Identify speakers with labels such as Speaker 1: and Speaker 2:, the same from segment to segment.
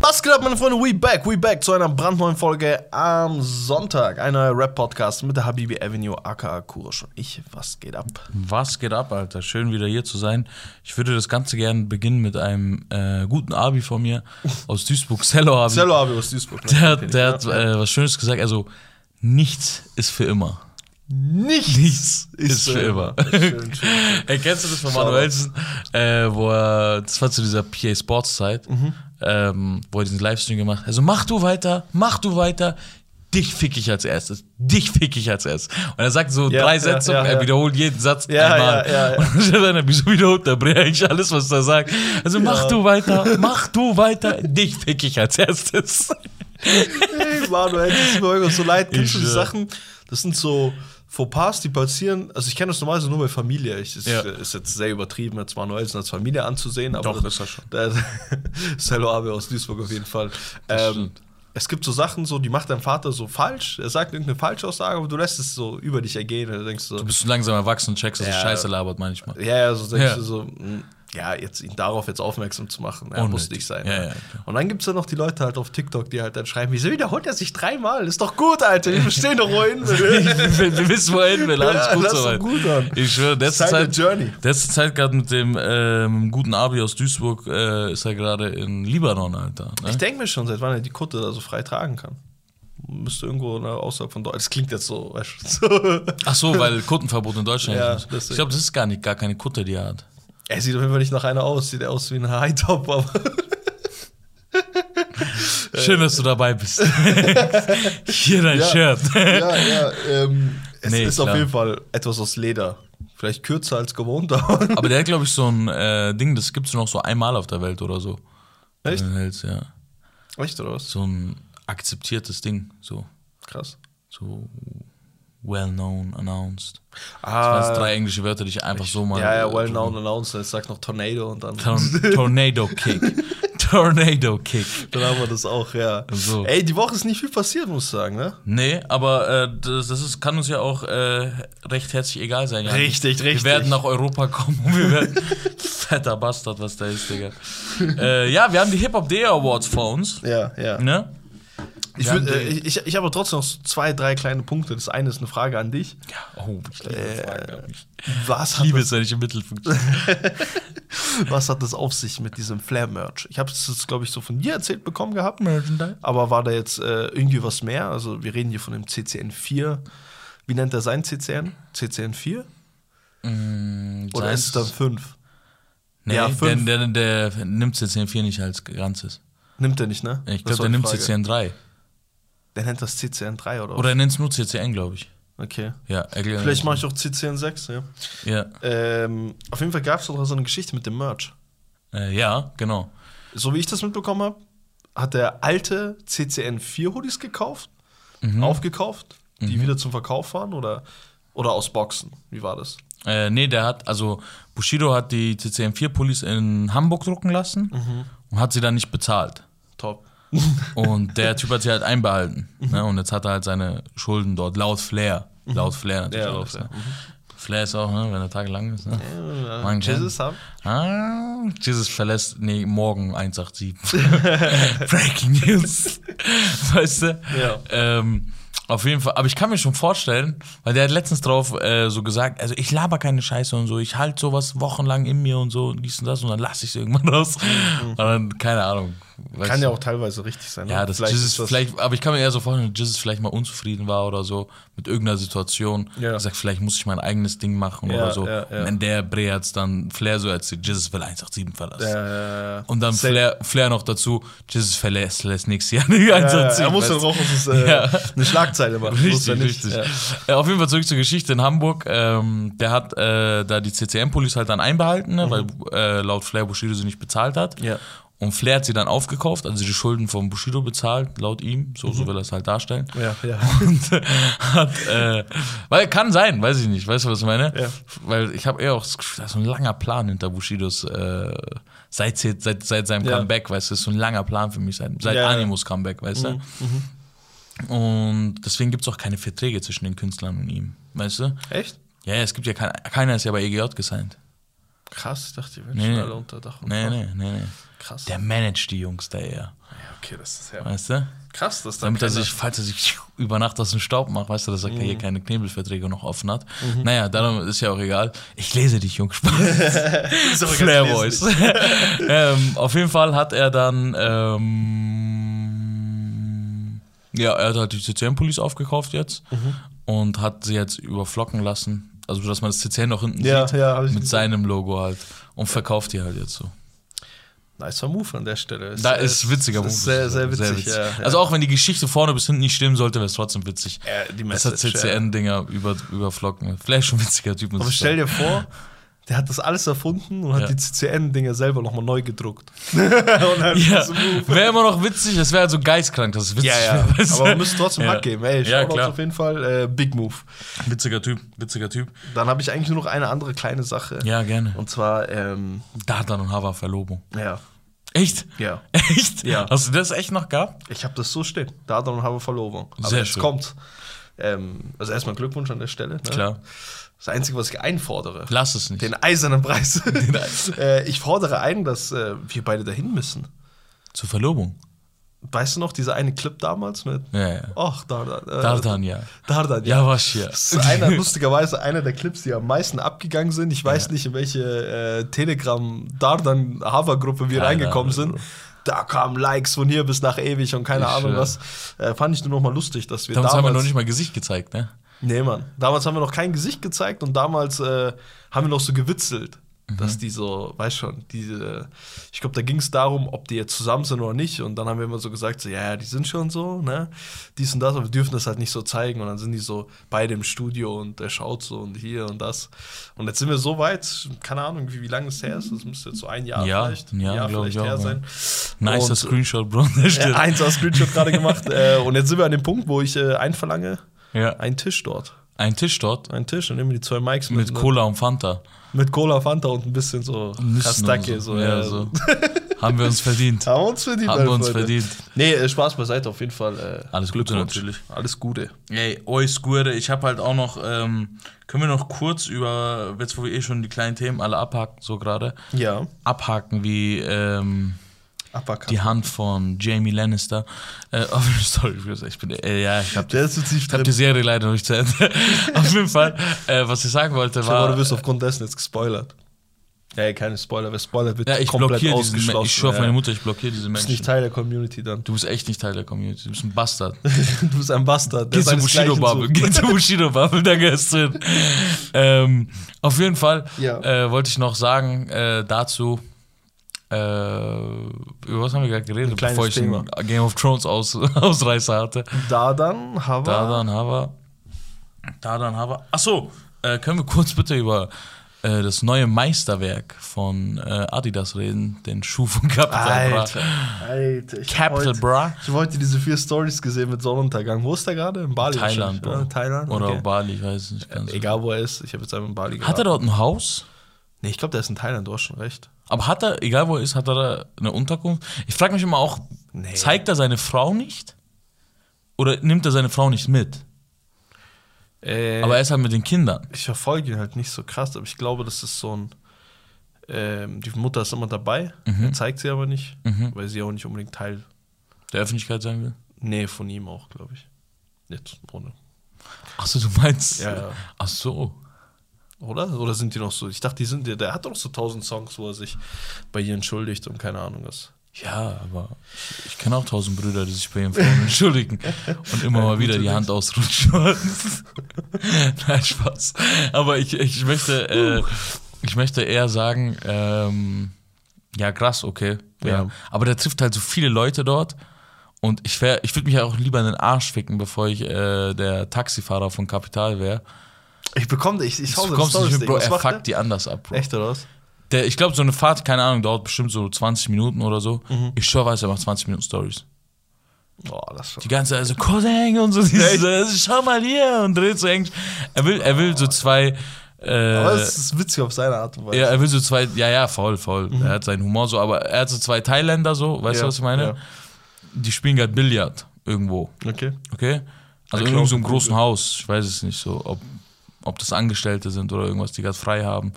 Speaker 1: Was geht ab, meine Freunde? We back, we back zu einer brandneuen Folge am Sonntag. Einer Rap-Podcast mit der Habibi Avenue, aka Kurosch und ich. Was geht ab?
Speaker 2: Was geht ab, Alter? Schön wieder hier zu sein. Ich würde das Ganze gerne beginnen mit einem äh, guten Abi von mir aus Duisburg, Cello Abi.
Speaker 1: Zello Abi aus Duisburg. ne?
Speaker 2: Der hat, der
Speaker 1: Ja.
Speaker 2: hat äh, was Schönes gesagt. Also, nichts ist für immer.
Speaker 1: Nichts
Speaker 2: Nichts ist für immer.
Speaker 1: äh, Schön, schön.
Speaker 2: Ey, kennst du das von Manuelsen? Äh, wo er, das war zu dieser PA Sports Zeit,
Speaker 1: Mhm.
Speaker 2: ähm, wo er diesen Livestream gemacht hat. Also mach du weiter, mach du weiter, dich fick ich als erstes, dich fick ich als erstes. Und er sagt so
Speaker 1: Ja,
Speaker 2: drei
Speaker 1: ja,
Speaker 2: Sätze
Speaker 1: ja,
Speaker 2: und er
Speaker 1: ja.
Speaker 2: wiederholt jeden Satz
Speaker 1: Ja,
Speaker 2: einmal.
Speaker 1: ja, ja, ja.
Speaker 2: Und dann hat er wieso wiederholt, da bringt eigentlich alles, was er sagt. Also mach du weiter, mach du weiter, dich fick ich als erstes.
Speaker 1: Hey, Manuel, das ist mir irgendwie so leid. Kennst du
Speaker 2: Ich äh,
Speaker 1: die
Speaker 2: schwör.
Speaker 1: Sachen? Das sind so Fauxpas, die passieren. Also, ich kenne das normalerweise nur bei Familie. Ich, das
Speaker 2: Ja.
Speaker 1: ist jetzt sehr übertrieben, jetzt Manuelsen als Familie anzusehen. Aber
Speaker 2: Doch, ist er schon.
Speaker 1: Das, Cello Abe aus Duisburg auf jeden Fall.
Speaker 2: Das
Speaker 1: Ähm,
Speaker 2: stimmt.
Speaker 1: es gibt so Sachen, so, die macht dein Vater so falsch. Er sagt irgendeine Falschaussage, aber du lässt es so über dich ergehen. Und du denkst so,
Speaker 2: Du bist langsam erwachsen und checkst, dass
Speaker 1: Ja.
Speaker 2: du Scheiße labert manchmal.
Speaker 1: ja, ja, so denkst
Speaker 2: Ja.
Speaker 1: du so, mh, ja, jetzt ihn darauf jetzt aufmerksam zu machen, ja, muss
Speaker 2: Unnötig.
Speaker 1: nicht sein.
Speaker 2: Ja,
Speaker 1: ne?
Speaker 2: ja, klar.
Speaker 1: und dann gibt es ja noch die Leute halt auf TikTok, die halt dann schreiben, wieso wiederholt er sich dreimal? Ist doch gut, Alter, wir verstehen doch wohin.
Speaker 2: wir, wir wissen, wohin will. Alles
Speaker 1: Ja,
Speaker 2: gut
Speaker 1: lass
Speaker 2: soweit.
Speaker 1: doch gut an.
Speaker 2: Ich schwöre, der ist
Speaker 1: It's time
Speaker 2: Zeit,
Speaker 1: to journey.
Speaker 2: der ist Zeit gerade mit dem ähm, guten Abi aus Duisburg, äh, ist er gerade in Libanon, Alter. Ne?
Speaker 1: ich denke mir schon, seit wann er die Kutte da so frei tragen kann. Müsste irgendwo ne, außerhalb von Deutschland. Das klingt jetzt so, weißt du, so.
Speaker 2: Ach so, weil Kuttenverbot in Deutschland
Speaker 1: Ja,
Speaker 2: ist.
Speaker 1: deswegen.
Speaker 2: Ich glaube, das ist gar nicht gar keine Kutte, die er hat.
Speaker 1: Er sieht auf jeden Fall nicht nach einer aus, sieht er aus wie ein Hightop, aber
Speaker 2: Schön, dass du dabei bist. Hier dein Shirt.
Speaker 1: Äh. ja, ja. Ähm, es
Speaker 2: Nee,
Speaker 1: ist auf
Speaker 2: klar.
Speaker 1: jeden Fall etwas aus Leder. Vielleicht kürzer als gewohnt, aber
Speaker 2: Aber der hat, glaube ich, so ein äh, Ding, das gibt es nur noch so einmal auf der Welt oder so.
Speaker 1: Echt?
Speaker 2: Den hältst, ja.
Speaker 1: Echt oder was?
Speaker 2: So ein akzeptiertes Ding, so.
Speaker 1: Krass.
Speaker 2: So well known, announced.
Speaker 1: Ah,
Speaker 2: Das waren jetzt drei englische Wörter, die ich einfach so mal.
Speaker 1: Ja, ja,
Speaker 2: äh,
Speaker 1: well known announcer. Jetzt sagt noch Tornado und dann, dann
Speaker 2: Torn Tornado Kick. Tornado Kick.
Speaker 1: haben wir das auch, ja.
Speaker 2: So.
Speaker 1: Ey, die Woche ist nicht viel passiert, muss ich sagen, ne?
Speaker 2: Nee, aber äh, das, das ist, kann uns ja auch äh, recht herzlich egal sein. Janik.
Speaker 1: Richtig, richtig.
Speaker 2: Wir werden nach Europa kommen und wir werden. Fetter Bastard, was da ist, Digga. äh, ja, wir haben die Hip-Hop-Day Awards vor uns.
Speaker 1: Ja, ja.
Speaker 2: Ne?
Speaker 1: Ich,
Speaker 2: Wir
Speaker 1: würd,
Speaker 2: haben
Speaker 1: äh, ich, ich, ich habe aber trotzdem noch so zwei, drei kleine Punkte. Das eine ist eine Frage an dich.
Speaker 2: Ja, oh, ich liebe, Fragen.
Speaker 1: Was
Speaker 2: Ich
Speaker 1: hat,
Speaker 2: liebe es, wenn ich im Mittelpunkt stehe.
Speaker 1: was hat das auf sich mit diesem Flair-Merch? Ich habe es, glaube ich, so von dir erzählt bekommen gehabt.
Speaker 2: Merchandise.
Speaker 1: Aber war da jetzt äh, irgendwie was mehr? Also, wir reden hier von dem CCN4. Wie nennt er sein CCN? CCN4? Oder ist es dann 5?
Speaker 2: Nee,
Speaker 1: Mm, Ja,
Speaker 2: der,
Speaker 1: fünf.
Speaker 2: der, der nimmt CCN4 nicht als Ganzes.
Speaker 1: Nimmt er nicht, ne?
Speaker 2: Ich
Speaker 1: Das
Speaker 2: glaube,
Speaker 1: war
Speaker 2: der
Speaker 1: die
Speaker 2: nimmt
Speaker 1: Frage.
Speaker 2: CCN3.
Speaker 1: Der nennt das CCN3 oder was?
Speaker 2: Oder er nennt es nur CCN, glaube ich.
Speaker 1: Okay.
Speaker 2: Ja, erklär
Speaker 1: Vielleicht mache ich auch CCN6, ja.
Speaker 2: Ja.
Speaker 1: Ähm, auf jeden Fall gab es doch so eine Geschichte mit dem Merch.
Speaker 2: Äh, ja, genau.
Speaker 1: So wie ich das mitbekommen habe, hat der alte CCN4 Hoodies gekauft,
Speaker 2: Mhm.
Speaker 1: aufgekauft, die wieder zum Verkauf waren oder, oder aus Boxen. Wie war das?
Speaker 2: Äh, nee, der hat, also Bushido hat die CCM4-Pullis in Hamburg drucken lassen
Speaker 1: Mhm.
Speaker 2: und hat sie dann nicht bezahlt.
Speaker 1: Top.
Speaker 2: Und der Typ hat sie halt einbehalten. Ne?
Speaker 1: Mhm.
Speaker 2: Und jetzt hat er halt seine Schulden dort, laut Flair. Laut Flair natürlich
Speaker 1: Ja, laut Mhm.
Speaker 2: auch. Flair. Flair ist auch, ne, wenn der Tag lang ist. Ne? Mang Chen.
Speaker 1: Jesus haben.
Speaker 2: Ah, Jesus verlässt, nee, morgen 187. Breaking News. weißt du?
Speaker 1: Ja.
Speaker 2: Ähm, auf jeden Fall, aber ich kann mir schon vorstellen, weil der hat letztens drauf äh, so gesagt, also ich laber keine Scheiße und so, ich halte sowas wochenlang in mir und so und dies und das und dann lasse ich es irgendwann raus. Und dann, keine Ahnung. weißt
Speaker 1: Mhm. Kann
Speaker 2: du?
Speaker 1: ja auch teilweise richtig sein. ne?
Speaker 2: Ja, das vielleicht Jesus,
Speaker 1: ist das-
Speaker 2: vielleicht, aber ich kann mir eher so vorstellen, dass Jesus vielleicht mal unzufrieden war oder so mit irgendeiner Situation.
Speaker 1: Ja.
Speaker 2: Er sagt, vielleicht muss ich mein eigenes Ding machen
Speaker 1: Ja,
Speaker 2: oder so.
Speaker 1: ja, ja.
Speaker 2: Und wenn der Bre hat's dann Flair so erzählt, Jesus will 187 verlassen.
Speaker 1: Äh,
Speaker 2: Und dann
Speaker 1: Safe.
Speaker 2: Flair, Flair noch dazu, Jesus verlässt lässt nächstes Jahr die 187.
Speaker 1: äh, er muss
Speaker 2: weißt
Speaker 1: dann
Speaker 2: du?
Speaker 1: auch es ist, äh,
Speaker 2: Ja.
Speaker 1: eine Schlagzeile machen. muss er
Speaker 2: Richtig,
Speaker 1: nicht.
Speaker 2: richtig.
Speaker 1: Ja.
Speaker 2: Äh, auf jeden Fall zurück zur Geschichte in Hamburg. Ähm, der hat äh, da die CCM-Police halt dann einbehalten,
Speaker 1: Mhm.
Speaker 2: ne, weil äh, laut Flair Bushido sie nicht bezahlt hat.
Speaker 1: Ja.
Speaker 2: Und Flair hat sie dann aufgekauft, also die Schulden von Bushido bezahlt, laut ihm. So,
Speaker 1: Mhm.
Speaker 2: so will er es halt darstellen.
Speaker 1: Ja, ja.
Speaker 2: Und äh, hat, äh, weil kann sein, weiß ich nicht, weißt du, was ich meine?
Speaker 1: Ja.
Speaker 2: Weil ich habe eher auch das Gefühl, da ist so ein langer Plan hinter Bushidos, äh, seit, seit, seit seinem
Speaker 1: Ja.
Speaker 2: Comeback, weißt du, ist so ein langer Plan für mich, seit, seit
Speaker 1: Ja, Mhm, ja.
Speaker 2: Animus Comeback, weißt du? Und deswegen gibt es auch keine Verträge zwischen den Künstlern und ihm. Weißt du?
Speaker 1: Echt?
Speaker 2: Ja, ja, es gibt ja kein, keiner ist ja bei EGJ E gesigned.
Speaker 1: Krass, ich dachte, die werden
Speaker 2: Nee,
Speaker 1: schon
Speaker 2: nee.
Speaker 1: alle unter Dach und
Speaker 2: Nee,
Speaker 1: Fach.
Speaker 2: nee, nee, nee.
Speaker 1: Krass.
Speaker 2: Der managt die Jungs da
Speaker 1: Ja,
Speaker 2: eher.
Speaker 1: okay, das ist ja
Speaker 2: Weißt du?
Speaker 1: krass, dass dann
Speaker 2: Damit er
Speaker 1: keiner-
Speaker 2: sich, falls er sich über Nacht aus dem Staub macht, weißt du, dass er
Speaker 1: Mhm.
Speaker 2: hier keine Knebelverträge noch offen hat. Naja, darum ist ja auch egal. Ich lese dich, Jungs.
Speaker 1: Ist aber ganz
Speaker 2: Flair
Speaker 1: wesentlich.
Speaker 2: Voice. ähm, auf jeden Fall hat er dann. Ähm, ja, er hat halt die CCN-Police aufgekauft jetzt
Speaker 1: Mhm.
Speaker 2: und hat sie jetzt überflocken lassen. Also, dass man das CCN noch hinten
Speaker 1: Ja,
Speaker 2: sieht.
Speaker 1: ja, hab ich
Speaker 2: mit
Speaker 1: gesehen.
Speaker 2: seinem Logo halt. Und verkauft die halt jetzt so.
Speaker 1: Nicer Move an der Stelle.
Speaker 2: Da ist witziger
Speaker 1: Move.
Speaker 2: Move.
Speaker 1: Sehr, sehr witzig, Ja, ja.
Speaker 2: Also, auch wenn die Geschichte vorne bis hinten nicht stimmen sollte, wäre es trotzdem witzig.
Speaker 1: Ja, die
Speaker 2: Das hat
Speaker 1: Message, ja.
Speaker 2: CCN-Dinger über, überflocken. Vielleicht schon ein witziger Typ. muss
Speaker 1: Aber
Speaker 2: ich
Speaker 1: stell
Speaker 2: sagen.
Speaker 1: dir vor, der hat das alles erfunden und hat
Speaker 2: Ja.
Speaker 1: die CCN-Dinger selber nochmal neu gedruckt. und hat
Speaker 2: Ja,
Speaker 1: diesen Move.
Speaker 2: wäre immer noch witzig, das wäre halt so geistkrank, das ist witzig.
Speaker 1: Ja, ja.
Speaker 2: Weißt du?
Speaker 1: Aber wir müssen trotzdem
Speaker 2: Ja.
Speaker 1: Hack geben. Ey,
Speaker 2: Ja,
Speaker 1: Shoutouts
Speaker 2: klar.
Speaker 1: auf jeden Fall. Äh, Big Move.
Speaker 2: Witziger Typ, witziger Typ.
Speaker 1: Dann habe ich eigentlich nur noch eine andere kleine Sache.
Speaker 2: Ja, gerne.
Speaker 1: Und zwar, ähm,
Speaker 2: Dardan und Hava Verlobung.
Speaker 1: ja,
Speaker 2: Echt?
Speaker 1: ja.
Speaker 2: Echt?
Speaker 1: Ja.
Speaker 2: Hast du das echt noch gehabt?
Speaker 1: Ich habe das so stehen. Da dann habe ich Verlobung. Aber
Speaker 2: Sehr
Speaker 1: jetzt
Speaker 2: schön.
Speaker 1: kommt. Ähm, also erstmal Glückwunsch an der Stelle. Ne?
Speaker 2: Klar.
Speaker 1: Das Einzige, was ich einfordere,
Speaker 2: Lass es nicht.
Speaker 1: den eisernen Preis. äh, ich fordere ein, dass äh, wir beide dahin müssen.
Speaker 2: Zur Verlobung.
Speaker 1: Weißt du noch, dieser eine Clip damals mit?
Speaker 2: Ja, ja.
Speaker 1: Ach, Dardan. Äh,
Speaker 2: Dardan, ja.
Speaker 1: Dardan, ja.
Speaker 2: Ja, was hier.
Speaker 1: Das ist einer, lustigerweise einer der Clips, die am meisten abgegangen sind. Ich weiß nicht, in welche äh, Telegram-Dardan-Hava-Gruppe wir
Speaker 2: Keine
Speaker 1: reingekommen
Speaker 2: Ahnung.
Speaker 1: sind. Da kamen Likes von hier bis nach ewig und keine
Speaker 2: Ich
Speaker 1: Ahnung
Speaker 2: schwör.
Speaker 1: was. Äh, fand ich nur noch mal lustig, dass wir
Speaker 2: Damals
Speaker 1: damals.
Speaker 2: haben wir noch nicht mal Gesicht gezeigt, ne?
Speaker 1: nee, Mann. Damals haben wir noch kein Gesicht gezeigt und damals äh, haben wir noch so gewitzelt.
Speaker 2: Mhm.
Speaker 1: Dass die so, weiß schon, diese, ich glaube, da ging es darum, ob die jetzt zusammen sind oder nicht. Und dann haben wir immer so gesagt, so, ja, ja, die sind schon so, ne? Dies und das, aber wir dürfen das halt nicht so zeigen. Und dann sind die so beide im Studio und der schaut so und hier und das. Und jetzt sind wir so weit, keine Ahnung, wie, wie lange es her ist. Das müsste jetzt so ein Jahr
Speaker 2: Ja,
Speaker 1: vielleicht,
Speaker 2: ein Jahr, glaub ich
Speaker 1: vielleicht her
Speaker 2: auch,
Speaker 1: sein.
Speaker 2: Nicer
Speaker 1: Und-
Speaker 2: Screenshot, Bro. an der
Speaker 1: äh,
Speaker 2: Stelle.
Speaker 1: eins aus Screenshot gerade gemacht. Äh, und jetzt sind wir an dem Punkt, wo ich äh, einverlange,
Speaker 2: Ja.
Speaker 1: einen Tisch dort.
Speaker 2: Ein Tisch dort
Speaker 1: Einen Tisch, dann nehmen wir die zwei Mikes
Speaker 2: mit
Speaker 1: mit, ne?
Speaker 2: Cola und Fanta.
Speaker 1: mit Cola, Fanta und ein bisschen so
Speaker 2: Nüssen und
Speaker 1: Rastake. So,
Speaker 2: Ja,
Speaker 1: ja,
Speaker 2: so. Haben wir uns verdient.
Speaker 1: Haben wir uns verdient.
Speaker 2: Haben
Speaker 1: meine
Speaker 2: wir uns
Speaker 1: Freunde.
Speaker 2: verdient.
Speaker 1: Nee, äh, Spaß beiseite auf jeden Fall. Äh,
Speaker 2: Alles Gute
Speaker 1: Glückwunsch.
Speaker 2: natürlich.
Speaker 1: Alles Gute.
Speaker 2: Ey, Oiskure, ich habe halt auch noch, ähm, können wir noch kurz über, jetzt wo wir eh schon die kleinen Themen alle abhaken, so gerade,
Speaker 1: Ja,
Speaker 2: abhaken wie ähm,
Speaker 1: Uppercut.
Speaker 2: die Hand von Jamie Lannister. Äh, oh, sorry, ich bin, äh, ja, ich habe
Speaker 1: Der ist so tief
Speaker 2: hab die
Speaker 1: drin.
Speaker 2: Serie leider noch nicht zu Ende. auf jeden Fall, äh, was ich sagen wollte,
Speaker 1: Aber du
Speaker 2: war,
Speaker 1: wirst aufgrund dessen jetzt gespoilert. Ja, ja, keine Spoiler. Wer Spoiler wird,
Speaker 2: ja, ich
Speaker 1: komplett
Speaker 2: blockiere diesen,
Speaker 1: ausgeschlossen.
Speaker 2: Me- ich schwör auf meine
Speaker 1: ja.
Speaker 2: Mutter, ich blockiere diese
Speaker 1: Du bist nicht
Speaker 2: Menschen.
Speaker 1: Teil der Community dann.
Speaker 2: Du bist echt nicht Teil der Community, du bist ein Bastard.
Speaker 1: Du bist ein Bastard. der
Speaker 2: Geh zu
Speaker 1: seinesgleichen
Speaker 2: Bushido Bubble.
Speaker 1: sucht.
Speaker 2: Geh zu Bushido Bubble, da gehörst du hin. ähm, auf jeden Fall
Speaker 1: Ja.
Speaker 2: äh, wollte ich noch sagen äh, dazu. Äh, über was haben wir gerade geredet,
Speaker 1: kleines
Speaker 2: bevor ich
Speaker 1: Thema.
Speaker 2: einen Game of Thrones aus, Ausreißer hatte?
Speaker 1: Da dann, Hava.
Speaker 2: Dardan Hava. Dardan Hava. Achso, äh, können wir kurz bitte über äh, das neue Meisterwerk von äh, Adidas reden? Den Schuh von Capital Bra.
Speaker 1: Alter, Alter. Ich hab
Speaker 2: Also Capital
Speaker 1: heute,
Speaker 2: Bra?
Speaker 1: ich hab heute diese vier Stories gesehen mit Sonnenuntergang. Wo ist der gerade? In Bali?
Speaker 2: Thailand,
Speaker 1: wahrscheinlich,
Speaker 2: Bro.
Speaker 1: oder? Thailand?
Speaker 2: Oder
Speaker 1: okay. Äh,
Speaker 2: Bali, ich weiß nicht ganz. genau.
Speaker 1: Egal, wo er ist. Ich habe jetzt einmal in Bali
Speaker 2: Hat er
Speaker 1: doch?
Speaker 2: dort ein Haus?
Speaker 1: Nee, ich glaube, der ist in Thailand. Du hast schon recht.
Speaker 2: Aber hat er, egal wo er ist, hat er da eine Unterkunft? Ich frage mich immer auch,
Speaker 1: Nee.
Speaker 2: zeigt er seine Frau nicht? Oder nimmt er seine Frau nicht mit?
Speaker 1: Äh,
Speaker 2: Aber
Speaker 1: aber
Speaker 2: er ist halt mit den Kindern.
Speaker 1: ich verfolge ihn halt nicht so krass, aber ich glaube, das ist so ein. Ähm, die Mutter ist immer dabei.
Speaker 2: Mhm.
Speaker 1: Er zeigt sie aber nicht, weil sie auch nicht unbedingt Teil.
Speaker 2: Der Öffentlichkeit sagen will.
Speaker 1: Nee, von ihm auch, glaube ich. Jetzt, ohne.
Speaker 2: Achso, du meinst.
Speaker 1: Ja, ja.
Speaker 2: Ach so.
Speaker 1: Oder? Oder sind die noch so? Ich dachte, die sind. Der, der hat doch so tausend Songs, wo er sich bei ihr entschuldigt und keine Ahnung was.
Speaker 2: Ja, aber ich, ich kenne auch tausend Brüder, die sich bei ihren Frauen entschuldigen und immer mal wieder die Hand ausrutschen. Nein, Spaß. Aber ich, ich, möchte, äh, ich möchte eher sagen, ähm, ja, krass, okay. Ja.
Speaker 1: Ja.
Speaker 2: Aber der trifft halt so viele Leute dort. Und ich, wär- ich würde mich ja auch lieber in den Arsch ficken, bevor ich äh, der Taxifahrer von Kapital wäre.
Speaker 1: Ich bekomme, ich, ich schaue
Speaker 2: Du
Speaker 1: so
Speaker 2: kommst nicht
Speaker 1: Stories,
Speaker 2: mit, Bro,
Speaker 1: Digga. Was
Speaker 2: er
Speaker 1: macht
Speaker 2: fuckt die anders ab, Bro.
Speaker 1: der? Echt oder was?
Speaker 2: Der, ich glaube, so eine Fahrt, keine Ahnung, dauert bestimmt so 20 Minuten oder so.
Speaker 1: Mhm.
Speaker 2: Ich schwör, weiß, er macht 20 Minuten Stories.
Speaker 1: Boah, das schon.
Speaker 2: Die ganze Zeit so, Cousin und so, dieses, äh, schau mal hier und dreht so eng. Er will, er will so zwei,
Speaker 1: Aber
Speaker 2: äh,
Speaker 1: es ist witzig auf seine Art und Weise.
Speaker 2: ja, er will so zwei, ja, ja, voll, voll. Er hat seinen Humor so, aber er hat so zwei Thailänder so,
Speaker 1: Mhm.
Speaker 2: weißt
Speaker 1: Ja,
Speaker 2: du, was ich meine?
Speaker 1: ja.
Speaker 2: Die spielen gerade Billard irgendwo,
Speaker 1: Okay.
Speaker 2: okay? Also
Speaker 1: Ja,
Speaker 2: in so
Speaker 1: klar,
Speaker 2: einem
Speaker 1: gut,
Speaker 2: großen Haus, ich weiß es nicht so, ob, ob das Angestellte sind oder irgendwas, die gerade frei haben.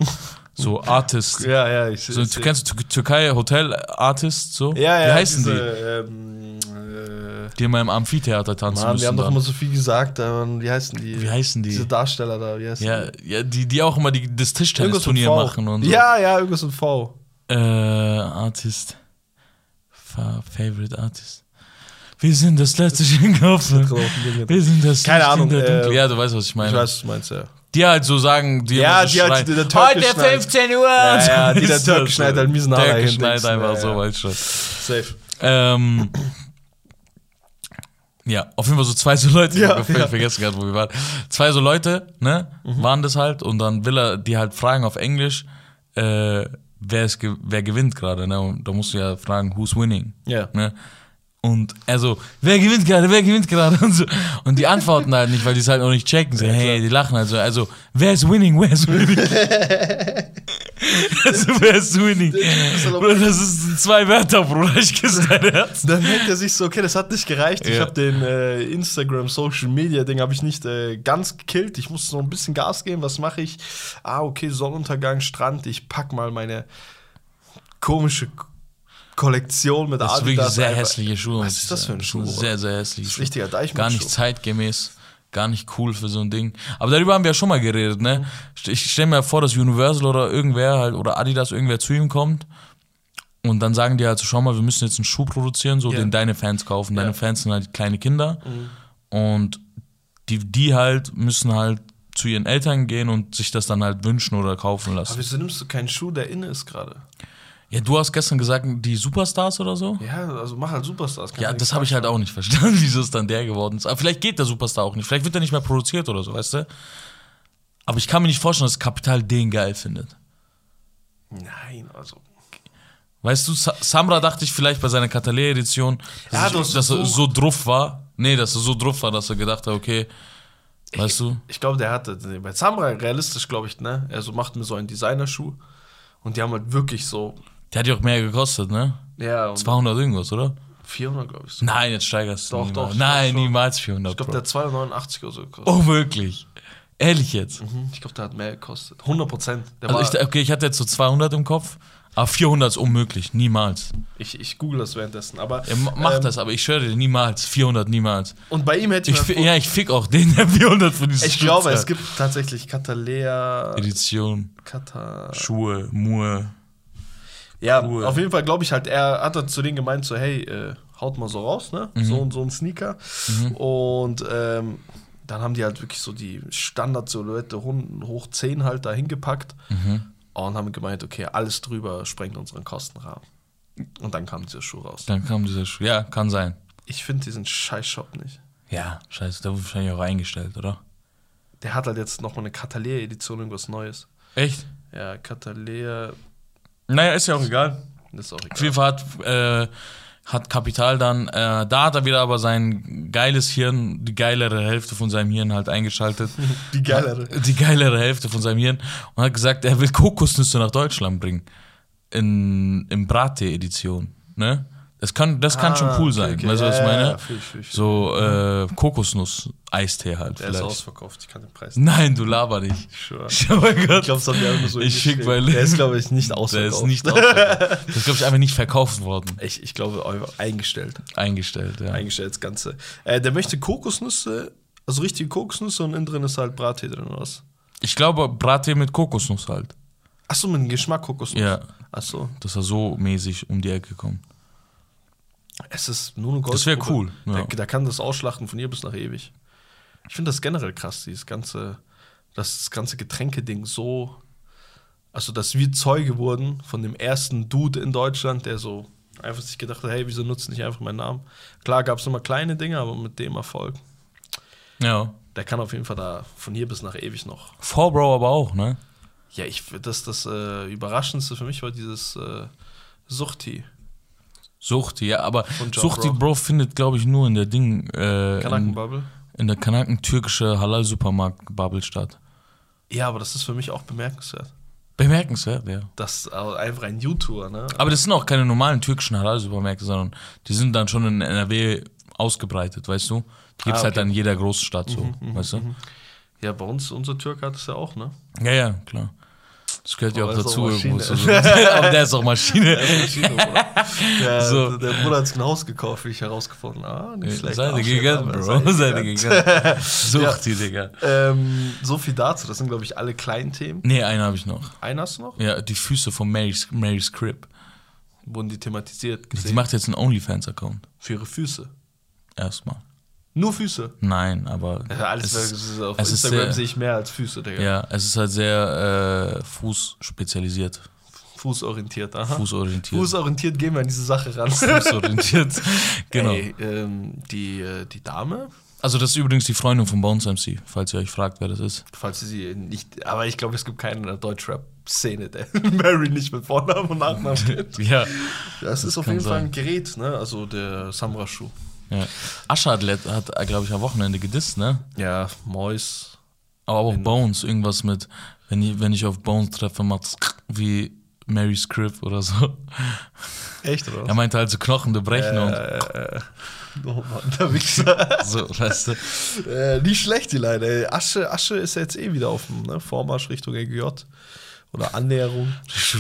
Speaker 2: So Artist.
Speaker 1: Ja, ja, ich
Speaker 2: So,
Speaker 1: ich-
Speaker 2: du kennst Tür- Türkei Hotel Artist, so?
Speaker 1: Ja, ja.
Speaker 2: Wie heißen
Speaker 1: diese,
Speaker 2: die?
Speaker 1: Ähm, äh,
Speaker 2: Die immer im Amphitheater tanzen
Speaker 1: Mann,
Speaker 2: müssen.
Speaker 1: wir haben doch
Speaker 2: dann.
Speaker 1: immer so viel gesagt, aber wie heißen die?
Speaker 2: Wie heißen die?
Speaker 1: Diese Darsteller da, wie heißen
Speaker 2: ja,
Speaker 1: die?
Speaker 2: ja, die, die auch immer die, das
Speaker 1: Irgendwas mit
Speaker 2: Tischtennisturnier
Speaker 1: V.
Speaker 2: machen und so.
Speaker 1: Ja, ja, irgendwas mit V.
Speaker 2: Äh, Artist. Fa Favorite Artist. Wir sind das letzte Schinkoffen. Wir sind das
Speaker 1: Keine
Speaker 2: Licht in
Speaker 1: Ahnung,
Speaker 2: der Dunkel-
Speaker 1: äh,
Speaker 2: ja, du weißt, was ich meine.
Speaker 1: Ich weiß, was du meinst, ja.
Speaker 2: Die halt so sagen, die
Speaker 1: Ja,
Speaker 2: immer so
Speaker 1: die halt,
Speaker 2: schreien,
Speaker 1: die der Türke
Speaker 2: Heute
Speaker 1: schneit."
Speaker 2: 15 Uhr.
Speaker 1: Ja, ja, die
Speaker 2: So
Speaker 1: der
Speaker 2: ist
Speaker 1: Türke
Speaker 2: das
Speaker 1: schneit
Speaker 2: so.
Speaker 1: halt miesen Haare
Speaker 2: Türke
Speaker 1: hinten
Speaker 2: schneit
Speaker 1: links,
Speaker 2: einfach
Speaker 1: ja,
Speaker 2: so,
Speaker 1: ja.
Speaker 2: weißt schon.
Speaker 1: Safe.
Speaker 2: Ähm, ja, auf jeden Fall so zwei so Leute,
Speaker 1: Ja,
Speaker 2: ich hab völlig
Speaker 1: ja. Mhm.
Speaker 2: vergessen gerade, wo wir waren. Zwei so Leute, ne, waren das halt und dann will er die halt fragen auf Englisch, äh, wer, ist ge wer gewinnt gerade, ne, und da musst du ja fragen, who's winning,
Speaker 1: Ja.
Speaker 2: ne. Und er so, wer gewinnt gerade, wer gewinnt gerade und so. Und die antworten halt nicht, weil die es halt auch nicht checken. So, hey, die lachen halt so. Also, wer ist winning, wer ist winning? also, wer ist winning?
Speaker 1: ist halt auch-
Speaker 2: Bro, das sind zwei Wörter, Bruder, ich küsse dein Herz.
Speaker 1: Dann merkt er sich so, okay, das hat nicht gereicht. Ich
Speaker 2: Ja.
Speaker 1: habe den äh, Instagram Social Media Ding habe ich nicht äh, ganz gekillt. Ich muss noch ein bisschen Gas geben. Was mache ich? Ah, okay, Sonnenuntergang, Strand. Ich pack mal meine komische K- Kollektion mit
Speaker 2: Das ist wirklich
Speaker 1: Adidas.
Speaker 2: sehr
Speaker 1: Also einfach-
Speaker 2: hässliche
Speaker 1: Was
Speaker 2: Schuhe. muss ich
Speaker 1: ist das für
Speaker 2: sagen.
Speaker 1: ein Schuh?
Speaker 2: Das ist Sehr, sehr hässliche
Speaker 1: Das ist
Speaker 2: Schuhe.
Speaker 1: richtiger
Speaker 2: Gar
Speaker 1: Deichmann-Schuh.
Speaker 2: nicht zeitgemäß, gar nicht cool für so ein Ding. Aber darüber haben wir ja schon mal geredet,
Speaker 1: Mhm.
Speaker 2: ne? Ich stelle mir vor, dass Universal oder irgendwer halt oder Adidas irgendwer zu ihm kommt und dann sagen die halt so, schau mal, wir müssen jetzt einen Schuh produzieren, so
Speaker 1: Ja.
Speaker 2: den deine Fans kaufen. Deine
Speaker 1: Ja. Mhm.
Speaker 2: Fans sind halt kleine Kinder und die, die halt müssen halt zu ihren Eltern gehen und sich das dann halt wünschen oder kaufen
Speaker 1: Aber
Speaker 2: lassen.
Speaker 1: wieso nimmst du keinen Schuh, der inne ist gerade?
Speaker 2: Ja, du hast gestern gesagt, die Superstars oder so?
Speaker 1: Ja, also mach halt Superstars.
Speaker 2: Ja, das habe ich halt auch nicht verstanden, wieso es dann der geworden ist. Aber vielleicht geht der Superstar auch nicht. Vielleicht wird er nicht mehr produziert oder so, weißt du? Aber ich kann mir nicht vorstellen, dass Kapital den geil findet.
Speaker 1: Nein, also.
Speaker 2: Weißt du, Sa Samra dachte ich vielleicht bei seiner Katalé-Edition,
Speaker 1: Ja,
Speaker 2: dass,
Speaker 1: du
Speaker 2: ich-
Speaker 1: hast
Speaker 2: dass er
Speaker 1: versucht.
Speaker 2: so drauf war. Nee, dass er so drauf war, dass er gedacht hat, okay, weißt du?
Speaker 1: Ich glaube, der hatte, nee, bei Samra realistisch, glaube ich, ne? Er so macht mir so einen Designerschuh. Und die haben halt wirklich so.
Speaker 2: Der hat ja auch mehr gekostet, ne?
Speaker 1: Ja, und
Speaker 2: 200 irgendwas, oder?
Speaker 1: 400, glaube ich. So.
Speaker 2: Nein, jetzt steigerst du
Speaker 1: Doch,
Speaker 2: niemals.
Speaker 1: doch, ich
Speaker 2: Nein,
Speaker 1: glaub schon.
Speaker 2: niemals 400,
Speaker 1: Ich glaube,
Speaker 2: Bro.
Speaker 1: der hat 289 oder so gekostet.
Speaker 2: Oh, wirklich? Ehrlich jetzt?
Speaker 1: Mhm, Ich glaube, der hat mehr gekostet. 100 Prozent.
Speaker 2: Also ich, okay, ich hatte jetzt so 200 im Kopf, aber 400 ist unmöglich, niemals.
Speaker 1: ich, ich google das währenddessen. Aber,
Speaker 2: Ja, ma- mach
Speaker 1: ähm,
Speaker 2: das, aber ich schwöre dir, niemals. 400 niemals.
Speaker 1: Und bei ihm hätte ich,
Speaker 2: Ich, fi-
Speaker 1: mir.
Speaker 2: ja, ich fick auch den, der 400 für diese
Speaker 1: Ich glaube, es gibt tatsächlich Catalea.
Speaker 2: Edition,
Speaker 1: Kata.
Speaker 2: Schuhe, Mue.
Speaker 1: Ja,
Speaker 2: Schuhe.
Speaker 1: auf jeden Fall glaube ich halt, er hat dann zu denen gemeint, so, hey, äh, haut mal so raus, ne?
Speaker 2: Mhm.
Speaker 1: So und so ein Sneaker. Und ähm, dann haben die halt wirklich so die Standard-Silhouette hun- hoch 10 halt da hingepackt
Speaker 2: Mhm.
Speaker 1: und haben gemeint, okay, alles drüber sprengt unseren Kostenrahmen. Und dann kam dieser Schuh raus.
Speaker 2: Dann kam dieser Schuh. Ja, kann sein.
Speaker 1: Ich finde diesen Scheiß-Shop nicht.
Speaker 2: Ja, scheiße, der wurde wahrscheinlich auch eingestellt, oder?
Speaker 1: Der hat halt jetzt nochmal eine Catalea-Edition, irgendwas Neues.
Speaker 2: Echt?
Speaker 1: Ja, Catalea,
Speaker 2: Naja, ist ja auch egal.
Speaker 1: das ist auch
Speaker 2: Auf
Speaker 1: egal.
Speaker 2: jeden Fall hat, äh, hat Kapital dann, äh, da hat er wieder aber sein geiles Hirn, die geilere Hälfte von seinem Hirn halt eingeschaltet.
Speaker 1: Die geilere.
Speaker 2: Äh, Die geilere Hälfte von seinem Hirn und hat gesagt, er will Kokosnüsse nach Deutschland bringen. In, in Brate-Edition. Ne? Das kann, das kann
Speaker 1: Ah,
Speaker 2: schon cool
Speaker 1: okay,
Speaker 2: sein.
Speaker 1: okay.
Speaker 2: Weißt du, was ich
Speaker 1: Ja, ja,
Speaker 2: meine?
Speaker 1: ja, fühl ich, fühl ich.
Speaker 2: So äh, Kokosnuss-Eistee halt
Speaker 1: Der ist
Speaker 2: vielleicht.
Speaker 1: ausverkauft, ich kann den Preis nicht.
Speaker 2: Nein, du laber nicht.
Speaker 1: Sure.
Speaker 2: Oh mein Gott.
Speaker 1: Ich glaube, es hat mir einfach so
Speaker 2: Ich schick
Speaker 1: hingeschrieben.
Speaker 2: mein
Speaker 1: Der ist, glaube ich, nicht
Speaker 2: der
Speaker 1: ausverkauft.
Speaker 2: ist nicht ausverkauft. Das ist, glaube ich, einfach nicht verkauft worden.
Speaker 1: Ich, ich glaube, eu- eingestellt.
Speaker 2: Eingestellt, ja.
Speaker 1: Eingestellt das Ganze. Äh, der möchte Kokosnüsse, also richtige Kokosnüsse und innen drin ist halt Brattee drin oder was?
Speaker 2: Ich glaube, Brattee mit Kokosnuss halt.
Speaker 1: Achso, mit dem Geschmack Kokosnuss.
Speaker 2: Ja.
Speaker 1: Achso.
Speaker 2: Dass er so mäßig um die Ecke kommt.
Speaker 1: Es ist nur eine Gold.
Speaker 2: Das wär cool, ja.
Speaker 1: Da, da kann das ausschlachten von hier bis nach ewig. Ich finde das generell krass, dieses ganze, dass das ganze Getränkeding so. Also, dass wir Zeuge wurden von dem ersten Dude in Deutschland, der so einfach sich gedacht hat, hey, wieso nutzt nicht einfach meinen Namen? Klar gab es immer kleine Dinge, aber mit dem Erfolg.
Speaker 2: Ja.
Speaker 1: Der kann auf jeden Fall da von hier bis nach ewig noch.
Speaker 2: Forbro aber auch, ne?
Speaker 1: Ja, ich das, das äh, Überraschendste für mich war dieses äh, Suchti.
Speaker 2: Suchti, ja, aber
Speaker 1: Von Joe
Speaker 2: Suchti,
Speaker 1: Bro.
Speaker 2: Bro, findet, glaube ich, nur in der Ding, äh, in,
Speaker 1: Kanakenbubble.
Speaker 2: in der kanaken-türkische Halal-Supermarkt-Bubble statt.
Speaker 1: Ja, aber das ist für mich auch bemerkenswert.
Speaker 2: Bemerkenswert, ja.
Speaker 1: Das ist au- einfach ein YouTuber, ne?
Speaker 2: Aber das sind auch keine normalen türkischen Halal-Supermärkte, sondern die sind dann schon in NRW ausgebreitet, weißt du? Die gibt's
Speaker 1: Ah,
Speaker 2: halt
Speaker 1: okay. Mhm,
Speaker 2: dann in jeder Großstadt so, weißt du?
Speaker 1: Ja, bei uns, unser Türke hat es ja auch, ne?
Speaker 2: Ja, ja, klar. Das gehört ja
Speaker 1: Aber
Speaker 2: auch
Speaker 1: ist auch
Speaker 2: dazu irgendwo.
Speaker 1: Maschine.
Speaker 2: zu so- Aber der ist auch Maschine.
Speaker 1: Der,
Speaker 2: So.
Speaker 1: der Bruder hat sich ein Haus gekauft, wie ich herausgefunden habe. Ah, nicht schlecht.
Speaker 2: Seine
Speaker 1: Arschlecker,
Speaker 2: gegangen,
Speaker 1: aber
Speaker 2: Bro.
Speaker 1: sei
Speaker 2: Seine
Speaker 1: gegangen.
Speaker 2: gegangen.
Speaker 1: Ja.
Speaker 2: Such die, Digga.
Speaker 1: Ähm, so viel dazu. Das sind, glaube ich, alle kleinen Themen.
Speaker 2: Nee, einen habe ich noch.
Speaker 1: Einen hast du noch?
Speaker 2: Ja, die Füße von Mary's, Mary's Crib.
Speaker 1: Wurden die thematisiert?
Speaker 2: Die
Speaker 1: Gesehen?
Speaker 2: macht jetzt einen OnlyFans-Account.
Speaker 1: Für ihre Füße.
Speaker 2: Erstmal.
Speaker 1: Nur Füße.
Speaker 2: Nein, aber.
Speaker 1: Ja, alles
Speaker 2: es,
Speaker 1: es, auf
Speaker 2: es ist
Speaker 1: Instagram
Speaker 2: sehr-
Speaker 1: sehe ich mehr als Füße, Digga.
Speaker 2: Ja, es ist halt sehr äh, fußspezialisiert.
Speaker 1: Fußorientiert, aha.
Speaker 2: Fußorientiert.
Speaker 1: Fußorientiert gehen wir an diese Sache ran.
Speaker 2: Fußorientiert. genau.
Speaker 1: Ey, ähm, die, äh, die Dame,
Speaker 2: Also, das ist übrigens die Freundin von Bones MC, falls ihr euch fragt, wer das ist.
Speaker 1: falls sie sie nicht. Aber ich glaube, es gibt keinen in der Deutschrap-Szene, der Mary nicht mit Vornamen und Nachnamen kennt.
Speaker 2: Ja.
Speaker 1: Das, ist auf
Speaker 2: kann
Speaker 1: jeden Fall ein Gerät, ne? Also der Samra-Schuh.
Speaker 2: ja. Ascha hat, let- hat glaube ich, am Wochenende gedisst, ne?
Speaker 1: Ja, Mois.
Speaker 2: Aber auch
Speaker 1: Genau.
Speaker 2: Bones, irgendwas mit, wenn ich, wenn ich auf Bones treffe, macht's wie Mary's Crib oder so.
Speaker 1: Echt, oder?
Speaker 2: Er meinte also Knochen, die brechen
Speaker 1: äh, äh. oh Mann, der Wichser.
Speaker 2: und so, weißt du.
Speaker 1: äh, nicht schlecht, die Leine. ey. Asche, Asche ist ja jetzt eh wieder auf dem ne? Vormarsch Richtung EGJ. Oder Annäherung.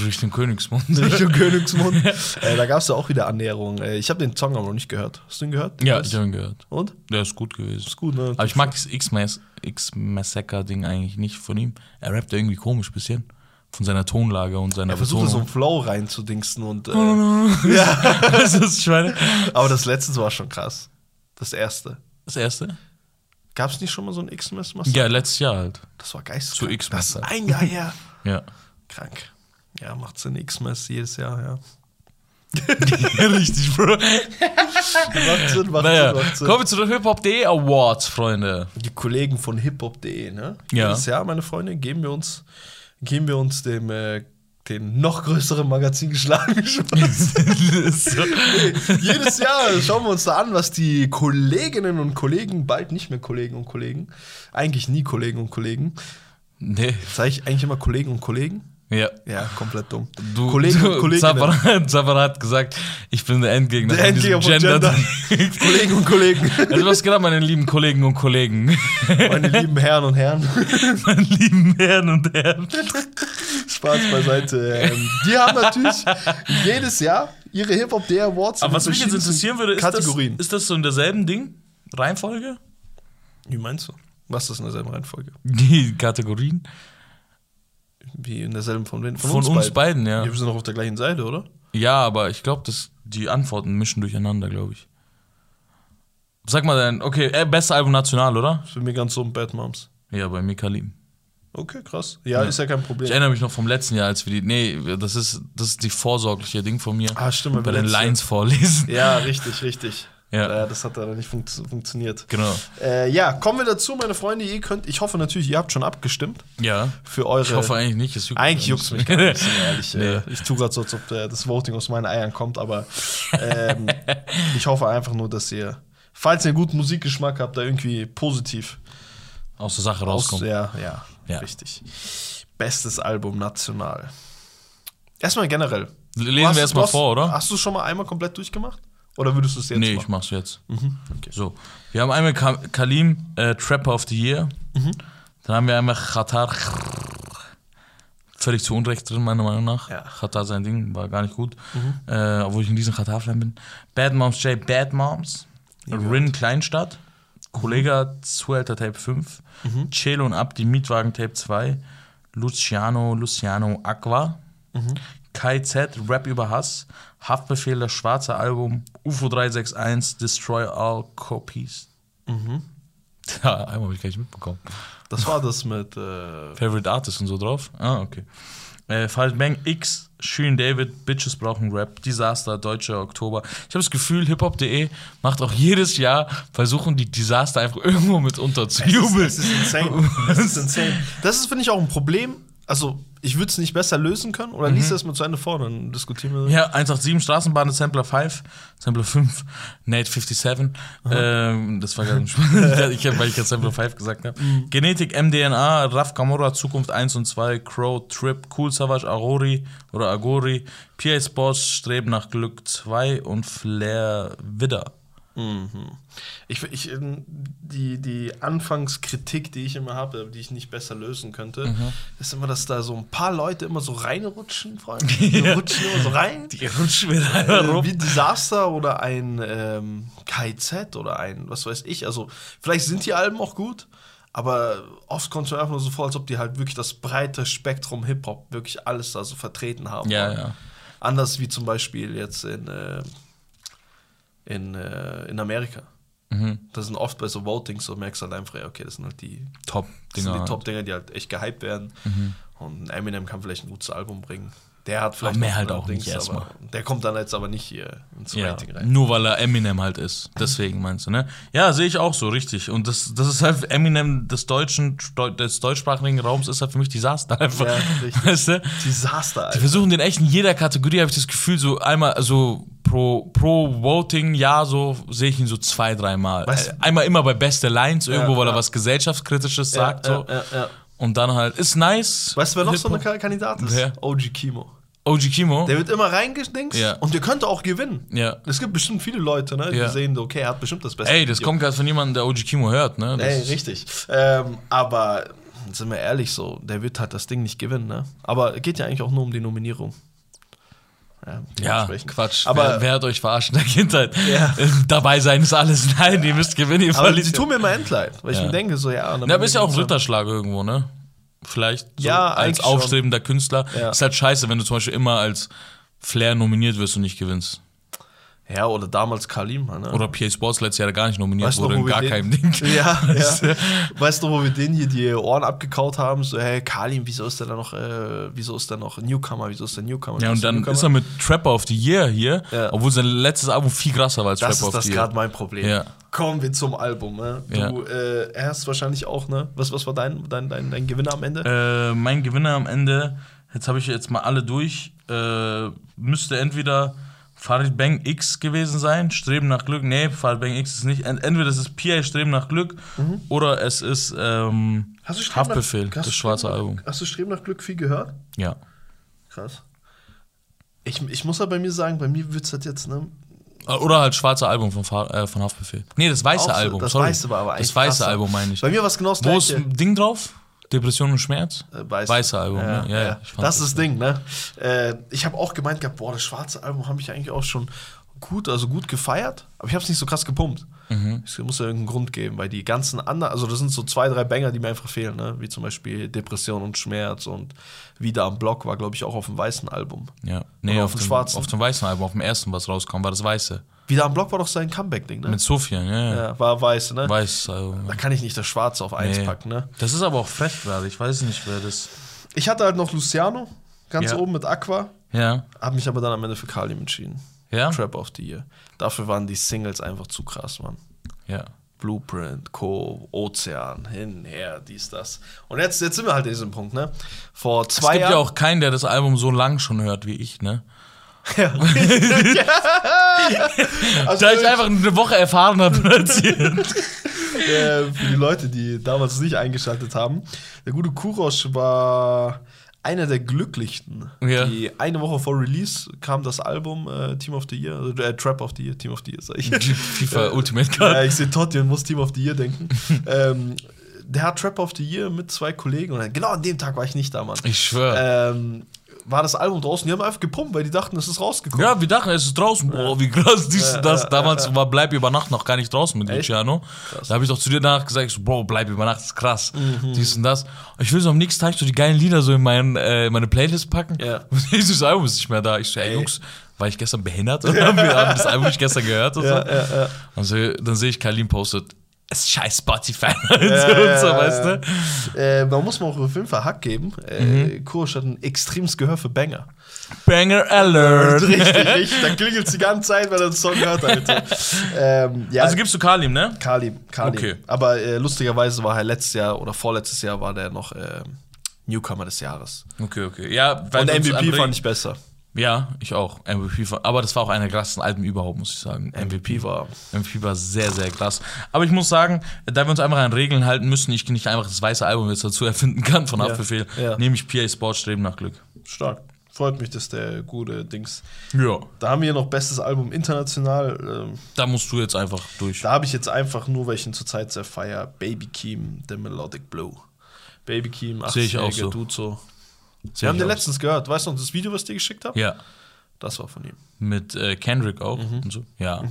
Speaker 2: Richtung Königsmund.
Speaker 1: Richtung Königsmund. äh, da gab es ja auch wieder Annäherung. Äh, ich habe den Song aber noch nicht gehört. Hast du ihn gehört?
Speaker 2: Ja,
Speaker 1: Den
Speaker 2: ich habe ihn gehört.
Speaker 1: Und?
Speaker 2: Der ist gut gewesen.
Speaker 1: Ist gut, ne?
Speaker 2: Aber ich mag das X-Massacre-Ding eigentlich nicht von ihm. Er rappt ja irgendwie komisch ein bisschen. Von seiner Tonlage und seiner
Speaker 1: er versucht so
Speaker 2: Betonung.
Speaker 1: einen Flow reinzudingsten und. Äh, ja,
Speaker 2: das ist Schweine.
Speaker 1: aber das letzte war schon krass. Das erste.
Speaker 2: Das erste?
Speaker 1: Gab es nicht schon mal so ein X-Mess?
Speaker 2: Ja, letztes Jahr halt.
Speaker 1: Das war geistig.
Speaker 2: Zu X-Mess.
Speaker 1: Das ist ein Jahr her.
Speaker 2: Ja.
Speaker 1: Krank. Ja, macht Sinn. X-Mess jedes Jahr, ja.
Speaker 2: Richtig, Bro.
Speaker 1: Macht Sinn, macht
Speaker 2: Naja,
Speaker 1: Sinn, macht Sinn.
Speaker 2: kommen wir zu den hiphop.de Awards, Freunde.
Speaker 1: Die Kollegen von hiphop.de, ne?
Speaker 2: Ja.
Speaker 1: Jedes Jahr, meine Freunde, geben wir uns, geben wir uns dem, äh, dem noch größeren Magazin geschlagen. Spaß.
Speaker 2: so.
Speaker 1: Jedes Jahr schauen wir uns da an, was die Kolleginnen und Kollegen, bald nicht mehr Kollegen und Kollegen, eigentlich nie Kollegen und Kollegen,
Speaker 2: Nee.
Speaker 1: sage ich eigentlich immer Kollegen und Kollegen?
Speaker 2: Ja.
Speaker 1: Ja, komplett dumm.
Speaker 2: Du,
Speaker 1: Kollegen
Speaker 2: du,
Speaker 1: und Kolleginnen.
Speaker 2: Zabara, Zabara hat gesagt, ich bin der Endgegner,
Speaker 1: Der Endgegner von Gender. Kollegen und Kollegen.
Speaker 2: Also was genau, meine lieben Kollegen und Kollegen.
Speaker 1: Meine lieben Herren und Herren.
Speaker 2: meine lieben Herren und Herren.
Speaker 1: Spaß beiseite. Ähm, die haben natürlich jedes Jahr ihre Hip-Hop-Day Awards.
Speaker 2: Aber
Speaker 1: in
Speaker 2: was mich jetzt
Speaker 1: verschiedensten
Speaker 2: interessieren würde, ist das,
Speaker 1: Kategorien.
Speaker 2: ist das so in derselben Ding? Reihenfolge?
Speaker 1: Wie meinst du? Was ist in derselben Reihenfolge?
Speaker 2: Die Kategorien?
Speaker 1: Wie in derselben von wem?
Speaker 2: Von uns beiden, ja.
Speaker 1: Ja. Wir sind doch auf der gleichen Seite, oder?
Speaker 2: Ja, aber ich glaube, dass die Antworten mischen durcheinander, glaube ich. Sag mal dann, okay, äh, beste Album national, oder?
Speaker 1: Ist bei mir ganz so ein Bad Moms.
Speaker 2: Ja, bei mir Kalim.
Speaker 1: Okay, krass. Ja, ist ja kein Problem.
Speaker 2: Ich erinnere mich noch vom letzten Jahr, als wir die. Nee, das ist, das ist die vorsorgliche Ding von mir.
Speaker 1: Ah, stimmt,
Speaker 2: Bei den
Speaker 1: letztes Jahr.
Speaker 2: Lines vorlesen.
Speaker 1: Ja, richtig, richtig.
Speaker 2: Ja.
Speaker 1: Äh, das hat leider nicht funkt funktioniert.
Speaker 2: Genau.
Speaker 1: Äh, ja, kommen wir dazu, meine Freunde. Ihr könnt, ich hoffe natürlich, ihr habt schon abgestimmt
Speaker 2: Ja.
Speaker 1: für eure.
Speaker 2: Ich hoffe eigentlich nicht. es juckt
Speaker 1: Eigentlich juckt es mich gar nicht, sind wir ehrlich. Äh,
Speaker 2: Nee.
Speaker 1: Ich tue gerade so, als ob äh, das Voting aus meinen Eiern kommt, aber ähm, ich hoffe einfach nur, dass ihr, falls ihr einen guten Musikgeschmack habt, da irgendwie positiv
Speaker 2: Aus der Sache
Speaker 1: aus.
Speaker 2: rauskommt.
Speaker 1: Ja, ja,
Speaker 2: Ja.
Speaker 1: richtig. Bestes Album national. Erstmal generell.
Speaker 2: Lesen
Speaker 1: Hast-
Speaker 2: wir erstmal
Speaker 1: hast-
Speaker 2: vor, oder?
Speaker 1: Hast du schon mal einmal komplett durchgemacht? Oder würdest du es jetzt
Speaker 2: nee, ich
Speaker 1: machen?
Speaker 2: mach's jetzt.
Speaker 1: okay.
Speaker 2: So. Wir haben einmal Ka Kalim, äh, Trapper of the Year.
Speaker 1: Mhm.
Speaker 2: Dann haben wir einmal Qatar. Völlig zu Unrecht drin, meiner Meinung nach.
Speaker 1: Ja.
Speaker 2: Qatar sein Ding war gar nicht gut. Äh, obwohl ich ein riesen Qatar-Fan bin. Bad Moms J, Bad Moms. Rin Kleinstadt. Kollege hat Zuelter Tape 5. Celo und Abdi Mietwagen Tape 2. Luciano, Luciano Aqua. Kai Z, Rap über Hass. Haftbefehl, das schwarze Album. UFO 361, Destroy All Copies. Ja, einmal habe ich gar nicht mitbekommen.
Speaker 1: Das war das mit. Äh,
Speaker 2: Favorite Artist und so drauf. Ah, okay. Äh, Farid Bang, X, Schön David, Bitches brauchen Rap, Disaster, Deutscher Oktober. Ich habe das Gefühl, hiphop.de E macht auch jedes Jahr, versuchen die Disaster einfach irgendwo mit unterzujubeln.
Speaker 1: Das ist insane. Das ist insane. Das ist, finde ich, auch ein Problem. Also, ich würde es nicht besser lösen können. Oder liest das mal zu Ende vor, dann diskutieren wir.
Speaker 2: Mhm. Ja, 187 Straßenbahn, Sampler 5, Sampler 5, Nate 57. Ähm, das war gerade ein Spaß, ich, hab- weil ich jetzt Sampler 5 gesagt habe.
Speaker 1: Mhm.
Speaker 2: Genetik, MDNA, Raf Kamora, Zukunft 1 und 2, Crow, Trip, Cool Savage, Agori oder Agori, PA Sports, Streben nach Glück 2 und Flair Widder.
Speaker 1: Mhm. Ich, ich, ähm, die, die Anfangskritik, die ich immer habe, die ich nicht besser lösen könnte,
Speaker 2: Mhm.
Speaker 1: ist immer, dass da so ein paar Leute immer so reinrutschen, Freunde. Die
Speaker 2: Ja.
Speaker 1: rutschen immer so rein.
Speaker 2: Die rutschen mir
Speaker 1: Äh,
Speaker 2: da rum.
Speaker 1: wie Disaster oder ein ähm, KZ oder ein, was weiß ich. Also, vielleicht sind die Alben auch gut, aber oft kommt es mir einfach nur so vor, als ob die halt wirklich das breite Spektrum Hip-Hop, wirklich alles da so vertreten haben.
Speaker 2: Ja,
Speaker 1: Und
Speaker 2: ja.
Speaker 1: Anders wie zum Beispiel jetzt in, äh, in, äh, in Amerika.
Speaker 2: Mhm.
Speaker 1: Das sind oft bei so Votings, so merkst du halt einfach, ja, okay, das sind halt die, das sind
Speaker 2: Top-Dinger.
Speaker 1: die Top-Dinger, die halt echt gehypt werden.
Speaker 2: Mhm.
Speaker 1: Und Eminem kann vielleicht ein gutes Album bringen. Der hat vielleicht
Speaker 2: Aber mehr
Speaker 1: noch
Speaker 2: halt
Speaker 1: mehr
Speaker 2: auch nicht
Speaker 1: aber der kommt dann jetzt aber nicht hier ins
Speaker 2: Ja,
Speaker 1: Rating rein.
Speaker 2: nur weil er Eminem halt ist. Deswegen meinst du, ne? Ja, sehe ich auch so, richtig. Und das, das ist halt Eminem des deutschen, deu- des deutschsprachigen Raums ist halt für mich Desaster einfach.
Speaker 1: Ja, richtig. Also
Speaker 2: Weißt du?
Speaker 1: Desaster,
Speaker 2: Die
Speaker 1: Alter.
Speaker 2: versuchen den echt in jeder Kategorie, habe ich das Gefühl, so einmal, also pro, pro Voting, ja, so sehe ich ihn so zwei, dreimal.
Speaker 1: Weißt-
Speaker 2: Äh, Einmal immer bei Beste Lines, irgendwo, weil er
Speaker 1: ja.
Speaker 2: was Gesellschaftskritisches sagt.
Speaker 1: Ja,
Speaker 2: so.
Speaker 1: ja, ja, ja.
Speaker 2: Und dann halt, ist nice.
Speaker 1: Weißt du, wer noch so
Speaker 2: Hip-Hop.
Speaker 1: ein Ka- Kandidat ist?
Speaker 2: Wer?
Speaker 1: OG Kimo.
Speaker 2: OG Kimo.
Speaker 1: Der wird immer reingedingst
Speaker 2: Ja.
Speaker 1: und der könnte auch gewinnen.
Speaker 2: Ja.
Speaker 1: Es gibt bestimmt viele Leute, ne, die
Speaker 2: Ja.
Speaker 1: sehen, okay, er hat bestimmt das Beste.
Speaker 2: Ey, das
Speaker 1: Video.
Speaker 2: kommt gerade von jemandem, der OG Kimo hört, ne? Das
Speaker 1: Ey,
Speaker 2: ist-
Speaker 1: richtig. Ähm, aber sind wir ehrlich so, der wird halt das Ding nicht gewinnen, ne? Aber geht ja eigentlich auch nur um die Nominierung. Ja,
Speaker 2: Ja,
Speaker 1: dementsprechend.
Speaker 2: Quatsch.
Speaker 1: Aber,
Speaker 2: wer, wer hat euch verarscht in der Kindheit?
Speaker 1: Ja.
Speaker 2: Ähm, Dabei sein ist alles. Nein, ihr müsst gewinnen, ihr
Speaker 1: aber die
Speaker 2: verliert.
Speaker 1: tun mir immer entleid, weil
Speaker 2: Ja.
Speaker 1: ich mir denke, so, ja.
Speaker 2: Na, aber ist ja auch ein Ritterschlag irgendwo, ne? Vielleicht so
Speaker 1: Ja,
Speaker 2: als
Speaker 1: eigentlich schon.
Speaker 2: aufstrebender Künstler.
Speaker 1: Ja.
Speaker 2: Ist halt scheiße, wenn du zum Beispiel immer als Flair nominiert wirst und nicht gewinnst.
Speaker 1: Ja, oder damals Kalim, ne?
Speaker 2: Oder PA Sports letztes Jahr gar nicht nominiert
Speaker 1: Weißt du
Speaker 2: wurde,
Speaker 1: noch,
Speaker 2: in
Speaker 1: wo wir
Speaker 2: gar
Speaker 1: den-
Speaker 2: keinem Ding.
Speaker 1: Ja,
Speaker 2: Weißt
Speaker 1: ja.
Speaker 2: du?
Speaker 1: Weißt du, wo wir den hier die Ohren abgekaut haben? So, hey, Kalim, wieso ist der da noch, äh, wieso ist der noch Newcomer, wieso ist der Newcomer?
Speaker 2: Ja,
Speaker 1: wieso
Speaker 2: und
Speaker 1: der
Speaker 2: dann
Speaker 1: Newcomer?
Speaker 2: ist er mit Trapper of the Year hier,
Speaker 1: Ja.
Speaker 2: obwohl sein letztes Album viel krasser war als
Speaker 1: Das
Speaker 2: Trapper
Speaker 1: ist
Speaker 2: of
Speaker 1: das
Speaker 2: the Year.
Speaker 1: gerade mein Problem.
Speaker 2: Ja.
Speaker 1: Kommen wir zum Album. Ne? Du äh, hast wahrscheinlich auch, ne? Was, was war dein, dein, dein, dein Gewinner am Ende?
Speaker 2: Äh, mein Gewinner am Ende, jetzt habe ich jetzt mal alle durch, äh, müsste entweder Farid Bang X gewesen sein, Streben nach Glück. Nee, Farid Bang X ist nicht. Ent entweder es ist PI Streben nach Glück oder es ist ähm,
Speaker 1: Streben nach-
Speaker 2: Haftbefehl,
Speaker 1: Mhm. hast du
Speaker 2: das
Speaker 1: Streben
Speaker 2: schwarze
Speaker 1: nach,
Speaker 2: Album.
Speaker 1: Hast du Streben nach Glück viel gehört?
Speaker 2: Ja.
Speaker 1: Krass. Ich, ich muss ja bei mir sagen, bei mir wird es halt jetzt, ne?
Speaker 2: Äh, Oder halt schwarze Album von, Fa- äh, von Haftbefehl. Nee, das weiße
Speaker 1: Auch so-
Speaker 2: Album.
Speaker 1: das
Speaker 2: sorry.
Speaker 1: weiße war aber eigentlich
Speaker 2: Das weiße
Speaker 1: krasser.
Speaker 2: Album meine ich.
Speaker 1: Bei mir war es genau das
Speaker 2: Wo ist
Speaker 1: gleiche.
Speaker 2: ein Ding drauf? Depression und Schmerz?
Speaker 1: Äh,
Speaker 2: Weiße Album, ne? Ja, ja, ich fand
Speaker 1: das
Speaker 2: das
Speaker 1: ist das Ding, ne? Äh, ich habe auch gemeint gehabt, boah, das schwarze Album habe ich eigentlich auch schon gut, also gut gefeiert, aber ich habe es nicht so krass gepumpt.
Speaker 2: Mhm.
Speaker 1: Es muss ja irgendeinen Grund geben, weil die ganzen anderen, also das sind so zwei, drei Banger, die mir einfach fehlen, ne? Wie zum Beispiel Depression und Schmerz und Wieder am Block war, glaube ich, auch auf dem weißen Album.
Speaker 2: Ja. Nee,
Speaker 1: Oder
Speaker 2: auf,
Speaker 1: auf dem
Speaker 2: dem
Speaker 1: schwarzen.
Speaker 2: Auf dem weißen Album, auf dem ersten, was rauskam, war das weiße.
Speaker 1: Wieder am Block war doch sein Comeback-Ding, ne?
Speaker 2: Mit Sofian, ja. ja.
Speaker 1: Ja, war weiß, ne?
Speaker 2: Weißes Album.
Speaker 1: Da kann ich nicht das Schwarze auf eins
Speaker 2: Nee.
Speaker 1: packen, ne?
Speaker 2: also, Das ist aber auch frech gerade. Ich weiß nicht, wer das.
Speaker 1: Ich hatte halt noch Luciano, ganz
Speaker 2: Ja.
Speaker 1: oben mit Aqua,
Speaker 2: Ja.
Speaker 1: habe mich aber dann am Ende für Kalim entschieden.
Speaker 2: Ja?
Speaker 1: Trap of the Year. Dafür waren die Singles einfach zu krass, Mann.
Speaker 2: Ja.
Speaker 1: Blueprint, Co., Ozean, hin, her, dies, das. Und jetzt, jetzt sind wir halt in diesem Punkt, ne? Vor
Speaker 2: Es
Speaker 1: zwei
Speaker 2: gibt ja
Speaker 1: Jahren.
Speaker 2: auch keinen, der das Album so lang schon hört wie ich, ne?
Speaker 1: also,
Speaker 2: Da ich einfach eine Woche erfahren habe als ihr.
Speaker 1: äh, für die Leute, die damals nicht eingeschaltet haben. Der gute Kurosch war einer der Glücklichen.
Speaker 2: Ja.
Speaker 1: Die eine Woche vor Release kam das Album äh, Team of the Year, also, äh, Trap of the Year, Team of the Year, sag ich.
Speaker 2: FIFA Ultimate
Speaker 1: Äh, Ja,
Speaker 2: Card.
Speaker 1: ich sehe Totti und muss Team of the Year denken. ähm, der hat Trap of the Year mit zwei Kollegen und genau an dem Tag war ich nicht da, Mann.
Speaker 2: Ich schwöre.
Speaker 1: Ähm, war das Album draußen, die haben einfach gepumpt, weil die dachten, es ist rausgekommen.
Speaker 2: Ja, wir dachten, es ist draußen. Boah, wie krass dies und das.
Speaker 1: ja,
Speaker 2: Damals war Bleib über Nacht noch gar nicht draußen mit
Speaker 1: Echt?
Speaker 2: Luciano. Da habe ich doch zu dir danach gesagt, ich so, Bro, Bleib über Nacht ist krass.
Speaker 1: Mhm.
Speaker 2: Dies und das. Ich will so am nächsten Tag so die geilen Lieder so in meinen, äh, meine Playlist packen.
Speaker 1: Ja.
Speaker 2: Dieses Album ist nicht mehr da. Ich so, ey, Jungs, war ich gestern behindert? Oder haben wir haben das Album nicht gestern gehört? Und so. Und so, dann sehe ich, Kalim postet, es ist scheiß Spotify. und so, und so,
Speaker 1: ja,
Speaker 2: weißt
Speaker 1: ja.
Speaker 2: du? Mhm.
Speaker 1: Äh, man muss mir auch auf jeden Fall Hack geben. Äh, Kurosch hat ein extremes Gehör für Banger.
Speaker 2: Banger Alert.
Speaker 1: Richtig, richtig. Da klingelt es die ganze Zeit, wenn er den Song hört, Alter. ähm, ja,
Speaker 2: Also gibst du Kalim, ne?
Speaker 1: Kalim, Kalim.
Speaker 2: Okay.
Speaker 1: Aber äh, lustigerweise war er letztes Jahr oder vorletztes Jahr war der noch ähm, Newcomer des Jahres.
Speaker 2: Okay, okay. Ja, weil
Speaker 1: Und
Speaker 2: sonst
Speaker 1: MVP
Speaker 2: andere-
Speaker 1: fand ich besser.
Speaker 2: Ja, ich auch. MVP war, aber das war auch einer der krassesten Alben überhaupt, muss ich sagen.
Speaker 1: MVP war
Speaker 2: MVP war sehr, sehr krass. Aber ich muss sagen, äh, da wir uns einfach an Regeln halten müssen, ich nicht einfach das weiße Album jetzt dazu erfinden kann von Haftbefehl,
Speaker 1: ja.
Speaker 2: nehme ich PA Sport Streben nach Glück.
Speaker 1: stark. Freut mich, dass der gute Dings.
Speaker 2: Ja.
Speaker 1: Da haben wir noch bestes Album international. Ähm,
Speaker 2: Da musst du jetzt einfach durch.
Speaker 1: Da habe ich jetzt einfach nur, weil ich ihn zurzeit sehr feier, Baby Keem, The Melodic Blue. Baby Keem,
Speaker 2: Sehe ich auch
Speaker 1: 80-jähriger
Speaker 2: so.
Speaker 1: Dude so.
Speaker 2: Sehe
Speaker 1: Wir haben
Speaker 2: ich
Speaker 1: den
Speaker 2: auch.
Speaker 1: letztens gehört. Weißt du noch das Video, was ich dir geschickt habe?
Speaker 2: Ja.
Speaker 1: Das war von ihm.
Speaker 2: Mit äh, Kendrick auch
Speaker 1: Mhm.
Speaker 2: und so. Ja.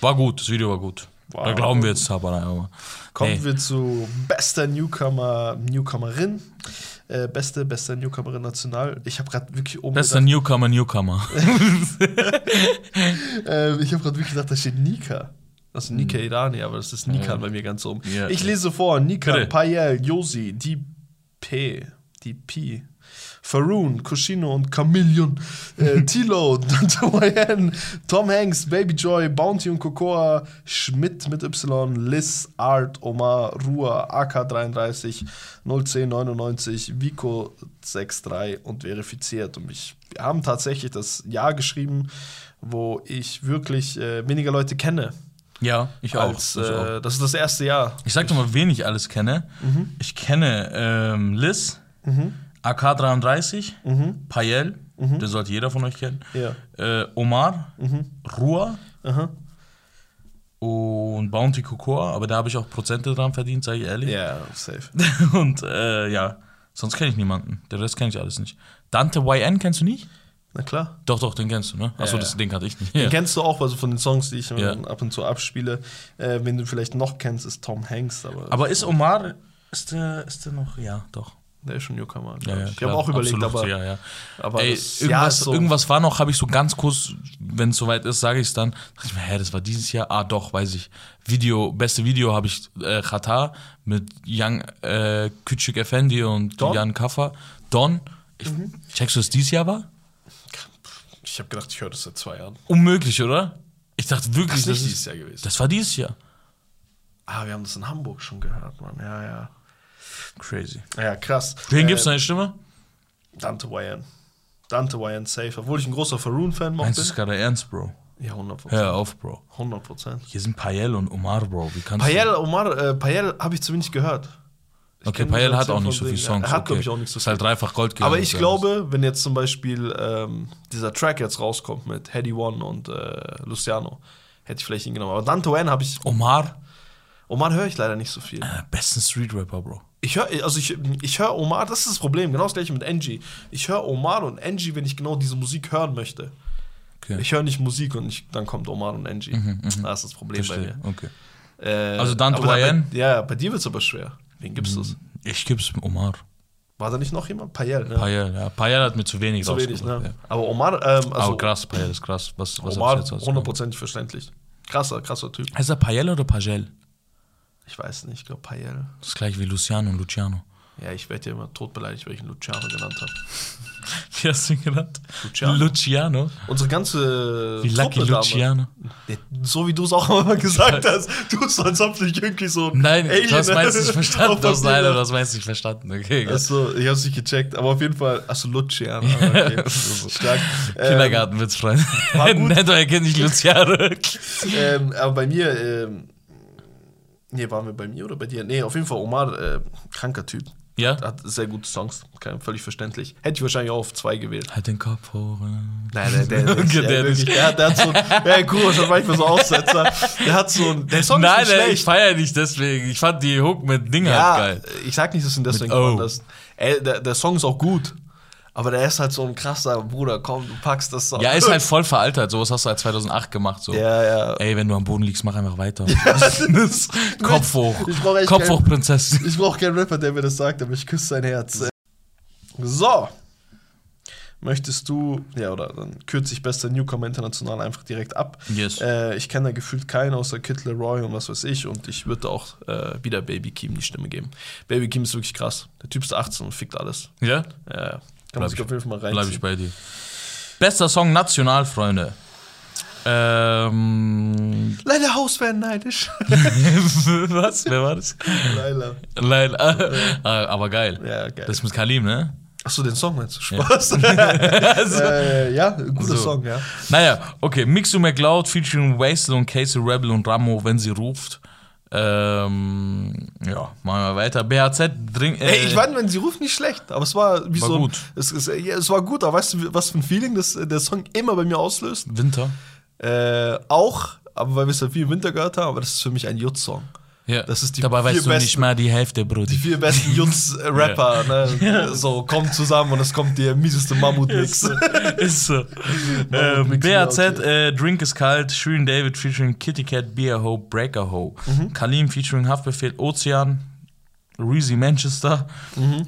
Speaker 2: War gut, das Video war gut.
Speaker 1: War
Speaker 2: da glauben wir jetzt Tabanai aber.
Speaker 1: Kommen
Speaker 2: Nee.
Speaker 1: wir zu bester Newcomer, Newcomerin. Äh, beste, beste Newcomerin national. Ich habe gerade wirklich oben
Speaker 2: Bester Newcomer, Newcomer.
Speaker 1: gedacht, äh, ich habe gerade wirklich gedacht, da steht Nika. Das ist Nika Irani, aber das ist Nikan bei mir ganz oben.
Speaker 2: Hm. Ja.
Speaker 1: ich lese vor, Nika,
Speaker 2: Bitte.
Speaker 1: Payel, Josi, die P, die P, Faroon, Cuscino und Chameleon, äh, Tilo, Dante YN, Tom Hanks, Baby Joy, Bounty und Cocoa, Schmidt mit Y, Liz, Art, Omar, Rua, AK33, 01099, Vico 63 und verifiziert. Und ich, wir haben tatsächlich das Jahr geschrieben, wo ich wirklich äh, weniger Leute kenne.
Speaker 2: ja, ich auch.
Speaker 1: als,
Speaker 2: ich auch.
Speaker 1: äh, das ist das erste Jahr.
Speaker 2: Ich sag doch mal, wen ich alles kenne.
Speaker 1: Mhm.
Speaker 2: Ich kenne ähm, Liz, AK33, Payel, den sollte jeder von euch kennen.
Speaker 1: Mhm. Ja. Mhm.
Speaker 2: Äh, Omar, Rua
Speaker 1: Aha.
Speaker 2: und Bounty Cocoa, aber da habe ich auch Prozente dran verdient, sage ich ehrlich.
Speaker 1: Ja, safe.
Speaker 2: Und äh, ja, sonst kenne ich niemanden. Den Rest kenne ich alles nicht. Dante YN kennst du nicht?
Speaker 1: Na klar.
Speaker 2: Doch, doch, den kennst du, ne? Achso,
Speaker 1: Ja,
Speaker 2: das
Speaker 1: ja.
Speaker 2: Ding hatte ich nicht.
Speaker 1: Den
Speaker 2: Ja.
Speaker 1: kennst du auch, also von den Songs, die ich
Speaker 2: Ja.
Speaker 1: ab und zu abspiele. Äh, wen du vielleicht noch kennst, ist Tom Hanks, aber,
Speaker 2: Aber ist Omar, ist der, ist der noch? Ja, doch.
Speaker 1: der ist schon Newcomer. glaub
Speaker 2: Ja, ja,
Speaker 1: ich ich
Speaker 2: klar,
Speaker 1: habe auch überlegt,
Speaker 2: absolut,
Speaker 1: aber,
Speaker 2: Ja, ja.
Speaker 1: aber
Speaker 2: Ey,
Speaker 1: das Jahr
Speaker 2: irgendwas,
Speaker 1: ist so-
Speaker 2: irgendwas war noch, habe ich so ganz kurz, wenn es soweit ist, sage ich es dann. Dachte ich mir, hä, das war dieses Jahr? Ah, doch, weiß ich. Video, beste Video habe ich äh, Katar mit Young äh, Küçük Effendi und
Speaker 1: Don? Mhm.
Speaker 2: Jan Kaffer. Don, ich, checkst du, es dieses Jahr war?
Speaker 1: ich habe gedacht, ich höre das seit zwei Jahren.
Speaker 2: Unmöglich, oder? Ich dachte
Speaker 1: Das
Speaker 2: wirklich,
Speaker 1: ist
Speaker 2: das,
Speaker 1: nicht dieses
Speaker 2: ist,
Speaker 1: Jahr gewesen.
Speaker 2: das war dieses Jahr.
Speaker 1: Ah, wir haben das in Hamburg schon gehört, Mann. Ja, ja. Ah,
Speaker 2: Crazy.
Speaker 1: Ja, krass. Äh,
Speaker 2: Wen gibt's deine Stimme?
Speaker 1: Dante Wyan. Dante Wyan safe, obwohl ich ein großer Faroon-Fan noch
Speaker 2: Meinst du es
Speaker 1: bin.
Speaker 2: gerade ernst, Bro?
Speaker 1: Ja, 100 Prozent.
Speaker 2: Hör auf, Bro.
Speaker 1: 100 Prozent.
Speaker 2: Hier sind Payel und Omar, Bro. Wie kannst
Speaker 1: Payel, Omar, äh, Payel habe ich zu wenig gehört. Ich
Speaker 2: du? Okay,
Speaker 1: kenn mich
Speaker 2: Payel
Speaker 1: als
Speaker 2: hat auch
Speaker 1: Fan
Speaker 2: nicht so
Speaker 1: von
Speaker 2: viele
Speaker 1: denen.
Speaker 2: Songs.
Speaker 1: Er hat,
Speaker 2: okay.
Speaker 1: glaube ich, auch nicht so
Speaker 2: Ist halt dreifach Gold
Speaker 1: Aber
Speaker 2: gegangen,
Speaker 1: ich
Speaker 2: oder
Speaker 1: glaube, wenn jetzt zum Beispiel ähm, dieser Track jetzt rauskommt mit Heady One und äh, Luciano, hätte ich vielleicht ihn genommen. Aber Dante Wan habe ich.
Speaker 2: was. Omar,
Speaker 1: Oman höre ich leider nicht so viel.
Speaker 2: äh, besten Street Rapper, Bro.
Speaker 1: Ich höre, also ich, ich höre Omar, das ist das Problem, genau das gleiche mit Angie. Ich höre Omar und Angie, wenn ich genau diese Musik hören möchte.
Speaker 2: Okay. Mhm,
Speaker 1: Ich höre nicht Musik und ich, dann kommt Omar und Angie. Das ist das Problem bei
Speaker 2: Verstehe. Okay.
Speaker 1: mir. Äh,
Speaker 2: Also Dante Mhm.
Speaker 1: aber bei-
Speaker 2: Wyan?
Speaker 1: Ja, bei dir wird es aber schwer. Wen gibst du es?
Speaker 2: Ich gib's Omar.
Speaker 1: War da nicht noch jemand? Payel, ne?
Speaker 2: Payel, ja. Payel hat mir zu wenig
Speaker 1: Zu wenig,
Speaker 2: rausgebracht,
Speaker 1: ne?
Speaker 2: ja. Ah,
Speaker 1: Aber Omar, ähm, also
Speaker 2: Aber krass, Payel ist krass. Was, was
Speaker 1: Omar,
Speaker 2: hat's jetzt rausgebracht?
Speaker 1: hundertprozentig verständlich. Krasser, krasser Typ.
Speaker 2: Heißt er Payel oder Pagel?
Speaker 1: Ich weiß nicht, ich glaube Payel.
Speaker 2: Das ist gleich wie Luciano und Luciano.
Speaker 1: Ja, ich werde ja immer tot beleidigt, weil ich ihn Luciano genannt habe.
Speaker 2: Wie hast du ihn genannt?
Speaker 1: Luciano.
Speaker 2: Luciano?
Speaker 1: Unsere ganze.
Speaker 2: Wie Lucky
Speaker 1: Truppe damals-
Speaker 2: Luciano.
Speaker 1: Ja, So wie du es auch immer gesagt hast. Du hast als ob ich irgendwie so. ein
Speaker 2: Nein, du hast
Speaker 1: Alien
Speaker 2: meins nicht verstanden.
Speaker 1: ne? auf
Speaker 2: Das,
Speaker 1: Papier
Speaker 2: nein,
Speaker 1: hast.
Speaker 2: du hast meins nicht verstanden. Okay, egal.
Speaker 1: Achso, ich hab's nicht gecheckt, aber auf jeden Fall. Achso, Luciano. Okay. Stark. Ähm,
Speaker 2: Kindergartenwitz, Freunde.
Speaker 1: war gut.
Speaker 2: Netto erkenne ich Luciano.
Speaker 1: ähm, aber bei mir, ähm, nee, waren wir bei mir oder bei dir? Nee, auf jeden Fall Omar, äh, kranker Typ.
Speaker 2: Ja?
Speaker 1: Hat sehr gute Songs, kein, völlig verständlich. Hätte ich wahrscheinlich auch auf zwei gewählt.
Speaker 2: Halt den Kopf hoch.
Speaker 1: Nein, der, der,
Speaker 2: Okay,
Speaker 1: der,
Speaker 2: der
Speaker 1: der, wirklich, der, hat- der hat so ein, ja, Kurosch hat manchmal so Aussetzer. Der hat so ein, der Song
Speaker 2: Nein,
Speaker 1: ist nicht
Speaker 2: nein, ich
Speaker 1: schlecht.
Speaker 2: feier nicht deswegen. Ich fand die Hook mit Ding
Speaker 1: ja,
Speaker 2: halt geil.
Speaker 1: ich sag nicht, dass ihn deswegen
Speaker 2: Mit O.
Speaker 1: gewonnen hast. Ey, der, der Song ist auch gut. Aber der ist halt so ein krasser Bruder, komm, du packst das Song.
Speaker 2: Ja, ist halt voll veraltert. Sowas hast du halt 2008 gemacht. So.
Speaker 1: Ja, ja.
Speaker 2: Ey, wenn du am Boden liegst, mach einfach weiter. Das- Kopf hoch.
Speaker 1: Ich brauch echt
Speaker 2: Kopf
Speaker 1: keinen-
Speaker 2: hoch, Prinzessin.
Speaker 1: Ich brauche keinen Rapper, der mir das sagt, aber ich küsse sein Herz. So. Möchtest du, ja, oder dann kürze ich bester Newcomer international einfach direkt ab.
Speaker 2: Yes.
Speaker 1: Äh, ich kenne da gefühlt keinen außer Kid Leroy und was weiß ich und ich würde auch äh, wieder Baby Keem die Stimme geben. Baby Keem ist wirklich krass. Der Typ ist 18 und fickt alles.
Speaker 2: Ja?
Speaker 1: Äh, kann man sich
Speaker 2: ich-
Speaker 1: auf jeden Fall mal
Speaker 2: Bleib ich
Speaker 1: reinziehen.
Speaker 2: bei dir. Bester Song national, Freunde. Ähm.
Speaker 1: Leider Haus werden neidisch.
Speaker 2: was? Wer war das?
Speaker 1: Leider.
Speaker 2: Nein, äh, aber geil.
Speaker 1: Ja, geil.
Speaker 2: Das ist mit Kalim, ne?
Speaker 1: Achso, den Song meinst du? Spaß.
Speaker 2: Also-
Speaker 1: äh, ja, guter
Speaker 2: So.
Speaker 1: Song, ja.
Speaker 2: Naja, okay. Mixu McLeod featuring Wastel und Casey Rebel und Ramo, wenn sie ruft. Ähm, ja, machen wir weiter. BHZ dringend.
Speaker 1: Ey, ich meine, wenn sie ruft, nicht schlecht, aber es war wie
Speaker 2: Äh, War
Speaker 1: so. ein-
Speaker 2: gut.
Speaker 1: Es, es, ja, es war gut, aber weißt du, was für ein Feeling das, äh, der Song immer bei mir auslöst?
Speaker 2: Winter.
Speaker 1: Äh, auch, aber weil wir es ja viel im Winter gehört haben, aber das ist für mich ein Jutz-Song.
Speaker 2: Ja.
Speaker 1: Das ist die
Speaker 2: Dabei
Speaker 1: vier
Speaker 2: weißt du nicht
Speaker 1: besten-
Speaker 2: mal die Hälfte, Brudi.
Speaker 1: Die vier besten Jutz-Rapper, ne? So, kommen zusammen und es kommt der mieseste Mammut-Mix.
Speaker 2: ist so.
Speaker 1: Warum
Speaker 2: ähm,
Speaker 1: nix mehr
Speaker 2: BAZ,
Speaker 1: aus
Speaker 2: äh, Drink is Kalt, Shirin David featuring Kitty Cat, Beer Ho, Breaker Ho. Kalim featuring Haftbefehl, Ozean, Reezy Manchester.